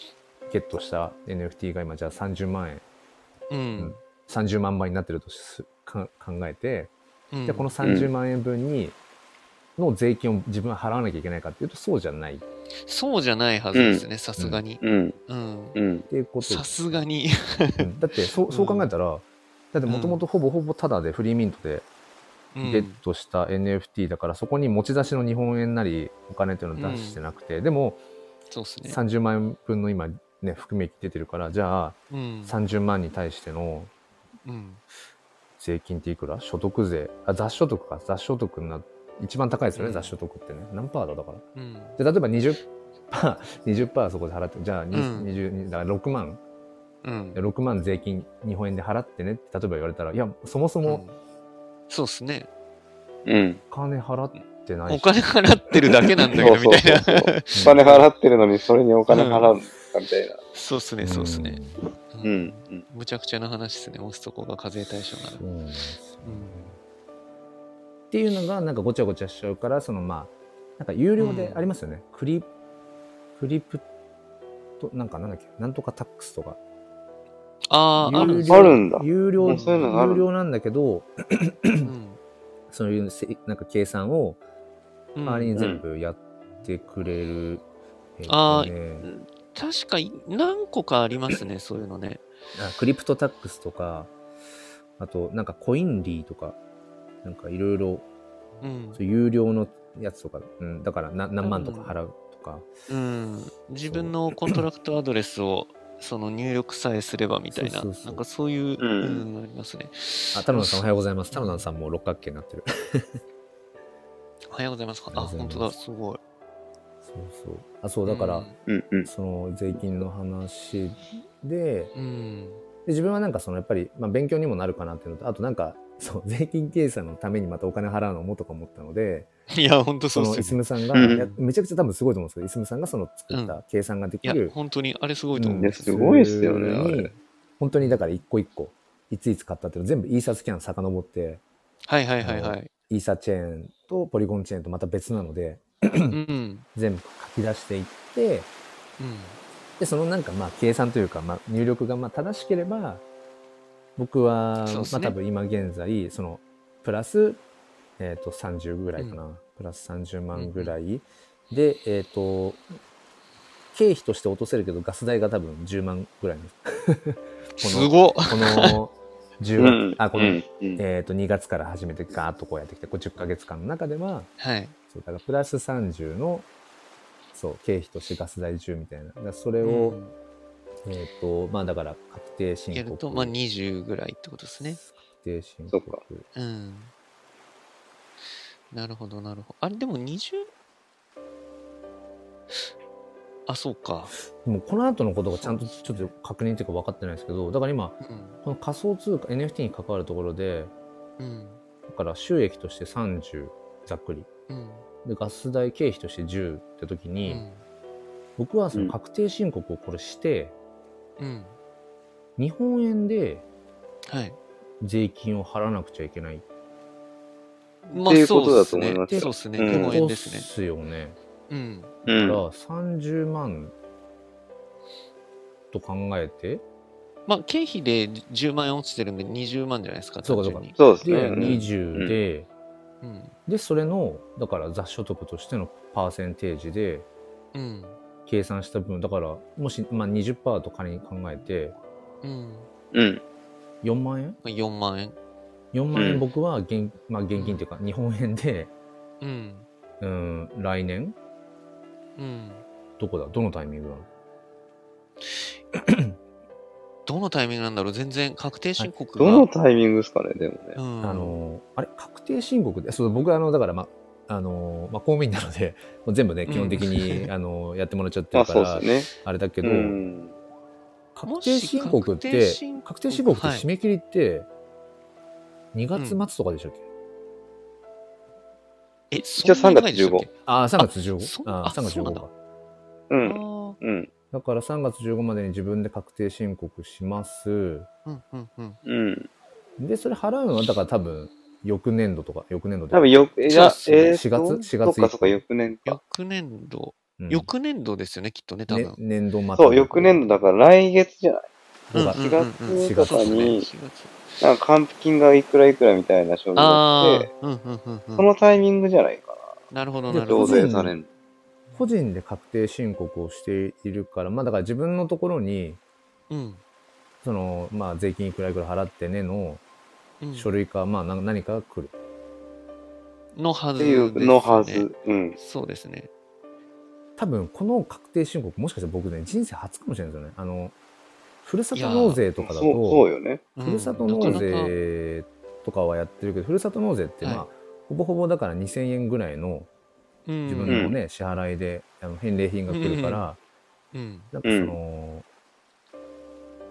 Speaker 2: ゲットした NFT が今、じゃあ30万円
Speaker 1: うん。
Speaker 2: 30万倍になってるとすか考えて、
Speaker 1: うん。
Speaker 2: じゃあこの30万円分に、の税金を自分は払わなきゃいけないかっていうとそうじゃないっ
Speaker 1: そうじゃないはずですね、さすがに。
Speaker 3: うん。
Speaker 1: うん。
Speaker 3: うん。
Speaker 2: ていうこと
Speaker 1: さすがに。
Speaker 2: うんだってそうそう考えたら、だってもともとほぼほぼタダでフリーミントで
Speaker 1: うん
Speaker 2: ゲットした NFT だから、そこに持ち出しの日本円なりお金っていうのを出してなくて、でも
Speaker 1: そうっすね。
Speaker 2: 30万円分の今ね含み益出てるからじゃあ
Speaker 1: うん。
Speaker 2: 30万に対しての
Speaker 1: うん。
Speaker 2: 税金っていくら所得税あ雑所得か雑所得な一番高いですよね、
Speaker 1: うん
Speaker 2: 雑所得ってね何パーだだから
Speaker 1: うん。
Speaker 2: で例えば20パー20パー そこで払ってじゃあ、に
Speaker 1: うん
Speaker 2: 20だから6万
Speaker 1: うん。
Speaker 2: 6万税金日本円で払ってねって例えば言われたらいやそもそも
Speaker 1: そうっすね。
Speaker 3: うん。
Speaker 2: お金払ってない
Speaker 1: お
Speaker 2: し、
Speaker 1: 金払ってるだけなんだけど、みたいな。
Speaker 3: お金払ってるのに、それにお金払うんですかみたいな。
Speaker 1: そうっすね、そうっすね。
Speaker 3: う。ん。うん
Speaker 1: むちゃくちゃな話ですね、押すとこが課税対象な
Speaker 2: そ
Speaker 1: ら
Speaker 2: う。なんですよね
Speaker 1: うん
Speaker 2: っていうのがなんかごちゃごちゃしちゃうからそのまあなんか有料でありますよね、クリクリプトなんかなんだっけなんとかタックスとか
Speaker 1: ああ、あるん
Speaker 2: 有
Speaker 1: ですね
Speaker 2: 料
Speaker 3: あるんだ
Speaker 2: 有料
Speaker 3: もうそういうのがある
Speaker 2: 有料なんだけど
Speaker 1: うん
Speaker 2: そういうせなんか計算を
Speaker 1: うん
Speaker 2: 周りに全部やってくれる、えっ
Speaker 1: あ
Speaker 2: とね
Speaker 1: 確かに何個かありますね、そういうのね。
Speaker 2: あクリプトタックスとかあとなんかコインリーとかなんかいろいろ
Speaker 1: うん。
Speaker 2: 有料のやつとか、うん、だからな何万とか払うとか、
Speaker 1: うん、自分のコントラクトアドレスをその入力さえすればみたいな、
Speaker 2: そうそうそう
Speaker 1: なんかそういう、
Speaker 3: うん
Speaker 1: うんありますね。
Speaker 2: あ田野さんおはようございます田野さんも六角形になってる
Speaker 1: おはようございます。
Speaker 2: おは
Speaker 1: あ、
Speaker 2: ようござい
Speaker 1: 本
Speaker 2: ます
Speaker 1: 当だ、すごい。
Speaker 2: そうそうあそうだから、
Speaker 3: うん。うん。
Speaker 2: その税金の話で
Speaker 1: うん、うん。
Speaker 2: で自分はなんかそのやっぱり、まあ、勉強にもなるかなっていうのとあとなんかそう 税金計算のためにまたお金払うのもとか思ったので
Speaker 1: いや、本当そ
Speaker 2: そうの
Speaker 1: で
Speaker 2: い
Speaker 1: す
Speaker 2: す
Speaker 1: よ
Speaker 2: むさんが、
Speaker 3: うん
Speaker 2: いやめちゃくちゃ多分すごいと思うんですけどいすむさんがその作った計算ができ
Speaker 1: ね。いや、
Speaker 2: る、
Speaker 1: 本当にあれすごいと思う。
Speaker 3: んいやすごいっすよね
Speaker 2: 普通に
Speaker 3: あれ
Speaker 2: 本当にだから一個一個いついつ買ったっていうの全部イーサスキャン遡って
Speaker 1: はいはいはいはい。
Speaker 2: イーサチェーンとポリゴンチェーンとまた別なので
Speaker 1: うん。うん。
Speaker 2: 全部書き出していってでそのなんかまあ計算というか、まあ、入力がまあ正しければ僕は、
Speaker 1: そうっす
Speaker 2: まあ
Speaker 1: ね
Speaker 2: 多分今現在そのプラス、えー、と30ぐらいかな、プラス30万ぐらい、でえっ、と経費として落とせるけどガス代が多分10万ぐらいの
Speaker 1: すごっ。
Speaker 2: この10
Speaker 3: うん
Speaker 2: あこ
Speaker 3: う
Speaker 2: の、
Speaker 3: んうん
Speaker 2: えー、と2月から始めてガーッとこうやってきてこう10ヶ月間の中では
Speaker 1: はい。
Speaker 2: そうだからプラス30のそう経費としてガス代10みたいなだからそれ
Speaker 1: う
Speaker 2: を、
Speaker 1: ん
Speaker 2: えっ、と、まあだから確定申
Speaker 1: や
Speaker 2: 告。
Speaker 1: ると、まあ20ぐらいってことですね。
Speaker 2: 確定申
Speaker 3: そ
Speaker 2: 告
Speaker 3: っ。か
Speaker 1: うん。なるほど、なるほど。あれ、でも20、あ、そうか。
Speaker 2: でもこの後のことがちゃんとちょっと確認というか分かってないんですけどだから今
Speaker 1: うん。
Speaker 2: この仮想通貨 NFT に関わるところで
Speaker 1: うん。
Speaker 2: だから収益として30ざっくり
Speaker 1: うん。
Speaker 2: でガス代経費として10って時
Speaker 1: う
Speaker 2: に、
Speaker 1: ん。
Speaker 2: 僕はそ
Speaker 3: うん
Speaker 2: の確定申告をこれして、
Speaker 1: うん。
Speaker 2: 日本円で
Speaker 1: はい。
Speaker 2: 税金を払わなくちゃいけないって
Speaker 1: ま
Speaker 3: ってい
Speaker 1: あ、
Speaker 3: うこ
Speaker 1: そう
Speaker 3: と
Speaker 1: で
Speaker 3: だ
Speaker 1: す
Speaker 3: と思い
Speaker 1: ね
Speaker 3: ま。すよ
Speaker 1: そうですね。
Speaker 3: うん
Speaker 1: 日
Speaker 2: こ
Speaker 1: 本
Speaker 2: と
Speaker 1: 円
Speaker 2: で
Speaker 1: ですね。
Speaker 2: すよね。
Speaker 1: うん。
Speaker 3: う
Speaker 2: だか
Speaker 3: ん。
Speaker 2: ら30万と考えて、
Speaker 1: まあ、経費で10万円落ちてるんで20万じゃないですか。
Speaker 2: そうか
Speaker 1: 単純に
Speaker 3: そうですね。
Speaker 2: で
Speaker 3: うん
Speaker 2: 20で、
Speaker 1: うん。
Speaker 2: でそれのだから雑所得としてのパーセンテージで
Speaker 1: うん。
Speaker 2: 計算した分だからもし、まあ、20%と仮に考えて
Speaker 1: うん。
Speaker 3: うん。
Speaker 2: 4万円
Speaker 1: まあ、4万円。
Speaker 2: 4万
Speaker 3: うん
Speaker 2: 円僕は現,、まあ、現金というか日本円で、
Speaker 1: うん。
Speaker 2: うん、来年
Speaker 1: うん。
Speaker 2: どこだどのタイミングなの
Speaker 1: どのタイミングなんだろう全然確定申告が。
Speaker 3: どのタイミングですかね、でもね。
Speaker 1: うん、
Speaker 2: あのあれ確定申告でそう僕あのだからまあのまあ、公務員なのでもう全部ね
Speaker 1: うん
Speaker 2: 基本的に、 あのやってもらっちゃって
Speaker 3: まあ
Speaker 2: るか
Speaker 3: そう
Speaker 2: ら、
Speaker 3: です
Speaker 2: あれだけ
Speaker 3: ね。
Speaker 2: ど、
Speaker 3: うん。
Speaker 2: 確定申告っ
Speaker 1: も
Speaker 2: て
Speaker 1: し確定申告
Speaker 2: 確定申告って
Speaker 1: はい
Speaker 2: 締め切りって2月末とかでしたっけ、
Speaker 1: え、
Speaker 3: じゃあ
Speaker 1: そんな前でしたっ
Speaker 3: 3
Speaker 1: け
Speaker 3: 月
Speaker 2: ああ3月15
Speaker 1: あそう
Speaker 2: あ
Speaker 1: あ
Speaker 2: 3月
Speaker 1: そうなん
Speaker 2: 15
Speaker 1: だ
Speaker 2: か
Speaker 3: う
Speaker 1: あ
Speaker 3: ん。
Speaker 1: ー
Speaker 3: うん。
Speaker 2: だから3月15までに自分で確定申告します
Speaker 1: うんうんうん。
Speaker 3: うん。
Speaker 2: でそれ払うのはだから多分翌年度とか翌年度とか
Speaker 3: 多分よ、え、じゃあ
Speaker 1: そう
Speaker 3: え
Speaker 2: っ
Speaker 3: ー
Speaker 2: すね
Speaker 3: と
Speaker 2: 4月4
Speaker 3: そっ
Speaker 2: 月
Speaker 3: かそっか、翌年か。
Speaker 1: 翌年度、
Speaker 2: うん
Speaker 1: 翌年度ですよね、きっとね、多分。
Speaker 2: ね年度末
Speaker 3: そう、翌年度だから来月じゃない。
Speaker 1: うん
Speaker 2: 5月、
Speaker 1: うん
Speaker 3: 4
Speaker 1: うん
Speaker 2: 月
Speaker 1: そうですね
Speaker 3: に
Speaker 1: 4月
Speaker 3: なんか還付金がいくらいくらみたいな商品があ
Speaker 1: あ
Speaker 3: って、
Speaker 1: あ、うんうんうんうん。
Speaker 3: そのタイミングじゃないか
Speaker 1: なるほど、
Speaker 2: で
Speaker 1: な
Speaker 3: な。
Speaker 1: るほ
Speaker 3: 増
Speaker 1: ど。
Speaker 3: 税されんの。
Speaker 2: 個人で確定申告をしているから、まあだから自分のところに、
Speaker 1: うん。
Speaker 2: その、まあ税金いくらいくら払ってねの
Speaker 1: うん
Speaker 2: 書類か、まあな何かが来る。
Speaker 1: のは
Speaker 3: っ
Speaker 1: ず
Speaker 3: て
Speaker 1: です、
Speaker 3: い
Speaker 1: ね。
Speaker 3: うのはず。うん。
Speaker 1: そうですね。
Speaker 2: 多分この確定申告、もしかしたら僕ね、人生初かもしれないですよね。あの、ふるさ
Speaker 1: い
Speaker 2: と
Speaker 1: やー
Speaker 2: 納税と
Speaker 3: そう
Speaker 2: かだ
Speaker 3: そう
Speaker 2: と、
Speaker 3: よね。
Speaker 1: ふ
Speaker 2: ふるさと納税とかはやってるけど、ふるさと納税ってまあ、
Speaker 1: はい
Speaker 2: ほぼほぼだから2000円ぐらいの
Speaker 1: 自
Speaker 2: 自分のね、支払いであの返礼品が来るから、
Speaker 1: うん。
Speaker 2: なんかその、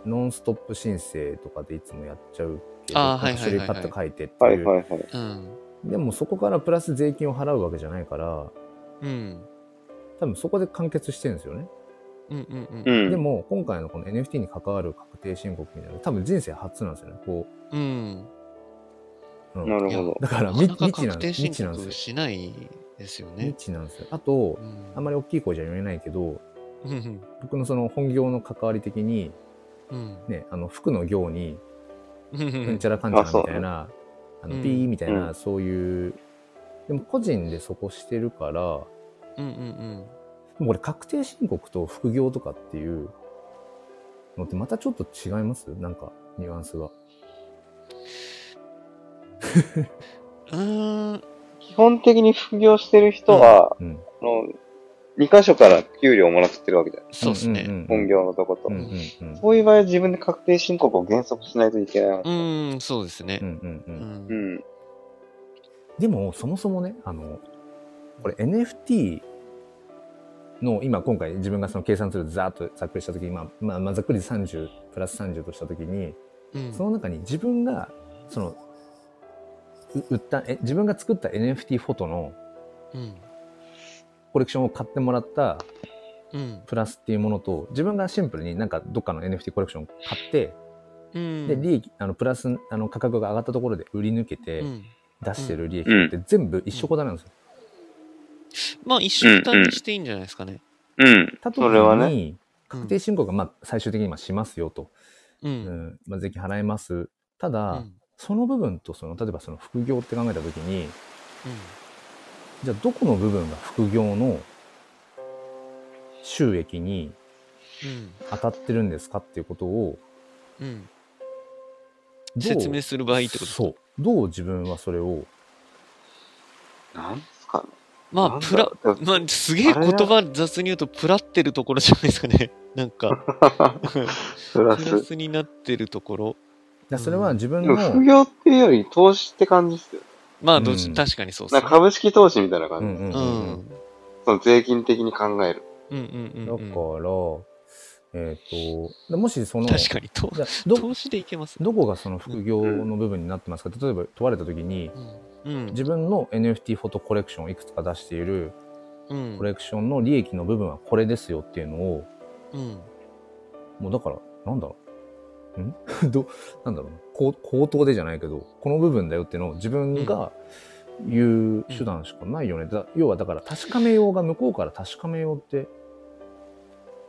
Speaker 2: ノンストップ申請とかでいつもやっちゃうけど、
Speaker 1: あー
Speaker 2: なんか
Speaker 1: はいはいはいはい
Speaker 2: 書類パッと書いてって、
Speaker 3: はいいうはいはい。
Speaker 1: うん。
Speaker 2: でもそこからプラス税金を払うわけじゃないから、
Speaker 1: うん。
Speaker 2: 多分そこで完結してるんですよね。
Speaker 1: うんうんうん
Speaker 3: う。ん。
Speaker 2: でも今回のこの NFT に関わる確定申告みたいなの多分人生初なんですよね。こ
Speaker 1: うん。
Speaker 2: う、うん
Speaker 3: なるほど。
Speaker 2: だから
Speaker 1: な
Speaker 2: 未
Speaker 1: かなか
Speaker 2: 未知なん
Speaker 1: 確定
Speaker 2: 未
Speaker 1: 申
Speaker 2: 知なんです
Speaker 1: 告
Speaker 2: よ。
Speaker 1: しないですよね
Speaker 2: 未。知なんですよ。あと、
Speaker 1: うん
Speaker 2: あんまり大きい声じゃ言えないけど、
Speaker 1: うん
Speaker 2: 僕のその本業の関わり的に、
Speaker 1: うん
Speaker 2: ね、あの服の業に
Speaker 1: うんうん
Speaker 2: うんちゃ
Speaker 1: ら
Speaker 2: らかんちゃ
Speaker 3: あ
Speaker 2: ら
Speaker 3: そう
Speaker 2: みたいな、あ
Speaker 1: うん
Speaker 2: の、ピーみたいな、
Speaker 3: うん
Speaker 2: そういう、でも個人でそこしてるから、でも
Speaker 1: うんうん
Speaker 2: これ確定申告と副業とかっていうのってまたちょっと違いますなんか、ニュアンスが。
Speaker 1: うんうーん
Speaker 3: 基本的に副業してる人は、
Speaker 2: うん。
Speaker 3: あの、2箇所から給料をもらってるわけじゃない。
Speaker 1: そうですね
Speaker 2: んんん
Speaker 3: 本。業のとこと
Speaker 2: うん。うん
Speaker 3: そういう場合は自分で確定申告を原則しないといけない。
Speaker 1: うーんそうですね
Speaker 2: うん。うんう
Speaker 1: うん
Speaker 2: うん。
Speaker 1: ん
Speaker 3: うん。
Speaker 2: でも、そもそもね、あの、これ NFT の、今今回自分がその計算するざーっとざっくりしたときに、まあ、まあまあ、ざっくり30、プラス30としたときに、
Speaker 1: うん
Speaker 2: その中に自分がそのう売ったえ自分が作った NFT フォトの
Speaker 1: うん
Speaker 2: コレクションを買ってもらった
Speaker 1: うん
Speaker 2: プラスっていうものと自分がシンプルになんかどっかの NFT コレクション買って、
Speaker 1: うん
Speaker 2: で利益あのプラスあの価格が上がったところで売り抜けて
Speaker 1: うん
Speaker 2: 出してる利益って全部一緒こだなんですよ。
Speaker 1: まあ一緒単にしていいんじゃないですかね
Speaker 3: うん。
Speaker 2: たと
Speaker 3: それはね。
Speaker 2: に確定申告がまあ最終的にまあしますよと、
Speaker 1: う
Speaker 2: うんんまあ、税金払いますた
Speaker 1: う
Speaker 2: だ、
Speaker 1: ん
Speaker 2: その部分とその例えばその副業って考えた時に
Speaker 1: うん
Speaker 2: じゃあどこの部分が副業の収益に
Speaker 1: うん
Speaker 2: 当たってるんですかっていうことを
Speaker 1: うん
Speaker 2: どう
Speaker 1: 説明する場合ってことですか
Speaker 2: そうどう自分はそれを
Speaker 3: なんですかね。
Speaker 1: まあプラ
Speaker 3: なんだ
Speaker 1: まあすげえ言葉雑に言うとプラってるところじゃないですか ねなんか
Speaker 3: プラ
Speaker 1: プラ
Speaker 3: ス。
Speaker 1: スになってるところ
Speaker 2: だそれは自分
Speaker 3: でも
Speaker 2: の、
Speaker 3: 副業っていうより投資って感じですよ。
Speaker 1: まあどっち
Speaker 2: うん
Speaker 1: 確かにそうで
Speaker 3: なん
Speaker 1: す
Speaker 3: か
Speaker 1: ね
Speaker 3: 株式投資みたいな
Speaker 2: う
Speaker 3: 感じ。
Speaker 2: んうんう
Speaker 1: うん
Speaker 2: うん
Speaker 1: ん
Speaker 3: その税金的に考える。
Speaker 1: うんうん
Speaker 2: だ
Speaker 1: う
Speaker 2: か
Speaker 1: ん、
Speaker 2: ら、
Speaker 1: うん。
Speaker 2: えっ、と、もしその、
Speaker 1: 確かにと、
Speaker 2: じゃあど
Speaker 1: 投資でいけます。
Speaker 2: どこがその副業の部分になってますか例えば問われた時に、
Speaker 1: うん。
Speaker 2: 自分の NFT フォトコレクションをいくつか出している
Speaker 1: うん。
Speaker 2: コレクションの利益の部分はこれですよっていうのを、
Speaker 1: うん。
Speaker 2: もうだから、なんだろう。ん ど、なんだろうな。口口頭でじゃないけど、この部分だよっていうのを自分が言う手段しかないよね。だ要はだから確かめようが向こうから確かめようって、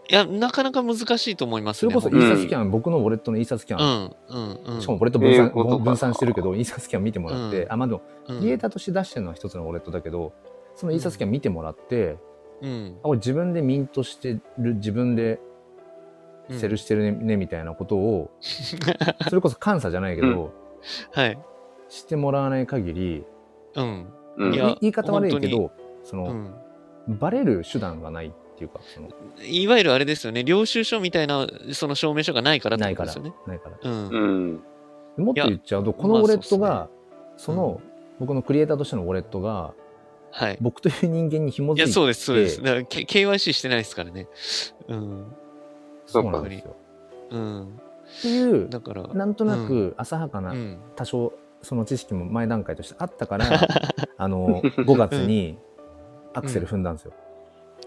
Speaker 1: いや、なかなか難しいと思います
Speaker 2: そ
Speaker 1: ね。
Speaker 2: れこそイ
Speaker 1: 本
Speaker 2: ーサスキャン、僕のウォレットのイーサスキャ
Speaker 1: 当
Speaker 2: ン、
Speaker 1: にうん。うん。うん。
Speaker 2: しかもウォレット分散,、
Speaker 3: 英語とか
Speaker 2: 分散してるけど、イーサスキャン見てもらって、
Speaker 1: うん
Speaker 2: あ、まあでも、
Speaker 1: うん、
Speaker 2: データとして出してるのは一つのウォレットだけど、そのイーサスキャン見てもらって、
Speaker 1: うん
Speaker 2: あ、。これ自分でミントしてる、自分で
Speaker 1: うん
Speaker 2: セルしてるね、ねみたいなこ とを、それこそ監査じゃないけど、
Speaker 1: はい。
Speaker 2: してもらわない限り、
Speaker 1: うん。
Speaker 3: うん
Speaker 1: いや
Speaker 2: 言い言い方悪いけど、そうの、
Speaker 1: ん。
Speaker 2: バレる手段がないっていうか、その、
Speaker 1: いわゆるあれですよね。領収書みたいな、その証明書がないからって
Speaker 2: ない
Speaker 1: こと
Speaker 2: か
Speaker 1: で
Speaker 2: ら
Speaker 1: すよね。、
Speaker 2: ないから。
Speaker 1: うん。
Speaker 3: う
Speaker 1: うん。
Speaker 3: ん。
Speaker 2: もっと言っちゃうと、こ
Speaker 1: ま
Speaker 2: の
Speaker 1: あ
Speaker 2: ウォレットが、
Speaker 1: そ
Speaker 2: そ
Speaker 1: っ
Speaker 2: う
Speaker 1: すね
Speaker 2: の、僕のクリエイターとしてのウォレットが、
Speaker 1: はい。
Speaker 2: 僕という人間に紐
Speaker 1: い
Speaker 2: づい
Speaker 1: や、
Speaker 2: て、
Speaker 1: そうです、そうです。だから、K、KYC してないですからね。うん。
Speaker 2: そうなんですよ。
Speaker 1: うん。
Speaker 2: っていう、
Speaker 1: だから、う
Speaker 2: なんとな
Speaker 1: う
Speaker 2: く浅はかな、
Speaker 1: ん。
Speaker 2: 多少その知識も前段階としてあっ たから、あの、5月にアクセル踏んだんですよ。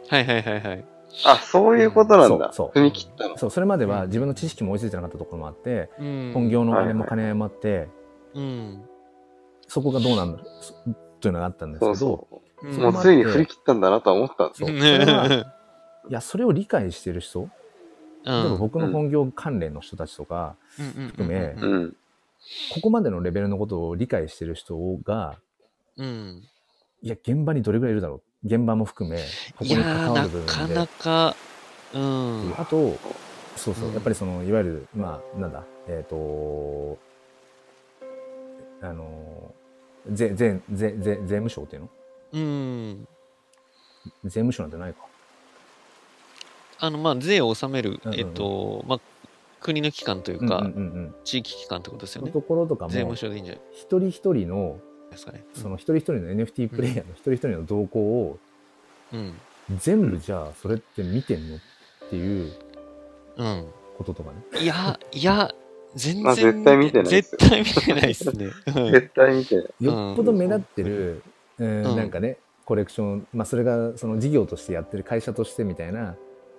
Speaker 1: はいはいはいはい。
Speaker 3: あ、そういうことなんだ。
Speaker 2: そうそう
Speaker 3: 踏み切ったの。
Speaker 2: そう、それまで
Speaker 1: う
Speaker 2: は
Speaker 1: ん
Speaker 2: 自分の知識も追いついてなかったところもあって、
Speaker 1: うん。
Speaker 2: 本業のあれも
Speaker 3: はい
Speaker 2: 兼ね合いもあって、
Speaker 1: うん。
Speaker 2: そこがどうなんだそというのがあったんですけ
Speaker 3: そ
Speaker 2: ど、
Speaker 3: うそうう。
Speaker 1: ん
Speaker 3: もうついに振り切ったんだなとは思ったんです
Speaker 2: そう
Speaker 3: よ。
Speaker 2: それはいや、それを理解してる人、
Speaker 1: う
Speaker 2: 例えば
Speaker 1: ん。
Speaker 2: 僕の本業関連の人たちとか、含め
Speaker 1: うん
Speaker 3: う
Speaker 1: うんうん
Speaker 3: ん。
Speaker 2: ここまでのレベルのことを理解してる人が、
Speaker 1: うん。
Speaker 2: いや、現場にどれぐらいいるだろう。現場も含め、ここ
Speaker 1: い
Speaker 2: に
Speaker 1: や
Speaker 2: 関わる部
Speaker 1: ー、な
Speaker 2: 分で。
Speaker 1: かなか、うん。
Speaker 2: あと、そうそう、
Speaker 1: うん
Speaker 2: やっぱりその、いわゆる、まあ、なんだ、えっ、と、あの、税、税、税、税、税務省っていうの
Speaker 1: うん。
Speaker 2: 税務省なんてないか。
Speaker 1: あの、まあ、税を納める
Speaker 2: うん、うん
Speaker 1: えっと、まあ、国の機関という
Speaker 2: うんう
Speaker 1: か
Speaker 2: ん、うんうん。
Speaker 1: 地域機関ってことですよ
Speaker 2: の
Speaker 1: ね。
Speaker 2: ところとか
Speaker 1: 税
Speaker 2: も
Speaker 1: 務、署でいいんじゃない
Speaker 2: 一人一人の、
Speaker 1: ですかね。
Speaker 2: その一人一人の NFT プレイヤーの一人一人の動向を、
Speaker 1: うん。
Speaker 2: 全部じゃあ、それって見てんのっていう
Speaker 1: うん。
Speaker 2: こととかね。
Speaker 1: いや、いや、全然、
Speaker 3: まあ絶対見てないです
Speaker 1: 絶
Speaker 3: よ
Speaker 1: 対見てないですね。
Speaker 3: 絶対見て。
Speaker 2: よっぽど目立ってる、うん
Speaker 1: うん
Speaker 2: なんかね、コレクション、まあ、それがその事業としてやってる会社としてみたいな、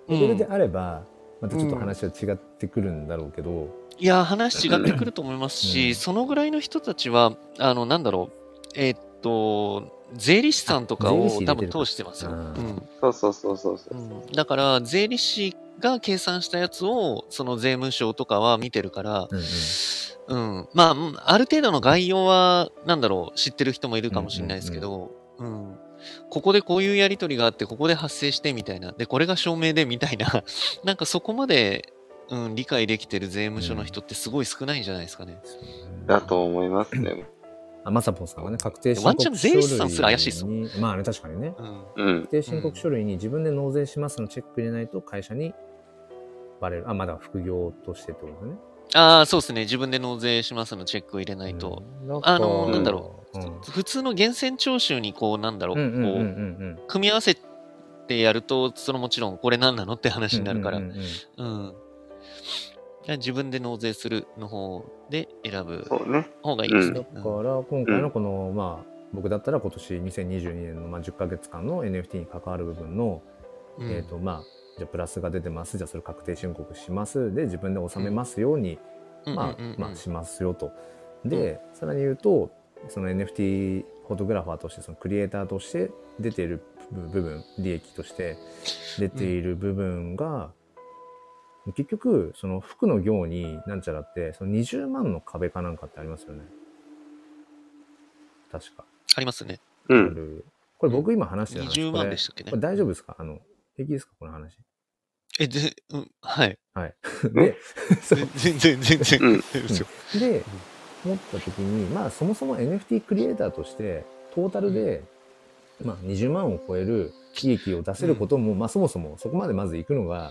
Speaker 1: うん
Speaker 2: レベルであれば、またちょっと話は違ってくるんだろうけど、
Speaker 1: いや、話違ってくると思いますし、
Speaker 2: うん
Speaker 1: そのぐらいの人たちは、あの、なんだろう、えっと、税理士さんとか
Speaker 2: あ税理
Speaker 1: を
Speaker 2: 士入
Speaker 1: 多分
Speaker 2: れてるか
Speaker 1: 通してますよ。
Speaker 2: う
Speaker 1: うんん
Speaker 3: そうそうそうそうそうう。
Speaker 1: んだから、税理士が計算したやつを、その税務署とかは見てるから、
Speaker 2: うんうん
Speaker 1: うん。まあうん、ある程度の概要は、なんだろう、知ってる人もいるかもしれないですけど、うん。ここでこういうやりとりがあって、ここで発生してみたいな。で、これが証明でみたいな。 なんかそこまで、うん、理解できてる税務署の人ってすごい少ないんじゃないですかね。
Speaker 3: だと思いますね。
Speaker 2: あまさぽんさんはね、確定申
Speaker 1: ワン
Speaker 2: 告
Speaker 1: チャン
Speaker 2: 書
Speaker 1: 税
Speaker 2: 類
Speaker 1: 理
Speaker 2: に
Speaker 1: 士さんすら怪しいっすも
Speaker 2: まあね、確かにね。
Speaker 1: うん。
Speaker 3: うん。
Speaker 2: 確定申告書類に自分で納税しますのチェック入れないと会社にバレる。あ、まだ副業としてってことね。
Speaker 1: ああ、そうですね。自分で納税しますのチェックを入れないと。
Speaker 2: うん。
Speaker 1: あの
Speaker 3: ーなんだ
Speaker 2: ろう
Speaker 1: ふ普通の源泉徴収にこう、なんだろう、
Speaker 2: んうんうんうんう
Speaker 1: こ
Speaker 2: ん。
Speaker 1: う、組み合わせてやると、そのもちろんこれ何なのって話になるから
Speaker 2: うん。うんうんうん
Speaker 1: うん。自分で納税するの方で選ぶ
Speaker 3: そうね。
Speaker 1: 方がいいです
Speaker 2: だ
Speaker 1: ね
Speaker 2: か。ら今回のこの、まあ僕だったら今年2022年のまあ10ヶ月間の NFT に関わる部分の、
Speaker 1: うん
Speaker 2: えっ、とまあじゃあプラスが出てますじゃあそれ確定申告しますで自分で納めますように、まあ、まあしますよと。で、さらに言うとその NFT フォトグラファーとしてそのクリエイターとして出ている部部分利益として出ている部分が、結局その服の業になんちゃらってその20万の壁かなんかってありますよね確か、
Speaker 1: ありますね。
Speaker 3: う
Speaker 2: あ
Speaker 3: ん。
Speaker 2: るこれ僕今話してる話
Speaker 1: 20
Speaker 2: こ
Speaker 1: 万
Speaker 2: れ
Speaker 1: でしたっけね
Speaker 2: これ。大丈夫ですかあの平気ですかこの話
Speaker 1: え、で、うん、はい。
Speaker 2: はいでそう
Speaker 1: 全然、全然
Speaker 3: うん。
Speaker 1: 嘘
Speaker 2: で、思った時に、まあそもそも NFT クリエイターとして、トータルで、まあ20万を超える利益を出せることも、まあそもそもそこまでまず行くのが、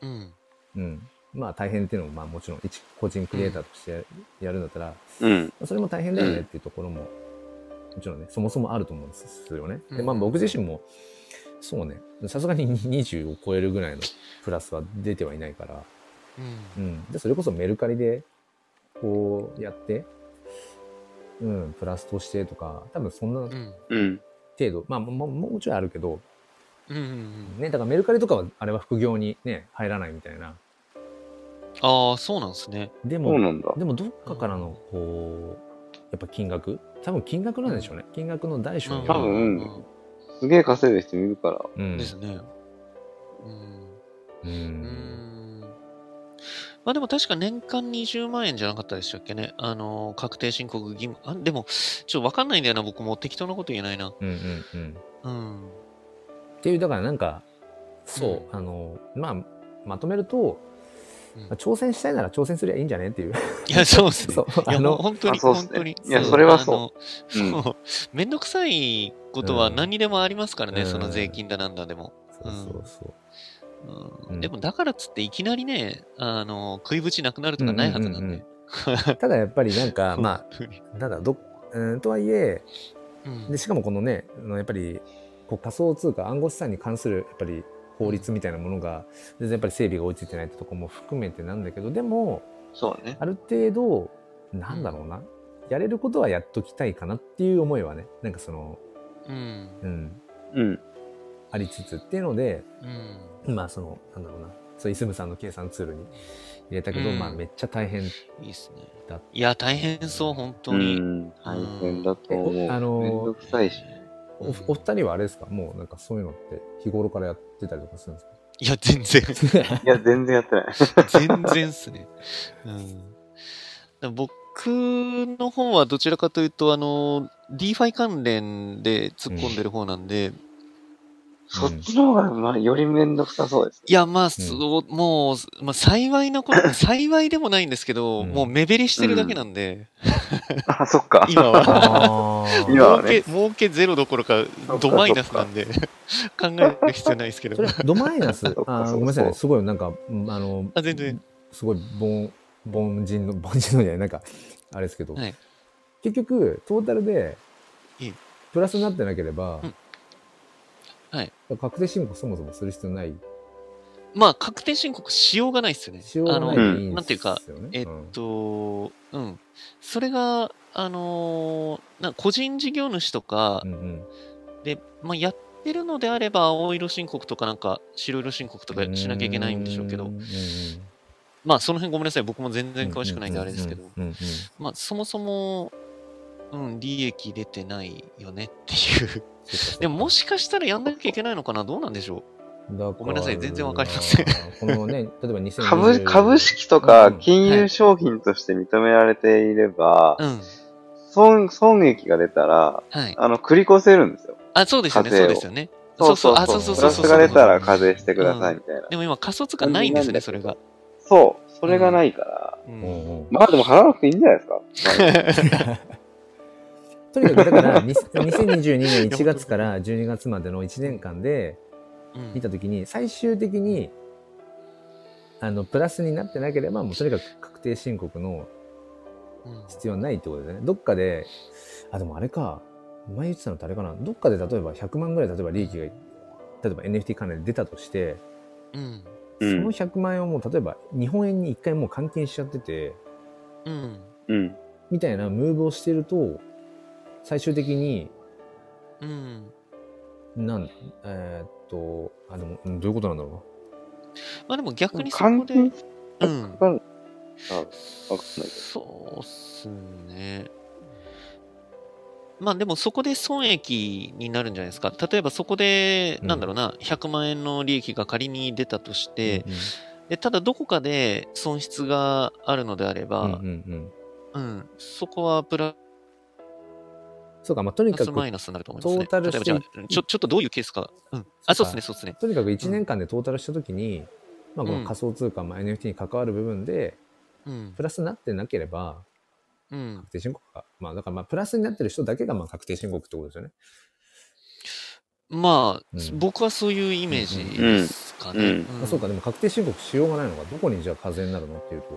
Speaker 1: うん。
Speaker 2: うん、まあ大変っていうのも、まあもちろん一個人クリエイターとしてやるんだったら、
Speaker 3: うん。
Speaker 2: それも大変だよねっていうところも、もちろんね、そもそもあると思うんですよね。で、まあ
Speaker 1: うん
Speaker 2: 僕自身も、そうね。さすがに20を超えるぐらいのプラスは出てはいないから。
Speaker 1: うん
Speaker 2: うん。で、それこそメルカリで、こうやって、うん、プラスとしてとか、多分そんな程
Speaker 1: うん
Speaker 3: うん。
Speaker 2: 度、まあ、も、ももちろんあるけど、
Speaker 1: うんうん
Speaker 2: ね、だからメルカリとかは、あれは副業にね、入らないみたいな。
Speaker 1: ああ、そうなんですね。
Speaker 2: で
Speaker 3: そう
Speaker 2: も、
Speaker 3: なんだ。
Speaker 2: でもどっかからの、こう、やっぱ金額多分金額なんでしょうね。金額の大小による
Speaker 3: 多分
Speaker 1: うん
Speaker 3: すげえ稼いでる人いるから。
Speaker 2: うん
Speaker 1: ですね。うん。
Speaker 2: う。
Speaker 1: うんん。まあでも確か年間20万円じゃなかったでしたっけね。あの、確定申告義務。あ、でも、ちょっとわかんないんだよな、僕も。適当なこと言えないな。
Speaker 2: うんうんうん。
Speaker 1: うん。
Speaker 2: っていうだからなんかそう、
Speaker 1: うん
Speaker 2: あのまあまとめると、
Speaker 1: うん
Speaker 2: まあ挑戦したいなら挑戦すりゃいいんじゃねっていう
Speaker 1: いや、そうですね。
Speaker 2: そう
Speaker 1: い
Speaker 2: あ
Speaker 1: や、もう
Speaker 2: の
Speaker 1: 本当に、
Speaker 3: あそうっす
Speaker 1: 本
Speaker 3: ね
Speaker 1: 当に。
Speaker 3: いやそれはそう
Speaker 1: あの
Speaker 3: うん
Speaker 1: そう。 めんどくさいことは何にでもありますからね、
Speaker 2: うん
Speaker 1: その税金だなんだでも。
Speaker 2: そうそうそう
Speaker 1: う、
Speaker 2: うんん
Speaker 1: でも、だからっつっていきなりね、あの、食いぶちなくなるとかないはずなん
Speaker 2: うんうん
Speaker 1: で。
Speaker 2: ただやっぱりなんかま
Speaker 1: 本当に
Speaker 2: あただどうんとはいえ
Speaker 1: うん
Speaker 2: でしかもこのねあのやっぱりこう仮想通貨暗号資産に関するやっぱり法律みたいなものが全然やっぱり整備が追いついてないってとこも含めてなんだけどでも
Speaker 3: そうね。
Speaker 2: ある程度なんだろうな、やれることはやっときたいかなっていう思いはねなんかその
Speaker 1: うん。
Speaker 2: うん
Speaker 3: うん。
Speaker 2: ありつつっていうので、
Speaker 1: うん。
Speaker 2: まあその、なんだろうな、そう、イスムさんの計算ツールに入れたけど、
Speaker 1: うん
Speaker 2: まあめっちゃ大
Speaker 1: い
Speaker 2: 変
Speaker 1: いっすね
Speaker 2: だっ。
Speaker 1: いや、大変そう、本当
Speaker 3: う
Speaker 1: に。
Speaker 3: ん。大変だと思
Speaker 2: え
Speaker 3: う。
Speaker 2: あのー
Speaker 3: めんどくさいし。
Speaker 2: お
Speaker 1: うん
Speaker 2: お二人はあれですかもうなんかそういうのって日頃からやってたりとかするんです
Speaker 1: いや、全 然、
Speaker 2: か
Speaker 3: いや、全然やってない。
Speaker 1: 全然っすね。うん。だから僕の方はどちらかというと、あの、DeFi 関連で突っ込んでる方なんで、
Speaker 3: そっちの方が、まあ、よりめんどくさそうです。
Speaker 1: いや、まあ、そうもう、まあ、幸いなこと、 幸いでもないんですけど、
Speaker 2: うん
Speaker 1: もう目減りしてるだけなんで、
Speaker 3: あ、そっか。
Speaker 1: 今 は。
Speaker 2: あー
Speaker 3: 今は
Speaker 1: 儲け、
Speaker 3: ね
Speaker 1: 儲けゼロどころか、ドマイナスなんで、考える必要ないですけ
Speaker 2: そ
Speaker 1: ど
Speaker 2: れ。、ドマイナス、あ
Speaker 3: そっか
Speaker 2: ー
Speaker 3: そっか
Speaker 2: ごめんなさいね、すごいなんか、うんあの、
Speaker 1: あ全然
Speaker 2: すごい凡、凡人の、凡人のじゃない、なんか、あれですけど、
Speaker 1: はい
Speaker 2: 結局、トータルで
Speaker 1: いい、
Speaker 2: プラスになってなければ、
Speaker 1: うんはい
Speaker 2: 確定申告そもそもする必要ない
Speaker 1: まあ、確定申告しようがないですよね。
Speaker 2: しようがない
Speaker 1: あの
Speaker 2: でいいん
Speaker 1: なんていうか
Speaker 2: ですよね
Speaker 1: えっ
Speaker 2: うん
Speaker 1: と、うん。それが、あのーな個人事業主とか
Speaker 2: うんうん
Speaker 1: で、まあ、やってるのであれば、青色申告とかなんか、白色申告とかしなきゃいけないんでしょうけど、まあ、その辺ごめんなさい。僕も全然詳しくないんであれですけど、
Speaker 2: うんうんうん
Speaker 1: まあ、そもそも、うん、利益出てないよねって いう。でも、もしかしたらやんなきゃいけないのかなどうなんでしょごめんなさい全然わかりません。
Speaker 2: うんうんそっかそっかだから このね、例えば2020
Speaker 3: 株株式と
Speaker 2: う
Speaker 3: か
Speaker 2: ん
Speaker 3: 金融商品として認められていれば、
Speaker 1: ううん。
Speaker 3: 損損益が出たら、
Speaker 1: はい。
Speaker 3: あの、繰り越せるんですよ。
Speaker 1: あ、そうですよね。
Speaker 3: 課
Speaker 1: そう
Speaker 3: 税を
Speaker 1: ですよね。
Speaker 3: そうそう
Speaker 1: あ、
Speaker 3: そ。
Speaker 1: そううそう
Speaker 3: プ
Speaker 1: そう
Speaker 3: ラ
Speaker 1: そ
Speaker 3: ス
Speaker 1: う。
Speaker 3: が出たら課税してくださいみたいな。
Speaker 1: でも今、過疎通貨ないんですよね、それが。
Speaker 3: そうそれがないから。
Speaker 1: う。
Speaker 2: うんんうん
Speaker 3: まあでも払わなくていいんじゃないです か。
Speaker 2: とにかくだから、に2022年1月から12月までの1年間で
Speaker 1: うん
Speaker 2: 見たときに、最終的に、あの、プラスになってなければ、もうとにかく確定申告の
Speaker 1: うん
Speaker 2: 必要ないってことですね。どっかで、あ、でもあれか、前言ってたのってあれかな、どっかで例えば100万ぐらい、例えば利益が、例えば NFT 関連で出たとして、
Speaker 1: うん。
Speaker 3: う
Speaker 2: その
Speaker 3: ん。
Speaker 2: 100万円をもう例えば日本円に一回もう換金しちゃってて、
Speaker 1: うん。
Speaker 3: うん。
Speaker 2: みたいなムーブをしてると、最終的に、
Speaker 1: うん。
Speaker 2: なん、えーっと、あ、でも、うんどういうことなんだろ
Speaker 1: まあでも逆にそこ
Speaker 3: 換
Speaker 1: で、
Speaker 3: 金
Speaker 1: うん。
Speaker 3: かかるあわかんないけ
Speaker 1: そうっすね。まあでもそこで損益になるんじゃないですか。例えばそこで、
Speaker 2: うん
Speaker 1: なんだろうな、100万円の利益が仮に出たとし
Speaker 2: う。
Speaker 1: て、でただどこかで損失があるのであれ
Speaker 2: うん、うん
Speaker 1: ば
Speaker 2: う、んうん。
Speaker 1: うん、そこはプラ
Speaker 2: そうか、まあ、とにか
Speaker 1: ス
Speaker 2: く、
Speaker 1: マイナスになると思いますね。
Speaker 2: トータル
Speaker 1: 例えばじゃあ
Speaker 2: して
Speaker 1: ちょ、ちょっとどういうケースか。うん。あ、そうですね、そうですね。
Speaker 2: とにかく1年間でトータルしたときに、まあ、こ
Speaker 1: うん
Speaker 2: の仮想通貨、まあ、NFT に関わる部分で、
Speaker 1: うん
Speaker 2: プ。ラスになってなければ、
Speaker 1: うん。
Speaker 2: 確定申告が、まあ、だから、まあ、プラスになってる人だけが、まあ、確定申告ってことですよね。
Speaker 1: まあ、
Speaker 2: うん
Speaker 1: 僕はそういうイメージですかね。
Speaker 3: うん
Speaker 1: ん
Speaker 2: あそうか、でも確定申告しようがないのか、どこにじゃあ課税になるのっていうと、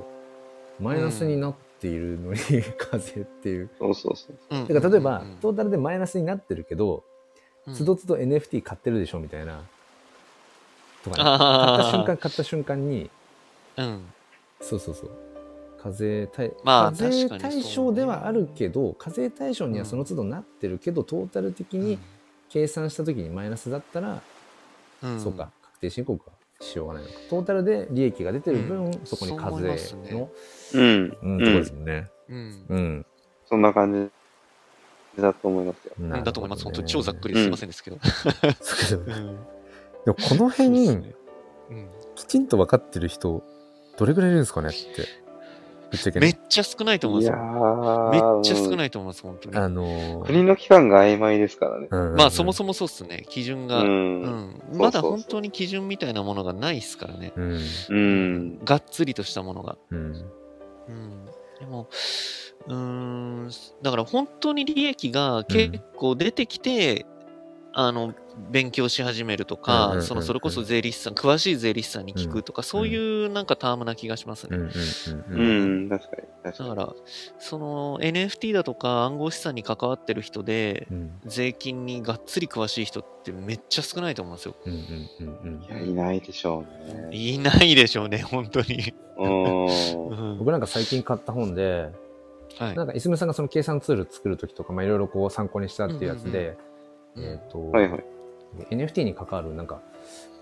Speaker 2: マイナスになっているのに、 課税っていう。
Speaker 3: ど。そうそうそう。
Speaker 1: うん
Speaker 2: だから例えば
Speaker 1: うん、
Speaker 2: トータルでマイナスになってるけど、
Speaker 1: うん
Speaker 2: つどつど NFT 買ってるでしょみたいな。とかね。買った瞬
Speaker 1: あ
Speaker 2: 間、買った瞬間に、
Speaker 1: あ、うん。
Speaker 2: そうそうそう。課税対、
Speaker 1: まあ
Speaker 2: 課税
Speaker 1: 確かにそうね
Speaker 2: 対象ではあるけど、課税対象にはその都度なってるけど、トータル的に計算した時にマイナスだったら、
Speaker 1: うん、
Speaker 2: そうか、確定申告はしようがないのか。トータルで利益が出てる分、
Speaker 1: うん
Speaker 2: そこに課
Speaker 1: そう思います
Speaker 2: 税
Speaker 1: ね
Speaker 2: の、
Speaker 3: うん。
Speaker 2: うん、
Speaker 3: う
Speaker 2: とこで
Speaker 3: ん
Speaker 2: す。もんね。
Speaker 1: うん。
Speaker 2: うん。
Speaker 3: そんな感じだと思いますよ。
Speaker 2: なるほどね
Speaker 1: だと思います。本当に超ざっくりですいませんですけど。
Speaker 2: そうけど
Speaker 1: うん
Speaker 2: でもこの
Speaker 1: そう
Speaker 2: 辺、
Speaker 1: ですねうん
Speaker 2: きちんと分かってる人、どれぐらいいるんですかねって。ぶっちゃけ
Speaker 1: め
Speaker 2: ね
Speaker 1: っ。ちゃ少ないと思い
Speaker 3: い
Speaker 1: ま
Speaker 3: や
Speaker 1: すよ。めっ
Speaker 3: ー
Speaker 1: ちゃ少
Speaker 3: い。
Speaker 1: ないと思います、本当に。
Speaker 2: あのー
Speaker 3: 国の機関が曖昧ですからね。
Speaker 2: うん
Speaker 1: まあ、そもそもそうっすね。基準
Speaker 3: う
Speaker 1: が。うん。
Speaker 3: ん。そう
Speaker 1: まだ本当に基準みたいなものがないっすからね。
Speaker 2: も。うん。
Speaker 3: うん。
Speaker 1: がっつりとしたものが。
Speaker 2: うん。
Speaker 1: うん。でも、うーん、だから本当に利益が結構出てきて、あの、勉強し始めると
Speaker 2: うんうんうんう
Speaker 1: か、
Speaker 2: ん
Speaker 1: その、それこそ税理士さん、詳しい税理士さんに聞くとか、そういうなんかタームな気がします
Speaker 2: う
Speaker 1: ね。
Speaker 2: ん。うん。
Speaker 3: う
Speaker 2: うん。
Speaker 3: ん、確かに。確
Speaker 1: だ
Speaker 3: かに。
Speaker 1: から、その NFT だとか暗号資産に関わってる人で、
Speaker 2: うん。
Speaker 1: 税金にがっつり詳しい人ってめっちゃ少ないと思うんですよ。
Speaker 2: うん。うん。うん。うん
Speaker 3: いや、いないでしょうね。
Speaker 1: いないでしょうね、本当に。
Speaker 3: うーん。
Speaker 2: 僕なんか最近買った本で、
Speaker 1: はい
Speaker 2: な。んか、いすむさんがその計算ツール作るときとか、まあ、いろいろこう参考にしたっていうやつで、
Speaker 1: うんうんうん
Speaker 2: えっ、と、
Speaker 3: はいはい。
Speaker 2: NFT に関わる、なんか、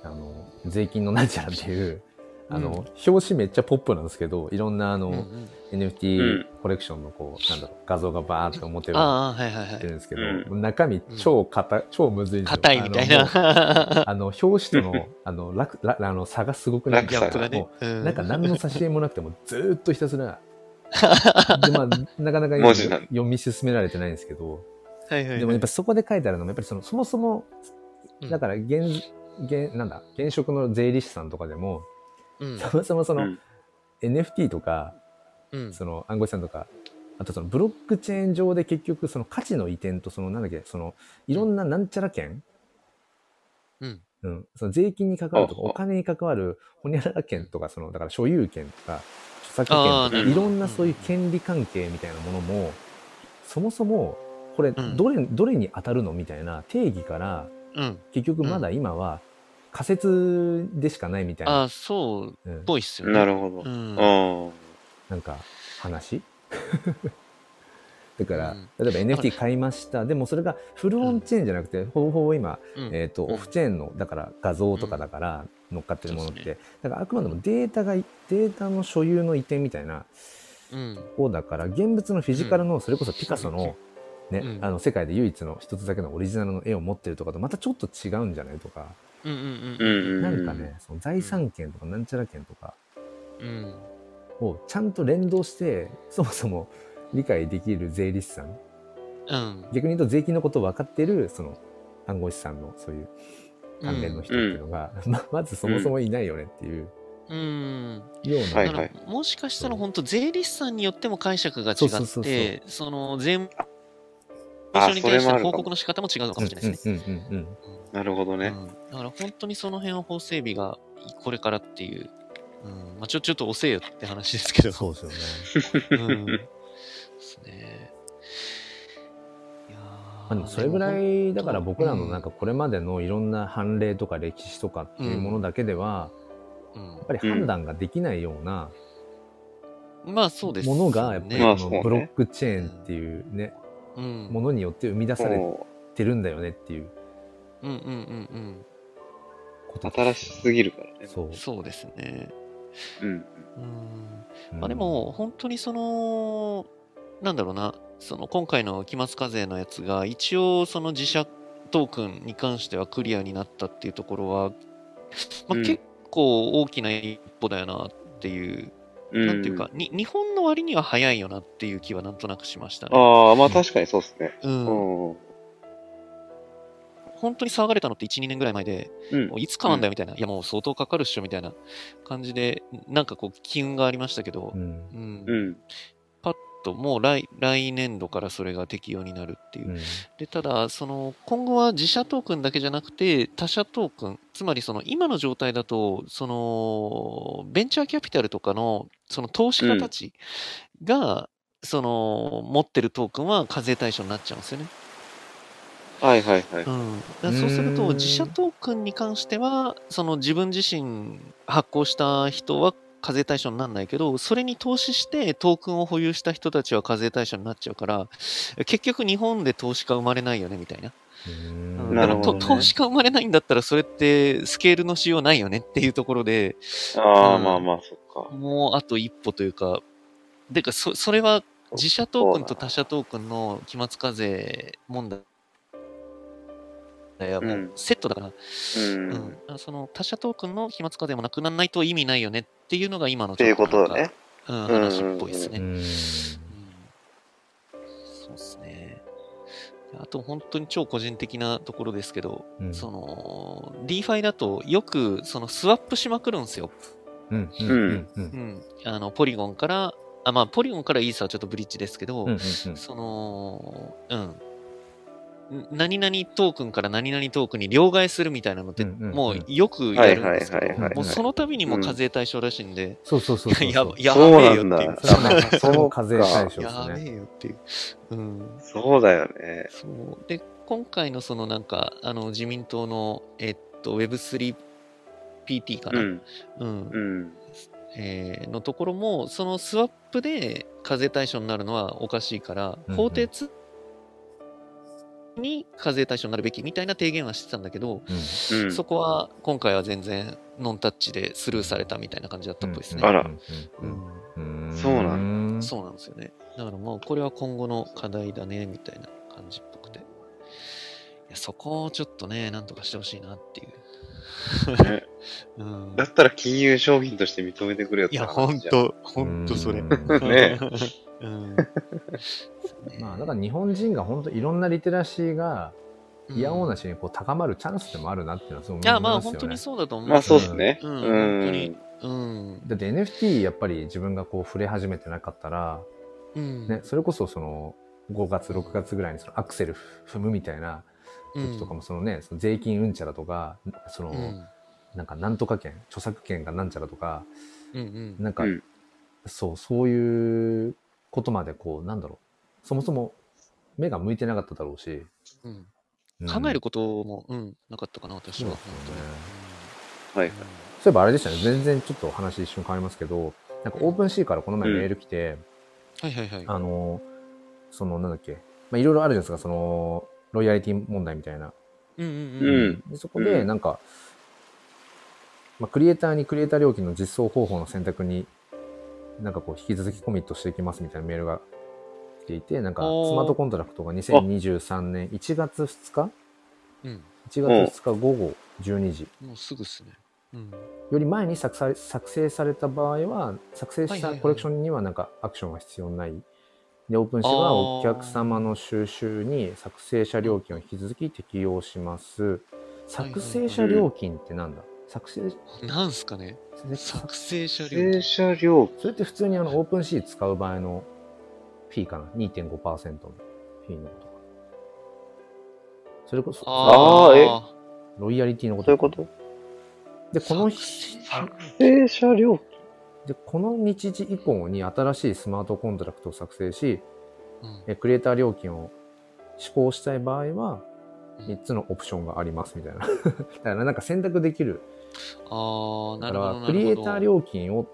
Speaker 2: あの、税金のなんちゃらっていう、あの、表紙めっちゃポップなんですけど、いろんなあの、
Speaker 1: うんうん
Speaker 2: NFT コレクションのこう、なんだろう、画像がバーって表をや
Speaker 1: ああ、はいはいは
Speaker 2: って
Speaker 1: い。
Speaker 2: るんですけど、
Speaker 3: う
Speaker 2: 中身超硬、い超むずいんですよ
Speaker 1: 硬いみたい
Speaker 2: あのもう
Speaker 1: な。
Speaker 2: あの、表紙 との、あの、楽、らあの、差がすごくない
Speaker 3: 落
Speaker 1: ギャップがね
Speaker 2: も。
Speaker 1: う
Speaker 2: う、
Speaker 1: ん
Speaker 2: なんか何の差し入れもなくても、ずーっとひた すら、で、まあ、なかなか
Speaker 3: 文字なんだ
Speaker 2: 読み進められてないんですけど、
Speaker 1: はいはいはい
Speaker 2: でもやっぱそこで書いてあるのも、やっぱりその、そもそも、
Speaker 1: うん
Speaker 2: だから、現、現、なんだ、現職の税理士さんとかでも、
Speaker 1: うん
Speaker 2: そもそもその、
Speaker 3: うん
Speaker 2: NFT とか、
Speaker 1: うん
Speaker 2: その暗号資産とか、あとそのブロックチェーン上で結局その価値の移転とそのなんだっけ、そのいろんななんちゃら権、
Speaker 1: うん
Speaker 2: うん、その税金に関わるとか、
Speaker 3: ああ
Speaker 2: お金に関わるほにゃらら権とか、そのだから所有権とか、著作
Speaker 1: ああ
Speaker 2: 権
Speaker 1: な
Speaker 2: とか、
Speaker 1: るほ
Speaker 2: い
Speaker 1: ど
Speaker 2: ろんなそういう権利関係みたいなものも、そもそもこれ
Speaker 1: うん
Speaker 2: どれ、どれに当たるのみたいな定義から、
Speaker 1: うん。
Speaker 2: 結局まだ今は仮説でしかないみたい
Speaker 1: あ
Speaker 2: な、
Speaker 1: あ、そうっ
Speaker 2: うん、
Speaker 1: ぽいっすよね。
Speaker 3: なるほ
Speaker 1: うん。
Speaker 3: ど。うん。
Speaker 2: なんか話 だから、
Speaker 1: う
Speaker 2: 例えば NFT 買いました。でもそれがフルオンチェーンじゃなくて、ほぼほぼ今、
Speaker 1: うん
Speaker 2: えっ、と、
Speaker 1: うん
Speaker 2: オフチェーンの、だから画像とかだから乗っかってるものっ
Speaker 1: そう
Speaker 2: て、だからあくまでもデータが、データの所有の移転みたいな、
Speaker 1: うん。
Speaker 2: をだから、現物のフィジカルの、それこそピカソの、ね、
Speaker 1: うん
Speaker 2: あの、世界で唯一の一つだけのオリジナルの絵を持ってるとかとまたちょっと違うんじゃないとか、
Speaker 1: うんうん
Speaker 3: う
Speaker 1: うん
Speaker 3: ん。
Speaker 2: なんかね、その財産権とかなんちゃら権とか、
Speaker 1: うん。
Speaker 2: をちゃんと連動してそもそも理解できる税理士さん
Speaker 1: うん。
Speaker 2: 逆に言うと税金のことを分かってるその暗号資産のそういう関連の人っていうのが、ままずそもそもいないよねっていう
Speaker 1: うん。
Speaker 2: ような、
Speaker 3: はい
Speaker 1: だからもしかしたら本当税理士さんによっても解釈が違って、
Speaker 2: そ
Speaker 1: そう
Speaker 2: そうそうそう
Speaker 1: の税務
Speaker 3: あ
Speaker 1: 署に対して
Speaker 3: それもあ
Speaker 1: の
Speaker 3: るかも
Speaker 1: 報告の仕方も違うのか
Speaker 2: うん
Speaker 1: もしれないですね。
Speaker 2: うんうんうんうん
Speaker 3: なるほどね。
Speaker 1: うんだから本当にその辺は法整備がこれからっていう、うんまあ、ちょちょっと遅えよって話ですけど、
Speaker 2: そうですよね
Speaker 1: うんですね。いや
Speaker 2: ま
Speaker 1: ー
Speaker 2: あでもそれぐら
Speaker 1: でも
Speaker 2: いだから僕らのなんかこれまでのいろんな判例とか歴史とかっていうものだけでは
Speaker 1: うん
Speaker 2: やっぱり判断ができないような
Speaker 1: まあそうです、
Speaker 2: ものがやっぱり
Speaker 3: まあ
Speaker 2: こ
Speaker 3: そうね
Speaker 2: のブロックチェーンっていうね
Speaker 1: うん、
Speaker 2: ものによって生み出され
Speaker 3: も
Speaker 2: てるんだよねっていう
Speaker 1: うんうんうん
Speaker 2: こと
Speaker 3: う、
Speaker 2: ですよね
Speaker 3: 新しすぎるからね。
Speaker 2: そう
Speaker 1: うん。そうですね。
Speaker 3: うん。
Speaker 1: うん
Speaker 2: うん
Speaker 1: まあでも、本当にその、なんだろうな、その今回の期末課税のやつが、一応その自社トークンに関してはクリアになったっていうところは、まあ、
Speaker 3: うん
Speaker 1: 結構大きな一歩だよなっていう、
Speaker 3: うん。
Speaker 1: なんていうかに、日本の割には早いよなっていう気はなんとなくしましたね。
Speaker 3: ああ、まあ確かにそうですね。
Speaker 1: うん
Speaker 3: うん。
Speaker 1: 本当に騒がれたのって1、2年ぐらい前で、
Speaker 3: うん
Speaker 1: もういつ変わんだよみたいな、いやもう相当かかるっしょみたいな感じで、なんかこう、機運がありましたけど
Speaker 2: う、ん
Speaker 1: うん
Speaker 3: うん。
Speaker 1: パッともう来来年度からそれが適用になるっていう
Speaker 2: う。ん
Speaker 1: でただその今後は自社トークンだけじゃなくて他社トークンつまりその今の状態だとそのベンチャーキャピタルとかのその投資家たちが、その持ってるトークンは課税対象になっちゃうんですよね。
Speaker 3: はいはいはい。
Speaker 1: うん、だからそうする
Speaker 2: う
Speaker 1: と
Speaker 2: ーん
Speaker 1: 自社トークンに関してはその自分自身発行した人は課税対象にならないけどそれに投資してトークンを保有した人たちは課税対象になっちゃうから結局日本で投資家生まれないよねみたいなうん
Speaker 3: なるほ
Speaker 1: だ
Speaker 3: どね
Speaker 1: からと投資家生まれないんだったらそれってスケールのしようないよねっていうところで
Speaker 3: ああ、
Speaker 1: うん
Speaker 3: まあまあ、そっか。
Speaker 1: もうあと一歩というかでかそそれは自社トークンと他社トークンの期末課税問題はもうセットだから、
Speaker 3: うん。
Speaker 1: うん
Speaker 3: っ、
Speaker 1: あその他社トークンの飛沫課税もなくならないと意味ないよねっていうのが今の
Speaker 3: ていうことだ
Speaker 1: ちょっ
Speaker 3: ね。
Speaker 1: となん
Speaker 3: う
Speaker 1: か、うんん、話っぽいですね。うんそうですね。あと本当に超個人的なところですけど、その、リーファイだとよくそのスワップしまくるんですよ。うん。あの、ポリゴンから、あ、まあ、ポリゴンからイーサはちょっとブリッジですけど、その、うん。ん何々トークンから何々トークンに両替するみたいなのって、
Speaker 2: うんうんうん
Speaker 1: もうよくやるんですけ
Speaker 3: はいは
Speaker 2: は
Speaker 3: い
Speaker 2: いはい
Speaker 1: ど、もうその度にも課税対象らしいんで、
Speaker 2: そうそうそうそう。
Speaker 1: やばや
Speaker 3: そう
Speaker 1: べえ
Speaker 3: な
Speaker 1: よ
Speaker 3: ん
Speaker 1: っ
Speaker 3: だ
Speaker 1: ていう。
Speaker 2: その課税対象です
Speaker 1: やべ
Speaker 2: ね。
Speaker 1: えよっていう。うん。
Speaker 3: そうだよね。
Speaker 1: そう。で、今回のそのなんか、あの、自民党の、えっと、Web3PT か
Speaker 3: う
Speaker 1: な。
Speaker 3: ん。
Speaker 1: うん
Speaker 3: うん。
Speaker 1: えーのところも、そのスワップで課税対象になるのはおかしいから
Speaker 2: うんう、ん
Speaker 1: 法定通に課税対象になるべきみたいな提言はしてたんだけど、
Speaker 3: うん。
Speaker 1: そこは今回は全然ノンタッチでスルーされたみたいな感じだったっぽいですね。
Speaker 3: あら
Speaker 2: そうなんだ。
Speaker 1: そうなんですよね。だからもうこれは今後の課題だねみたいな感じっぽくて。いやそこをちょっとね、なんとかしてほしいなっていう。
Speaker 3: ね
Speaker 1: うん
Speaker 3: だ、ったら金融商品として認めてくれよっ
Speaker 1: い
Speaker 3: て
Speaker 1: や、
Speaker 3: 話
Speaker 1: 本
Speaker 3: じゃん。
Speaker 1: 当本当それ。
Speaker 3: ね
Speaker 1: うん。
Speaker 2: まあ、だから日本人が本当いろんなリテラシーが、
Speaker 1: うん
Speaker 2: いやおうなしにこう高まるチャンスでもあるなっていうのはそう思い
Speaker 1: いや、
Speaker 2: ま
Speaker 1: まあ
Speaker 2: すよ
Speaker 1: 本当
Speaker 2: ね
Speaker 1: に。そうだと思う。
Speaker 3: まあそうですね。
Speaker 1: う
Speaker 3: うんん。
Speaker 1: 本当にうん。
Speaker 2: だって NFT やっぱり自分がこう触れ始めてなかったら、
Speaker 1: うん。
Speaker 2: ね、それこそその5月6月ぐらいにそのアクセル踏むみたいな
Speaker 1: うん
Speaker 2: 時とかもそのね、その税金うんちゃらとかその、
Speaker 1: うん。うん
Speaker 2: なんかなんとか権著作権がなんちゃらとか
Speaker 1: うん。
Speaker 2: なんか、
Speaker 3: うん
Speaker 2: そうそういうことまでこうなんだろうそもそも目が向いてなかっただろうし、
Speaker 1: うん
Speaker 2: うん
Speaker 1: 考えることも、うん、なかったかな、私は。
Speaker 2: そうですよね
Speaker 3: はいはい。
Speaker 2: そういえばあれでしたね全然ちょっとお話一瞬変わりますけどなんかオープンシーからこの前メール来て、
Speaker 1: うんはいはいはい。
Speaker 2: あのそのなんだっけまあいろいろあるじゃないですかそのロイヤリティ問題みたいな
Speaker 1: うんうん
Speaker 3: う
Speaker 1: うんん。
Speaker 2: でそこで、
Speaker 3: うん
Speaker 2: なんか、まあ、クリエイターにクリエイター料金の実装方法の選択に、なんかこう、引き続きコミットしていきますみたいなメールが来ていて、なんか、ス
Speaker 1: おー
Speaker 2: マートコントラクトが2023年1月2日
Speaker 1: うん。
Speaker 2: ?1 月2日午後12時
Speaker 1: もうすぐっすね。うん。
Speaker 2: より前に作さ作成された場合は、作成
Speaker 1: は
Speaker 2: し
Speaker 1: いはい
Speaker 2: た
Speaker 1: はい
Speaker 2: コレクションにはなんかアクションは必要ない。で、オープンシー
Speaker 1: あ
Speaker 2: は
Speaker 1: ー
Speaker 2: お客様の収集に作成者料金を引き続き適用します。
Speaker 1: はいはい
Speaker 2: 作成者料金ってなんだ作成、
Speaker 1: なんすかね、
Speaker 2: さ
Speaker 1: 作成車両
Speaker 3: 正。社料
Speaker 2: それって普通にあのオープンシー使う場合のフィーかな ?2.5% のフィーのことか。それこそ、
Speaker 3: あーえ
Speaker 2: ロイヤリティのこと
Speaker 3: そういうこと
Speaker 2: で、この日、
Speaker 1: 日
Speaker 3: 正社料
Speaker 2: で、この日時以降に新しいスマートコントラクトを作成し、
Speaker 1: うん
Speaker 2: えクリエイター料金を施行したい場合は、3つのオプションがありますみたいな。だ からなんか選択できる。
Speaker 1: あー、
Speaker 2: だ
Speaker 1: な
Speaker 2: か
Speaker 1: るほどなるほ
Speaker 2: ら、
Speaker 1: ど。
Speaker 2: クリエイター料金を、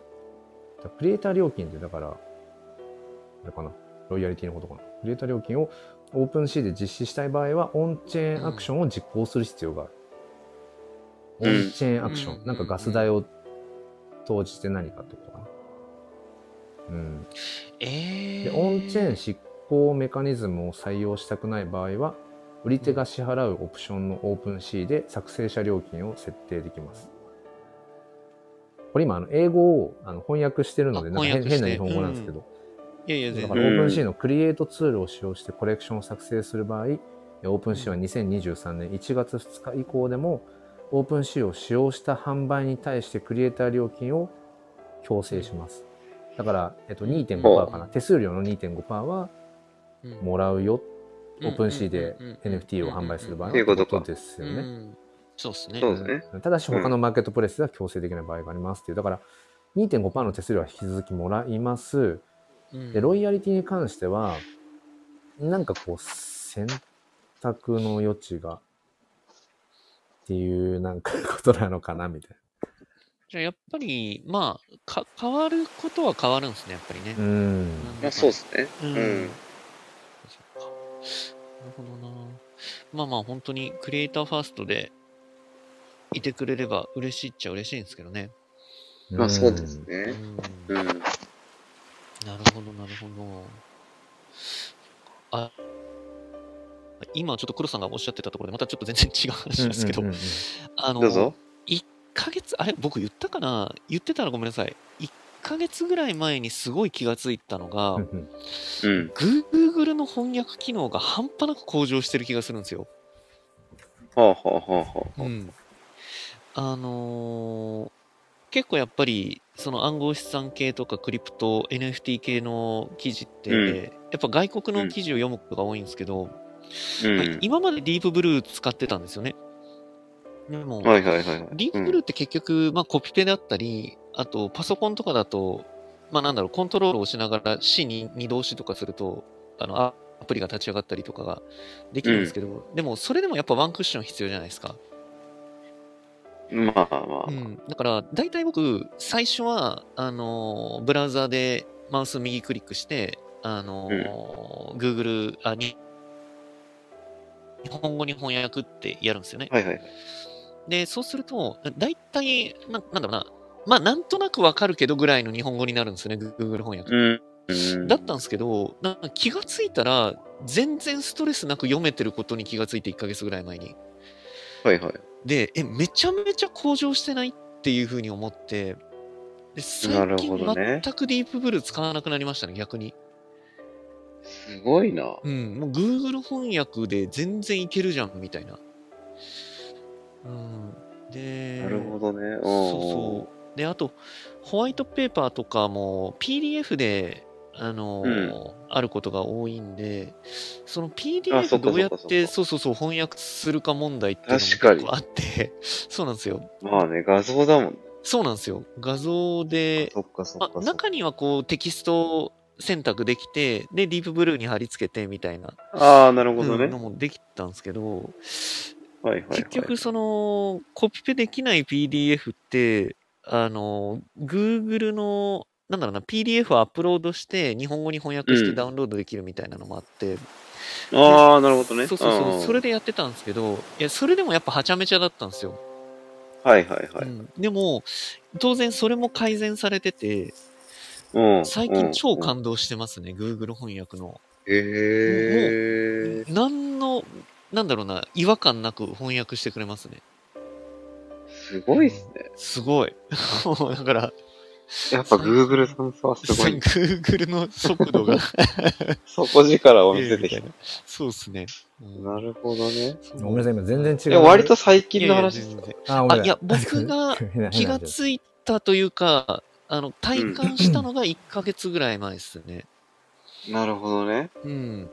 Speaker 2: だクリエイター料金ってだから、あれかな、ロイヤリティのことかな。クリエイター料金をオープンシーで実施したい場合は、オンチェーンアクションを実行する必要がある。
Speaker 3: うん
Speaker 2: オンチェーンアクション、
Speaker 1: うん
Speaker 2: なんかガス代を投じて何かってことかな。うん。
Speaker 1: え
Speaker 2: で、
Speaker 1: ー。
Speaker 2: オンチェーン執行メカニズムを採用したくない場合は、売り手が支払うオプションのオープン C で作成者料金を設定できます。これ今、あの英語をあの翻訳してるので、
Speaker 1: あ
Speaker 2: なんか
Speaker 1: 翻
Speaker 2: 変
Speaker 1: 訳
Speaker 2: 変
Speaker 1: し
Speaker 2: な
Speaker 1: て
Speaker 2: 日本語なんですけど、
Speaker 1: いやいや、
Speaker 2: だ
Speaker 1: 全
Speaker 2: から
Speaker 1: 然。
Speaker 2: オープン C のクリエイトツールを使用してコレクションを作成する場合、オープン C は2023年1月2日以降でも、オープン C を使用した販売に対してクリエイター料金を強制します。だから、えっと、2.5%かな。
Speaker 1: ほう
Speaker 2: 手数料の2.5%は
Speaker 1: うん
Speaker 2: もらうよ。オ
Speaker 1: うん
Speaker 2: ープン C で
Speaker 1: うんうんうん
Speaker 2: NFT を販売する場合
Speaker 3: っていうことか
Speaker 2: です
Speaker 1: う
Speaker 2: よ
Speaker 1: んう
Speaker 2: ね。
Speaker 1: んそうですね。
Speaker 3: そうですね。
Speaker 2: ただし、他のマーケットプレイスでは強制できない場合がありますっていう。だから、2.5%の手数料は引き続きもらいます。
Speaker 1: うん
Speaker 2: で、ロイヤリティに関しては、なんかこう、選択の余地が、っていう、なんかことなのかな、みたい
Speaker 1: じゃあやっぱり、まあ、か変わることは変わるんですね、やっぱりね
Speaker 2: な。う。ん。
Speaker 3: まあそうですね。
Speaker 1: うん。
Speaker 3: うん
Speaker 1: そっかなるほどな。まあまあ、本当にクリエイターファーストでいてくれれば嬉しいっちゃ嬉しいんですけどね。
Speaker 3: まあそうです
Speaker 1: う
Speaker 3: ね。
Speaker 1: ん。
Speaker 3: うん。
Speaker 1: なるほど、なるほど。あ、今ちょっと黒さんがおっしゃってたところで、またちょっと全然違う話なんですけど、
Speaker 2: うんうんうん
Speaker 1: あの、
Speaker 3: どうぞ。
Speaker 1: 1ヶ月、あれ僕言ったかな言ってたらごめんなさい。1ヶ月ぐらい前にすごい気がついたのが、
Speaker 2: うんうん
Speaker 3: うん。
Speaker 1: Google の翻訳機能が半端なく向上してる気がするんですよ。
Speaker 3: ほうほうほうほう。
Speaker 1: ん。あのー結構やっぱり、その暗号資産系とかクリプト、NFT 系の記事って、
Speaker 3: うん
Speaker 1: やっぱ外国の記事を読むことが多いんですけど、
Speaker 3: うん
Speaker 1: まあ。今までディープブルー使ってたんですよね。でも、
Speaker 3: はいはいはいはい。
Speaker 1: ディー
Speaker 3: う
Speaker 1: プ
Speaker 3: ん
Speaker 1: ブルーって結局、まあコピペだったり、あとパソコンとかだと、まあなんだろう、コントロールをしながら C に二動詞とかすると、あの、あアプリが立ち上がったりとかができるんですけど、でもそれでもやっぱワンクッション必要じゃないですか。
Speaker 3: まあまあ
Speaker 1: う。ん、だから大体僕最初はあのーブラウザでマウス右クリックしてあのー Google あに日本語に翻訳ってやるんですよね。
Speaker 3: はいはいはい。
Speaker 1: でそうすると大体ななんだろうなまあなんとなくわかるけどぐらいの日本語になるんですよね Google 翻訳。
Speaker 3: うんうん。
Speaker 1: だったんですけどなんか気がついたら全然ストレスなく読めてることに気がついて1ヶ月ぐらい前に。
Speaker 3: はいはい。
Speaker 1: で、え、めちゃめちゃ向上してないっていうふうに思って、で
Speaker 3: な
Speaker 1: 最
Speaker 3: る
Speaker 1: 近
Speaker 3: ほどね
Speaker 1: 全くディープブルー使わなくなりましたね、逆に。
Speaker 3: すごいな。
Speaker 1: うん、もう Google 翻訳で全然いけるじゃん、みたいな。うん。で、
Speaker 3: なるほどね。
Speaker 1: そうそう。で、あと、ホワイトペーパーとかも PDF で、あのーあることが多いんで、その
Speaker 3: あそ
Speaker 1: PDF
Speaker 3: っか
Speaker 1: どうや
Speaker 3: そっかそ
Speaker 1: っ
Speaker 3: っ
Speaker 1: て
Speaker 3: か
Speaker 1: そうそうそう翻訳するか問題っていうのも結
Speaker 3: 確かに
Speaker 1: 構あって、 そうなんですよ。
Speaker 3: う。まあね、画像だもんね。
Speaker 1: そうなんですよ。画像で、
Speaker 3: そっかそっ
Speaker 1: ま
Speaker 3: か
Speaker 1: あ、
Speaker 3: そっか。
Speaker 1: 中にはこうテキストを選択できて、で、ディープブルーに貼り付けてみたいな、
Speaker 3: ああ、なるほど
Speaker 1: うんの
Speaker 3: ね。
Speaker 1: もできたんですけど、
Speaker 3: はいはいはい。
Speaker 1: 結局その、コピペできない PDF って、あの、Google の、なんだろうな、PDF をアップロードして、日本語に翻訳し
Speaker 3: う
Speaker 1: て
Speaker 3: ん
Speaker 1: ダウンロードできるみたいなのもあって、
Speaker 3: ああ、なるほどね。
Speaker 1: そうそうそう、
Speaker 3: ん
Speaker 1: それでやってたんですけど、いや、それでもやっぱはちゃめちゃだったんですよ。
Speaker 3: はいはいは
Speaker 1: う
Speaker 3: い。
Speaker 1: んでも、当然それも改善されてて、
Speaker 3: うん。
Speaker 1: 最近超感動してますね、Google 翻訳の。
Speaker 3: 動。へえ。
Speaker 1: 何の、なんだろうな、違和感なく翻訳してくれますね。
Speaker 3: すごいっすね。
Speaker 1: すごい。 もうだから、
Speaker 3: やっぱ Google さんさ、すごい。
Speaker 1: Google の速度が
Speaker 3: 底力を見
Speaker 1: 出
Speaker 3: せ
Speaker 1: る
Speaker 3: て
Speaker 1: み
Speaker 3: き
Speaker 1: た
Speaker 3: た
Speaker 1: い。な。そうですね。うん
Speaker 3: なるほどね。
Speaker 1: そう
Speaker 2: ごめんなさい、今全然違。
Speaker 3: いうや、割と最
Speaker 1: いや
Speaker 3: 近
Speaker 1: いや
Speaker 3: の話です
Speaker 1: 全
Speaker 3: か
Speaker 1: 然
Speaker 2: あ、ごめん
Speaker 1: あいや僕が
Speaker 2: 変な
Speaker 1: 気が
Speaker 2: 変な
Speaker 1: ついたというか、あの、体感したのが1ヶ月ぐらい前ですね。
Speaker 3: なるほどね。
Speaker 1: うん。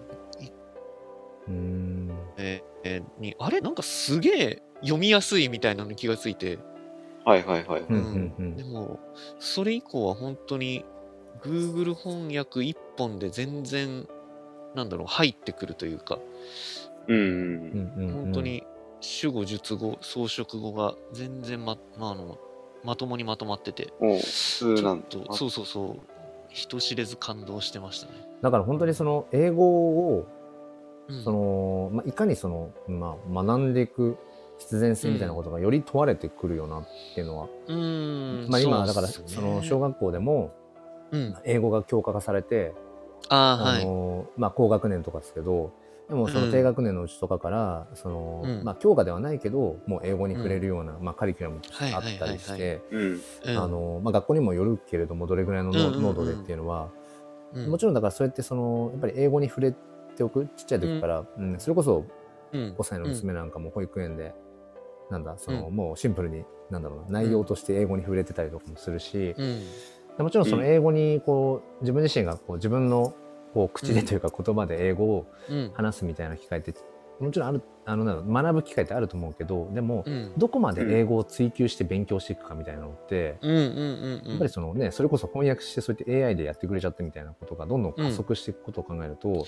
Speaker 2: うーん。
Speaker 1: えーえーに、あれなんかすげえ読みやすいみたいなのに気がついて。
Speaker 3: はいはいはい。
Speaker 2: う
Speaker 1: うんん
Speaker 2: うんうん
Speaker 1: でも、それ以降は本当に Google 翻訳一本で全然、なんだろう、入ってくるというか、
Speaker 3: う
Speaker 2: うん
Speaker 3: ん。
Speaker 2: うんうん
Speaker 1: 本当。に主語、述語、装飾語が全然ま、まあ、あの、まともにまとまってて、
Speaker 3: もう、普通
Speaker 1: ち
Speaker 3: な
Speaker 1: ょ
Speaker 3: ん
Speaker 1: っ
Speaker 3: だ。
Speaker 1: と、そうそうそう、人知れず感動してましたね。
Speaker 2: だから本当にその英語を、
Speaker 1: うん、
Speaker 2: その、まあ、いかにその、まあ、学んでいく必然性みたいなことがより問われてくるよなっていうのは、
Speaker 1: うーん、
Speaker 2: まあ今、だから、
Speaker 1: うっす
Speaker 2: そ
Speaker 1: ね
Speaker 2: の小学校でも
Speaker 1: うん、
Speaker 2: 英語が教科化されて、
Speaker 1: あー
Speaker 2: あ
Speaker 1: はい。
Speaker 2: のまあ、高学年とかですけど、でもその低学年のうちとかから、その、
Speaker 1: うん
Speaker 2: まあ、教科ではないけど、もう英語に触れるような、まあ、カリキュラムがあったりして、
Speaker 1: はいはいはい
Speaker 3: うん。
Speaker 1: うん
Speaker 2: あ、のまあ、学校にもよるけれどもどれぐらいの
Speaker 1: うんうんうん
Speaker 2: 濃度でっていうのは、
Speaker 1: うん、
Speaker 2: もちろんだからそうやってそのやっぱり英語に触れておくちっちゃい時から、うんそれこそ
Speaker 1: ろん、
Speaker 2: 5歳の娘なんかも保育園で、なんだその、もうシンプルになんだろうな内容として英語に触れてたりとかもするし、
Speaker 1: うん、
Speaker 2: でもちろんその英語にこう自分自身がこう自分のこう口でというか言葉で英語を
Speaker 1: うん、
Speaker 2: 話すみたいな機会ってもちろんあるあのなんだろう学ぶ機会ってあると思うけどでも、
Speaker 1: うん、
Speaker 2: どこまで英語を追求して勉強していくかみたいなのって、
Speaker 1: うん、うん、うん、
Speaker 2: やっぱりそのね、それこそ翻訳して、そうやって AI でやってくれちゃったみたいなことがどんどん加速していくことを考えると、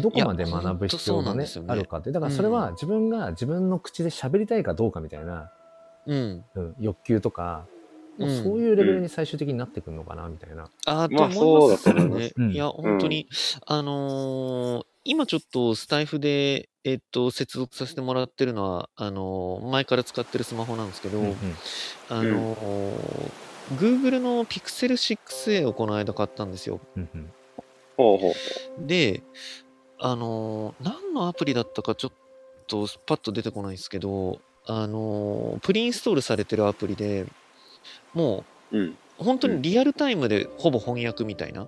Speaker 2: どこまで
Speaker 1: いや
Speaker 2: 学ぶ必要
Speaker 1: ほんとそうな
Speaker 2: が
Speaker 1: んで
Speaker 2: ね
Speaker 1: すよね
Speaker 2: あるかってだからそれ
Speaker 1: う
Speaker 2: は自分が自分の口で喋りたいかどうかみたいな、
Speaker 1: うん。
Speaker 2: うん、欲求とか、もう
Speaker 1: うん
Speaker 2: そういうレベルに最終的になってくるのかなみたいな、
Speaker 1: あー
Speaker 3: まあ
Speaker 1: と思います
Speaker 3: そう
Speaker 1: よ
Speaker 3: だと思いま
Speaker 1: ね
Speaker 3: す。
Speaker 2: うん
Speaker 1: いや、本当に、あのー今ちょっとスタイフで、えっと、接続させてもらってるのは、あのー前から使ってるスマホなんですけど、
Speaker 2: うんうん
Speaker 1: あのー Google の Pixel 6A をこの間買ったんですよ。
Speaker 2: うんうん
Speaker 3: ほうほう。
Speaker 1: で、あのー何のアプリだったかちょっとパッと出てこないんですけど、あのープリインストールされてるアプリでも
Speaker 3: うん。
Speaker 1: う本当にリアルタイムでほぼ翻訳みたいな。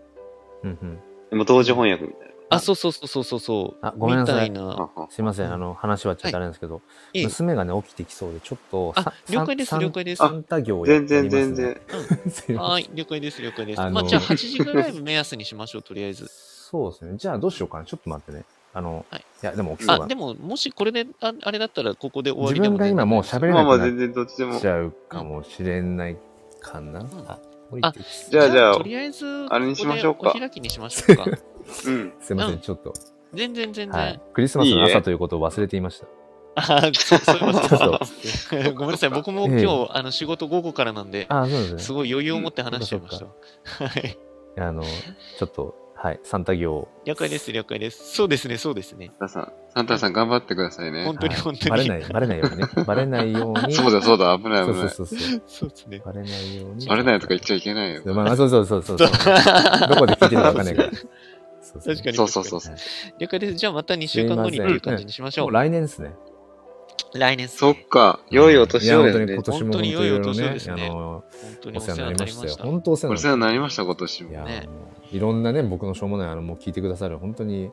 Speaker 2: うんうん
Speaker 3: でも同時翻訳みたい
Speaker 1: あ、そうそうそうそうそうそう。
Speaker 2: あごめんなさい
Speaker 1: みたい
Speaker 3: な。
Speaker 1: な。
Speaker 3: はは
Speaker 2: すいませんあの話はちょっとあれなんですけど、
Speaker 1: いえいえ
Speaker 2: 娘がね起きてきそうでちょっと
Speaker 1: あ
Speaker 2: さ
Speaker 1: 了解です
Speaker 2: さん
Speaker 1: 了解です
Speaker 2: さん多行をや
Speaker 3: 全
Speaker 2: って
Speaker 3: 然
Speaker 2: みます
Speaker 3: 全
Speaker 2: ね
Speaker 3: 然。
Speaker 2: すいません
Speaker 1: はい、了解です、了解です。
Speaker 2: あの
Speaker 1: まあ、じゃあ8時ぐらいを目安にしましょう、とりあえず。
Speaker 2: そうですねじゃあどうしようかなちょっと待ってねあの、
Speaker 1: はい
Speaker 2: い、やでも起きそう
Speaker 1: あ、
Speaker 2: だ
Speaker 1: でも、もしこれで、ああれだったら、ここで終わ
Speaker 2: 自
Speaker 1: りでも
Speaker 2: 分が今もう喋れ
Speaker 3: まあま
Speaker 2: な
Speaker 3: あ
Speaker 2: く
Speaker 3: 全然どっちで
Speaker 2: な
Speaker 3: も
Speaker 2: っ。ちゃうかもしれないかな、あ降りてき
Speaker 3: じゃあじゃあ
Speaker 1: とりあえず、
Speaker 3: あれにしましょうか
Speaker 1: ここでお開きにしましょうか。
Speaker 3: うん。
Speaker 2: すいませ
Speaker 1: うん
Speaker 2: んちょっと
Speaker 1: 全然、全然。
Speaker 2: はい、クリスマスの
Speaker 3: いいえ
Speaker 2: 朝ということを忘れていました。
Speaker 1: あーそうそういえば
Speaker 2: ちょっ
Speaker 1: そう
Speaker 2: と
Speaker 1: です。 ごめんなさい、僕も今
Speaker 2: え
Speaker 1: 日、あの仕事午後からなんで、
Speaker 2: ああ、そうですね。
Speaker 1: すごい余裕を持って話しちゃいました。はい。
Speaker 2: あの、ちょっと、はい、サンタ行を。
Speaker 1: 了解です、了解です。そうですね、そうですね。
Speaker 3: サンタさん、サンタさん頑張ってくださいね
Speaker 1: 本。当に
Speaker 2: はい
Speaker 1: 本当に
Speaker 2: バレない、バレないようにね。バレないように。
Speaker 3: そうだそうだ、危ない
Speaker 2: そ
Speaker 3: 危
Speaker 2: うそ
Speaker 3: な
Speaker 2: う
Speaker 3: い。
Speaker 2: そうそう。
Speaker 1: そうですね。
Speaker 2: バレないように。
Speaker 3: バレないとか言っち
Speaker 2: ゃ
Speaker 3: ゃいけないよ。
Speaker 2: まあ、そうそうそうそう そう。どこで聞いてるかわかんないから。そうそう
Speaker 1: 確かに
Speaker 3: そうそうそうそう。
Speaker 1: 了解です。じゃあまた2週間後にという感じにしましょ
Speaker 2: も
Speaker 1: う
Speaker 2: う。来年ですね。
Speaker 1: 来年っす
Speaker 3: そ
Speaker 1: ね
Speaker 3: っか、良いお
Speaker 2: い
Speaker 3: 年
Speaker 2: や、
Speaker 3: を
Speaker 2: 本
Speaker 3: で
Speaker 2: 当
Speaker 3: す
Speaker 2: に今。年も
Speaker 3: ね
Speaker 1: 本当に良いお年を
Speaker 2: 本当に
Speaker 1: ですね
Speaker 2: あの、
Speaker 1: 本当に
Speaker 2: お
Speaker 1: お
Speaker 2: 世話に
Speaker 1: 世話に
Speaker 2: なり
Speaker 1: な
Speaker 2: ま
Speaker 1: り
Speaker 2: し
Speaker 1: ま
Speaker 2: たよ。
Speaker 1: した。
Speaker 2: 本当お世
Speaker 3: お
Speaker 2: 話
Speaker 3: 世
Speaker 2: に
Speaker 3: 話に
Speaker 2: な
Speaker 3: な
Speaker 2: り
Speaker 3: り
Speaker 2: ま
Speaker 3: ました、今年
Speaker 2: し
Speaker 3: も。
Speaker 2: た。いや
Speaker 1: ね
Speaker 2: もういろんなね、僕のしょうもない、あの、もう聞いてくださる、本当に、
Speaker 1: いや、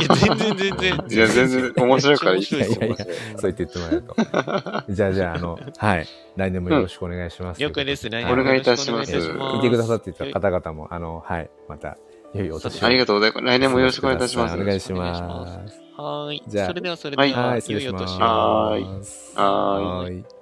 Speaker 1: 全然全然。
Speaker 3: いや、全然面白いからいい
Speaker 1: めっちゃ面白い
Speaker 2: いやいや
Speaker 1: ですよ
Speaker 2: そう言って言ってもらえる と。じゃあ、じゃあ、あの、はい、来年もよろしくお願いします。
Speaker 1: 了解です。来
Speaker 2: はい
Speaker 1: 年も
Speaker 3: お願いいたし
Speaker 1: よろ
Speaker 3: ま
Speaker 1: く
Speaker 3: す
Speaker 1: お願いいたし
Speaker 2: 聞いてくださっていた方々も、あの、はい、また、良いお年を。
Speaker 3: ありがとうございます。来年もよろしくお願いいたします
Speaker 2: お。願いします。
Speaker 1: はーい。
Speaker 2: じゃあ
Speaker 1: それではそれでは、
Speaker 2: はい、
Speaker 1: い
Speaker 2: 失
Speaker 1: よ
Speaker 2: 礼
Speaker 1: い
Speaker 2: し
Speaker 1: よ
Speaker 2: ま
Speaker 1: 年を。
Speaker 2: す。
Speaker 3: は
Speaker 2: は
Speaker 3: ー
Speaker 2: ー
Speaker 3: い
Speaker 2: い。
Speaker 3: はーい
Speaker 2: はい。